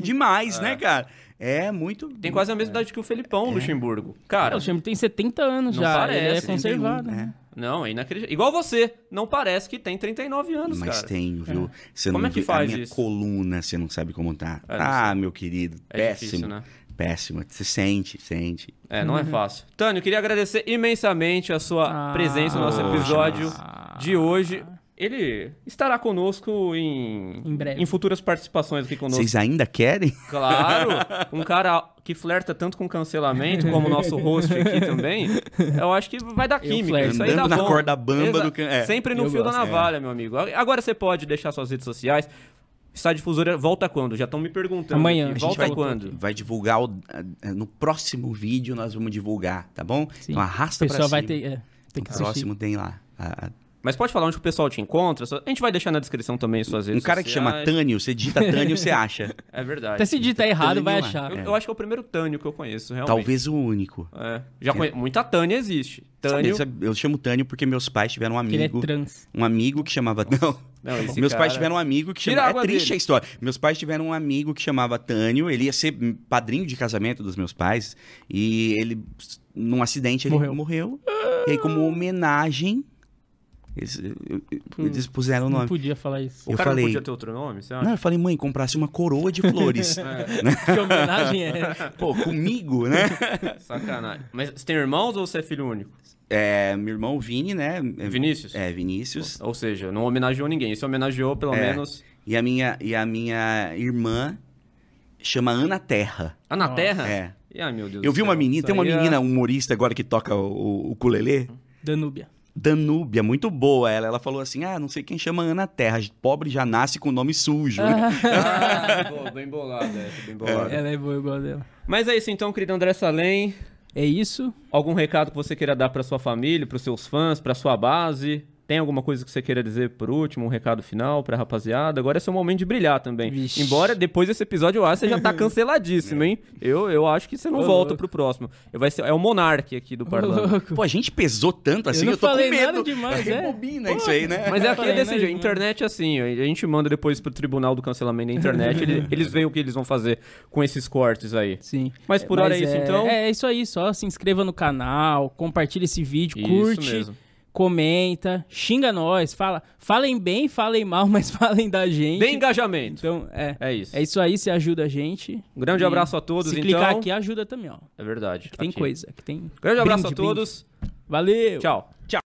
[SPEAKER 3] demais, né, cara? É muito.
[SPEAKER 1] Tem quase a mesma idade que o
[SPEAKER 2] É.
[SPEAKER 1] Felipão, Luxemburgo. Cara,
[SPEAKER 2] O Chambro tem 70 anos
[SPEAKER 1] Não
[SPEAKER 2] já. Ele é
[SPEAKER 1] parece,
[SPEAKER 3] 31,
[SPEAKER 2] conservado. né?
[SPEAKER 3] né?
[SPEAKER 1] não, é inacreditável. Igual você, não parece que tem 39 anos,
[SPEAKER 3] Mas
[SPEAKER 1] cara.
[SPEAKER 3] tenho, viu? Você
[SPEAKER 1] Como
[SPEAKER 3] não
[SPEAKER 1] é que
[SPEAKER 3] vê-
[SPEAKER 1] faz
[SPEAKER 3] a minha
[SPEAKER 1] isso?
[SPEAKER 3] coluna, você não sabe como tá.
[SPEAKER 1] É, não
[SPEAKER 3] ah, meu querido,
[SPEAKER 1] É
[SPEAKER 3] péssimo.
[SPEAKER 1] difícil, né?
[SPEAKER 3] Péssimo. Você sente, sente.
[SPEAKER 1] É, não é fácil. Tânio, queria agradecer imensamente a sua
[SPEAKER 2] Uhum. Ah,
[SPEAKER 1] presença no nosso
[SPEAKER 3] poxa,
[SPEAKER 1] episódio
[SPEAKER 2] mas-
[SPEAKER 1] de hoje. Ele estará conosco em,
[SPEAKER 2] Em breve.
[SPEAKER 1] em futuras participações aqui conosco.
[SPEAKER 3] Vocês ainda querem?
[SPEAKER 1] Claro, um cara que flerta tanto com cancelamento, como o nosso host aqui também, eu acho que vai dar química. Isso aí dá
[SPEAKER 3] Andando na
[SPEAKER 1] bom.
[SPEAKER 3] corda bamba do can- é.
[SPEAKER 1] Sempre no
[SPEAKER 2] Eu
[SPEAKER 1] fio da
[SPEAKER 2] gosto, é.
[SPEAKER 1] navalha, meu amigo. Agora você pode deixar suas redes sociais. Está difusora volta quando? Já estão me perguntando.
[SPEAKER 2] Amanhã.
[SPEAKER 1] aqui.
[SPEAKER 2] A gente
[SPEAKER 1] Volta
[SPEAKER 2] vai-
[SPEAKER 1] quando?
[SPEAKER 3] Vai divulgar o- eh, no próximo vídeo, nós vamos divulgar, tá bom?
[SPEAKER 2] Sim.
[SPEAKER 3] Então
[SPEAKER 2] O
[SPEAKER 3] arrasta pra
[SPEAKER 2] pessoal
[SPEAKER 3] cima.
[SPEAKER 2] vai ter. é, tem que assistir.
[SPEAKER 3] Próximo tem lá. a- a-
[SPEAKER 1] Mas pode falar onde o pessoal te encontra. só- A gente vai deixar na descrição também suas
[SPEAKER 3] um
[SPEAKER 1] redes
[SPEAKER 3] cara que
[SPEAKER 1] sociais.
[SPEAKER 3] chama Tânio, você digita Tânio, você acha.
[SPEAKER 1] É verdade.
[SPEAKER 2] Até se digitar errado, vai
[SPEAKER 3] nenhuma.
[SPEAKER 2] achar.
[SPEAKER 1] Eu, eu acho que é o primeiro Tânio que eu conheço, realmente.
[SPEAKER 3] Talvez o único.
[SPEAKER 1] É. Já conhe- Muita Tânia existe. Tânio.
[SPEAKER 3] Sabe, Eu chamo Tânio porque meus pais tiveram um
[SPEAKER 2] Que ele é
[SPEAKER 3] amigo.
[SPEAKER 2] trans.
[SPEAKER 3] Um amigo que chamava. Não.
[SPEAKER 1] Não, esse
[SPEAKER 3] Meus
[SPEAKER 1] cara-
[SPEAKER 3] pais tiveram um amigo que
[SPEAKER 1] Tira a
[SPEAKER 3] chamava.
[SPEAKER 1] água
[SPEAKER 3] É triste
[SPEAKER 1] dele.
[SPEAKER 3] a história. Meus pais tiveram um amigo que chamava Tânio. Ele ia ser padrinho de casamento dos meus pais. E ele, num acidente, ele
[SPEAKER 2] Morreu.
[SPEAKER 3] morreu. E aí, como homenagem, eles,
[SPEAKER 1] Hum.
[SPEAKER 3] eles puseram o
[SPEAKER 2] Não
[SPEAKER 3] nome.
[SPEAKER 2] podia falar isso.
[SPEAKER 1] O
[SPEAKER 3] eu
[SPEAKER 1] cara
[SPEAKER 3] falei-
[SPEAKER 1] não podia ter outro nome, você acha?
[SPEAKER 3] Não, eu falei, mãe, comprasse uma coroa de flores. Né?
[SPEAKER 2] Que homenagem é.
[SPEAKER 3] Pô, comigo, né?
[SPEAKER 1] Sacanagem. Mas você tem irmãos ou você é filho único?
[SPEAKER 3] É, meu irmão Vini, né? É-
[SPEAKER 1] Vinícius?
[SPEAKER 3] É, Vinícius.
[SPEAKER 1] Ou seja, não homenageou ninguém. Se homenageou, pelo
[SPEAKER 3] É.
[SPEAKER 1] menos.
[SPEAKER 3] E a minha, e a minha irmã chama Ana Terra.
[SPEAKER 1] Ah, na Terra?
[SPEAKER 3] É.
[SPEAKER 1] E, ai, meu Deus
[SPEAKER 3] Eu
[SPEAKER 1] do
[SPEAKER 3] vi
[SPEAKER 1] céu,
[SPEAKER 3] uma menina,
[SPEAKER 1] isso
[SPEAKER 3] tem uma
[SPEAKER 1] aí é-
[SPEAKER 3] menina um humorista agora que toca o, o ukulele,
[SPEAKER 2] Danúbia.
[SPEAKER 3] Danúbia, muito boa ela. Ela falou assim: ah, não sei quem chama Ana Terra, pobre já nasce com nome sujo.
[SPEAKER 1] Ah, boa, bem bolada essa, bem bolada.
[SPEAKER 2] Ela é boa, eu gosto dela.
[SPEAKER 1] Mas é isso então, querido André Salem.
[SPEAKER 2] É isso.
[SPEAKER 1] Algum recado que você queira dar pra sua família, pros seus fãs, pra sua base? Tem alguma coisa que você queira dizer por último, um recado final pra rapaziada? Agora é seu momento de brilhar também.
[SPEAKER 2] Vixe.
[SPEAKER 1] Embora depois desse episódio eu acho que você já tá canceladíssimo, hein? Eu, eu acho que você não
[SPEAKER 2] Ô,
[SPEAKER 1] volta
[SPEAKER 2] louco.
[SPEAKER 1] pro próximo. Vai ser, é o Monark aqui do Parlando.
[SPEAKER 2] Louco.
[SPEAKER 3] Pô, a gente pesou tanto assim,
[SPEAKER 2] Eu
[SPEAKER 3] eu,
[SPEAKER 2] não
[SPEAKER 3] tô
[SPEAKER 2] falei
[SPEAKER 3] com medo.
[SPEAKER 2] nada demais, é.
[SPEAKER 3] Rebobina isso aí, né?
[SPEAKER 1] Mas é aqui é
[SPEAKER 2] Falei, né,
[SPEAKER 1] desse jeito.
[SPEAKER 2] Gilmar?
[SPEAKER 1] Internet é assim. A gente manda depois pro tribunal do cancelamento da internet. ele- Eles, veem o que eles vão fazer com esses cortes aí.
[SPEAKER 2] Sim.
[SPEAKER 1] Mas por hora é isso, então.
[SPEAKER 2] É, é isso aí, só se inscreva no canal, compartilha esse vídeo,
[SPEAKER 1] Isso
[SPEAKER 2] curte,
[SPEAKER 1] mesmo.
[SPEAKER 2] comenta, xinga nós, fala, falem bem, falem mal, mas falem da gente.
[SPEAKER 1] Dê engajamento.
[SPEAKER 2] Então, é.
[SPEAKER 1] é isso.
[SPEAKER 2] É isso aí, você ajuda a gente.
[SPEAKER 1] Um grande
[SPEAKER 2] E
[SPEAKER 1] abraço a todos,
[SPEAKER 2] Se
[SPEAKER 1] então.
[SPEAKER 2] clicar aqui ajuda também, ó.
[SPEAKER 1] É verdade.
[SPEAKER 2] Que tem
[SPEAKER 1] Aqui.
[SPEAKER 2] coisa, que tem
[SPEAKER 1] Grande abraço
[SPEAKER 2] brinde,
[SPEAKER 1] a todos.
[SPEAKER 2] brinde. Valeu.
[SPEAKER 1] Tchau.
[SPEAKER 3] Tchau.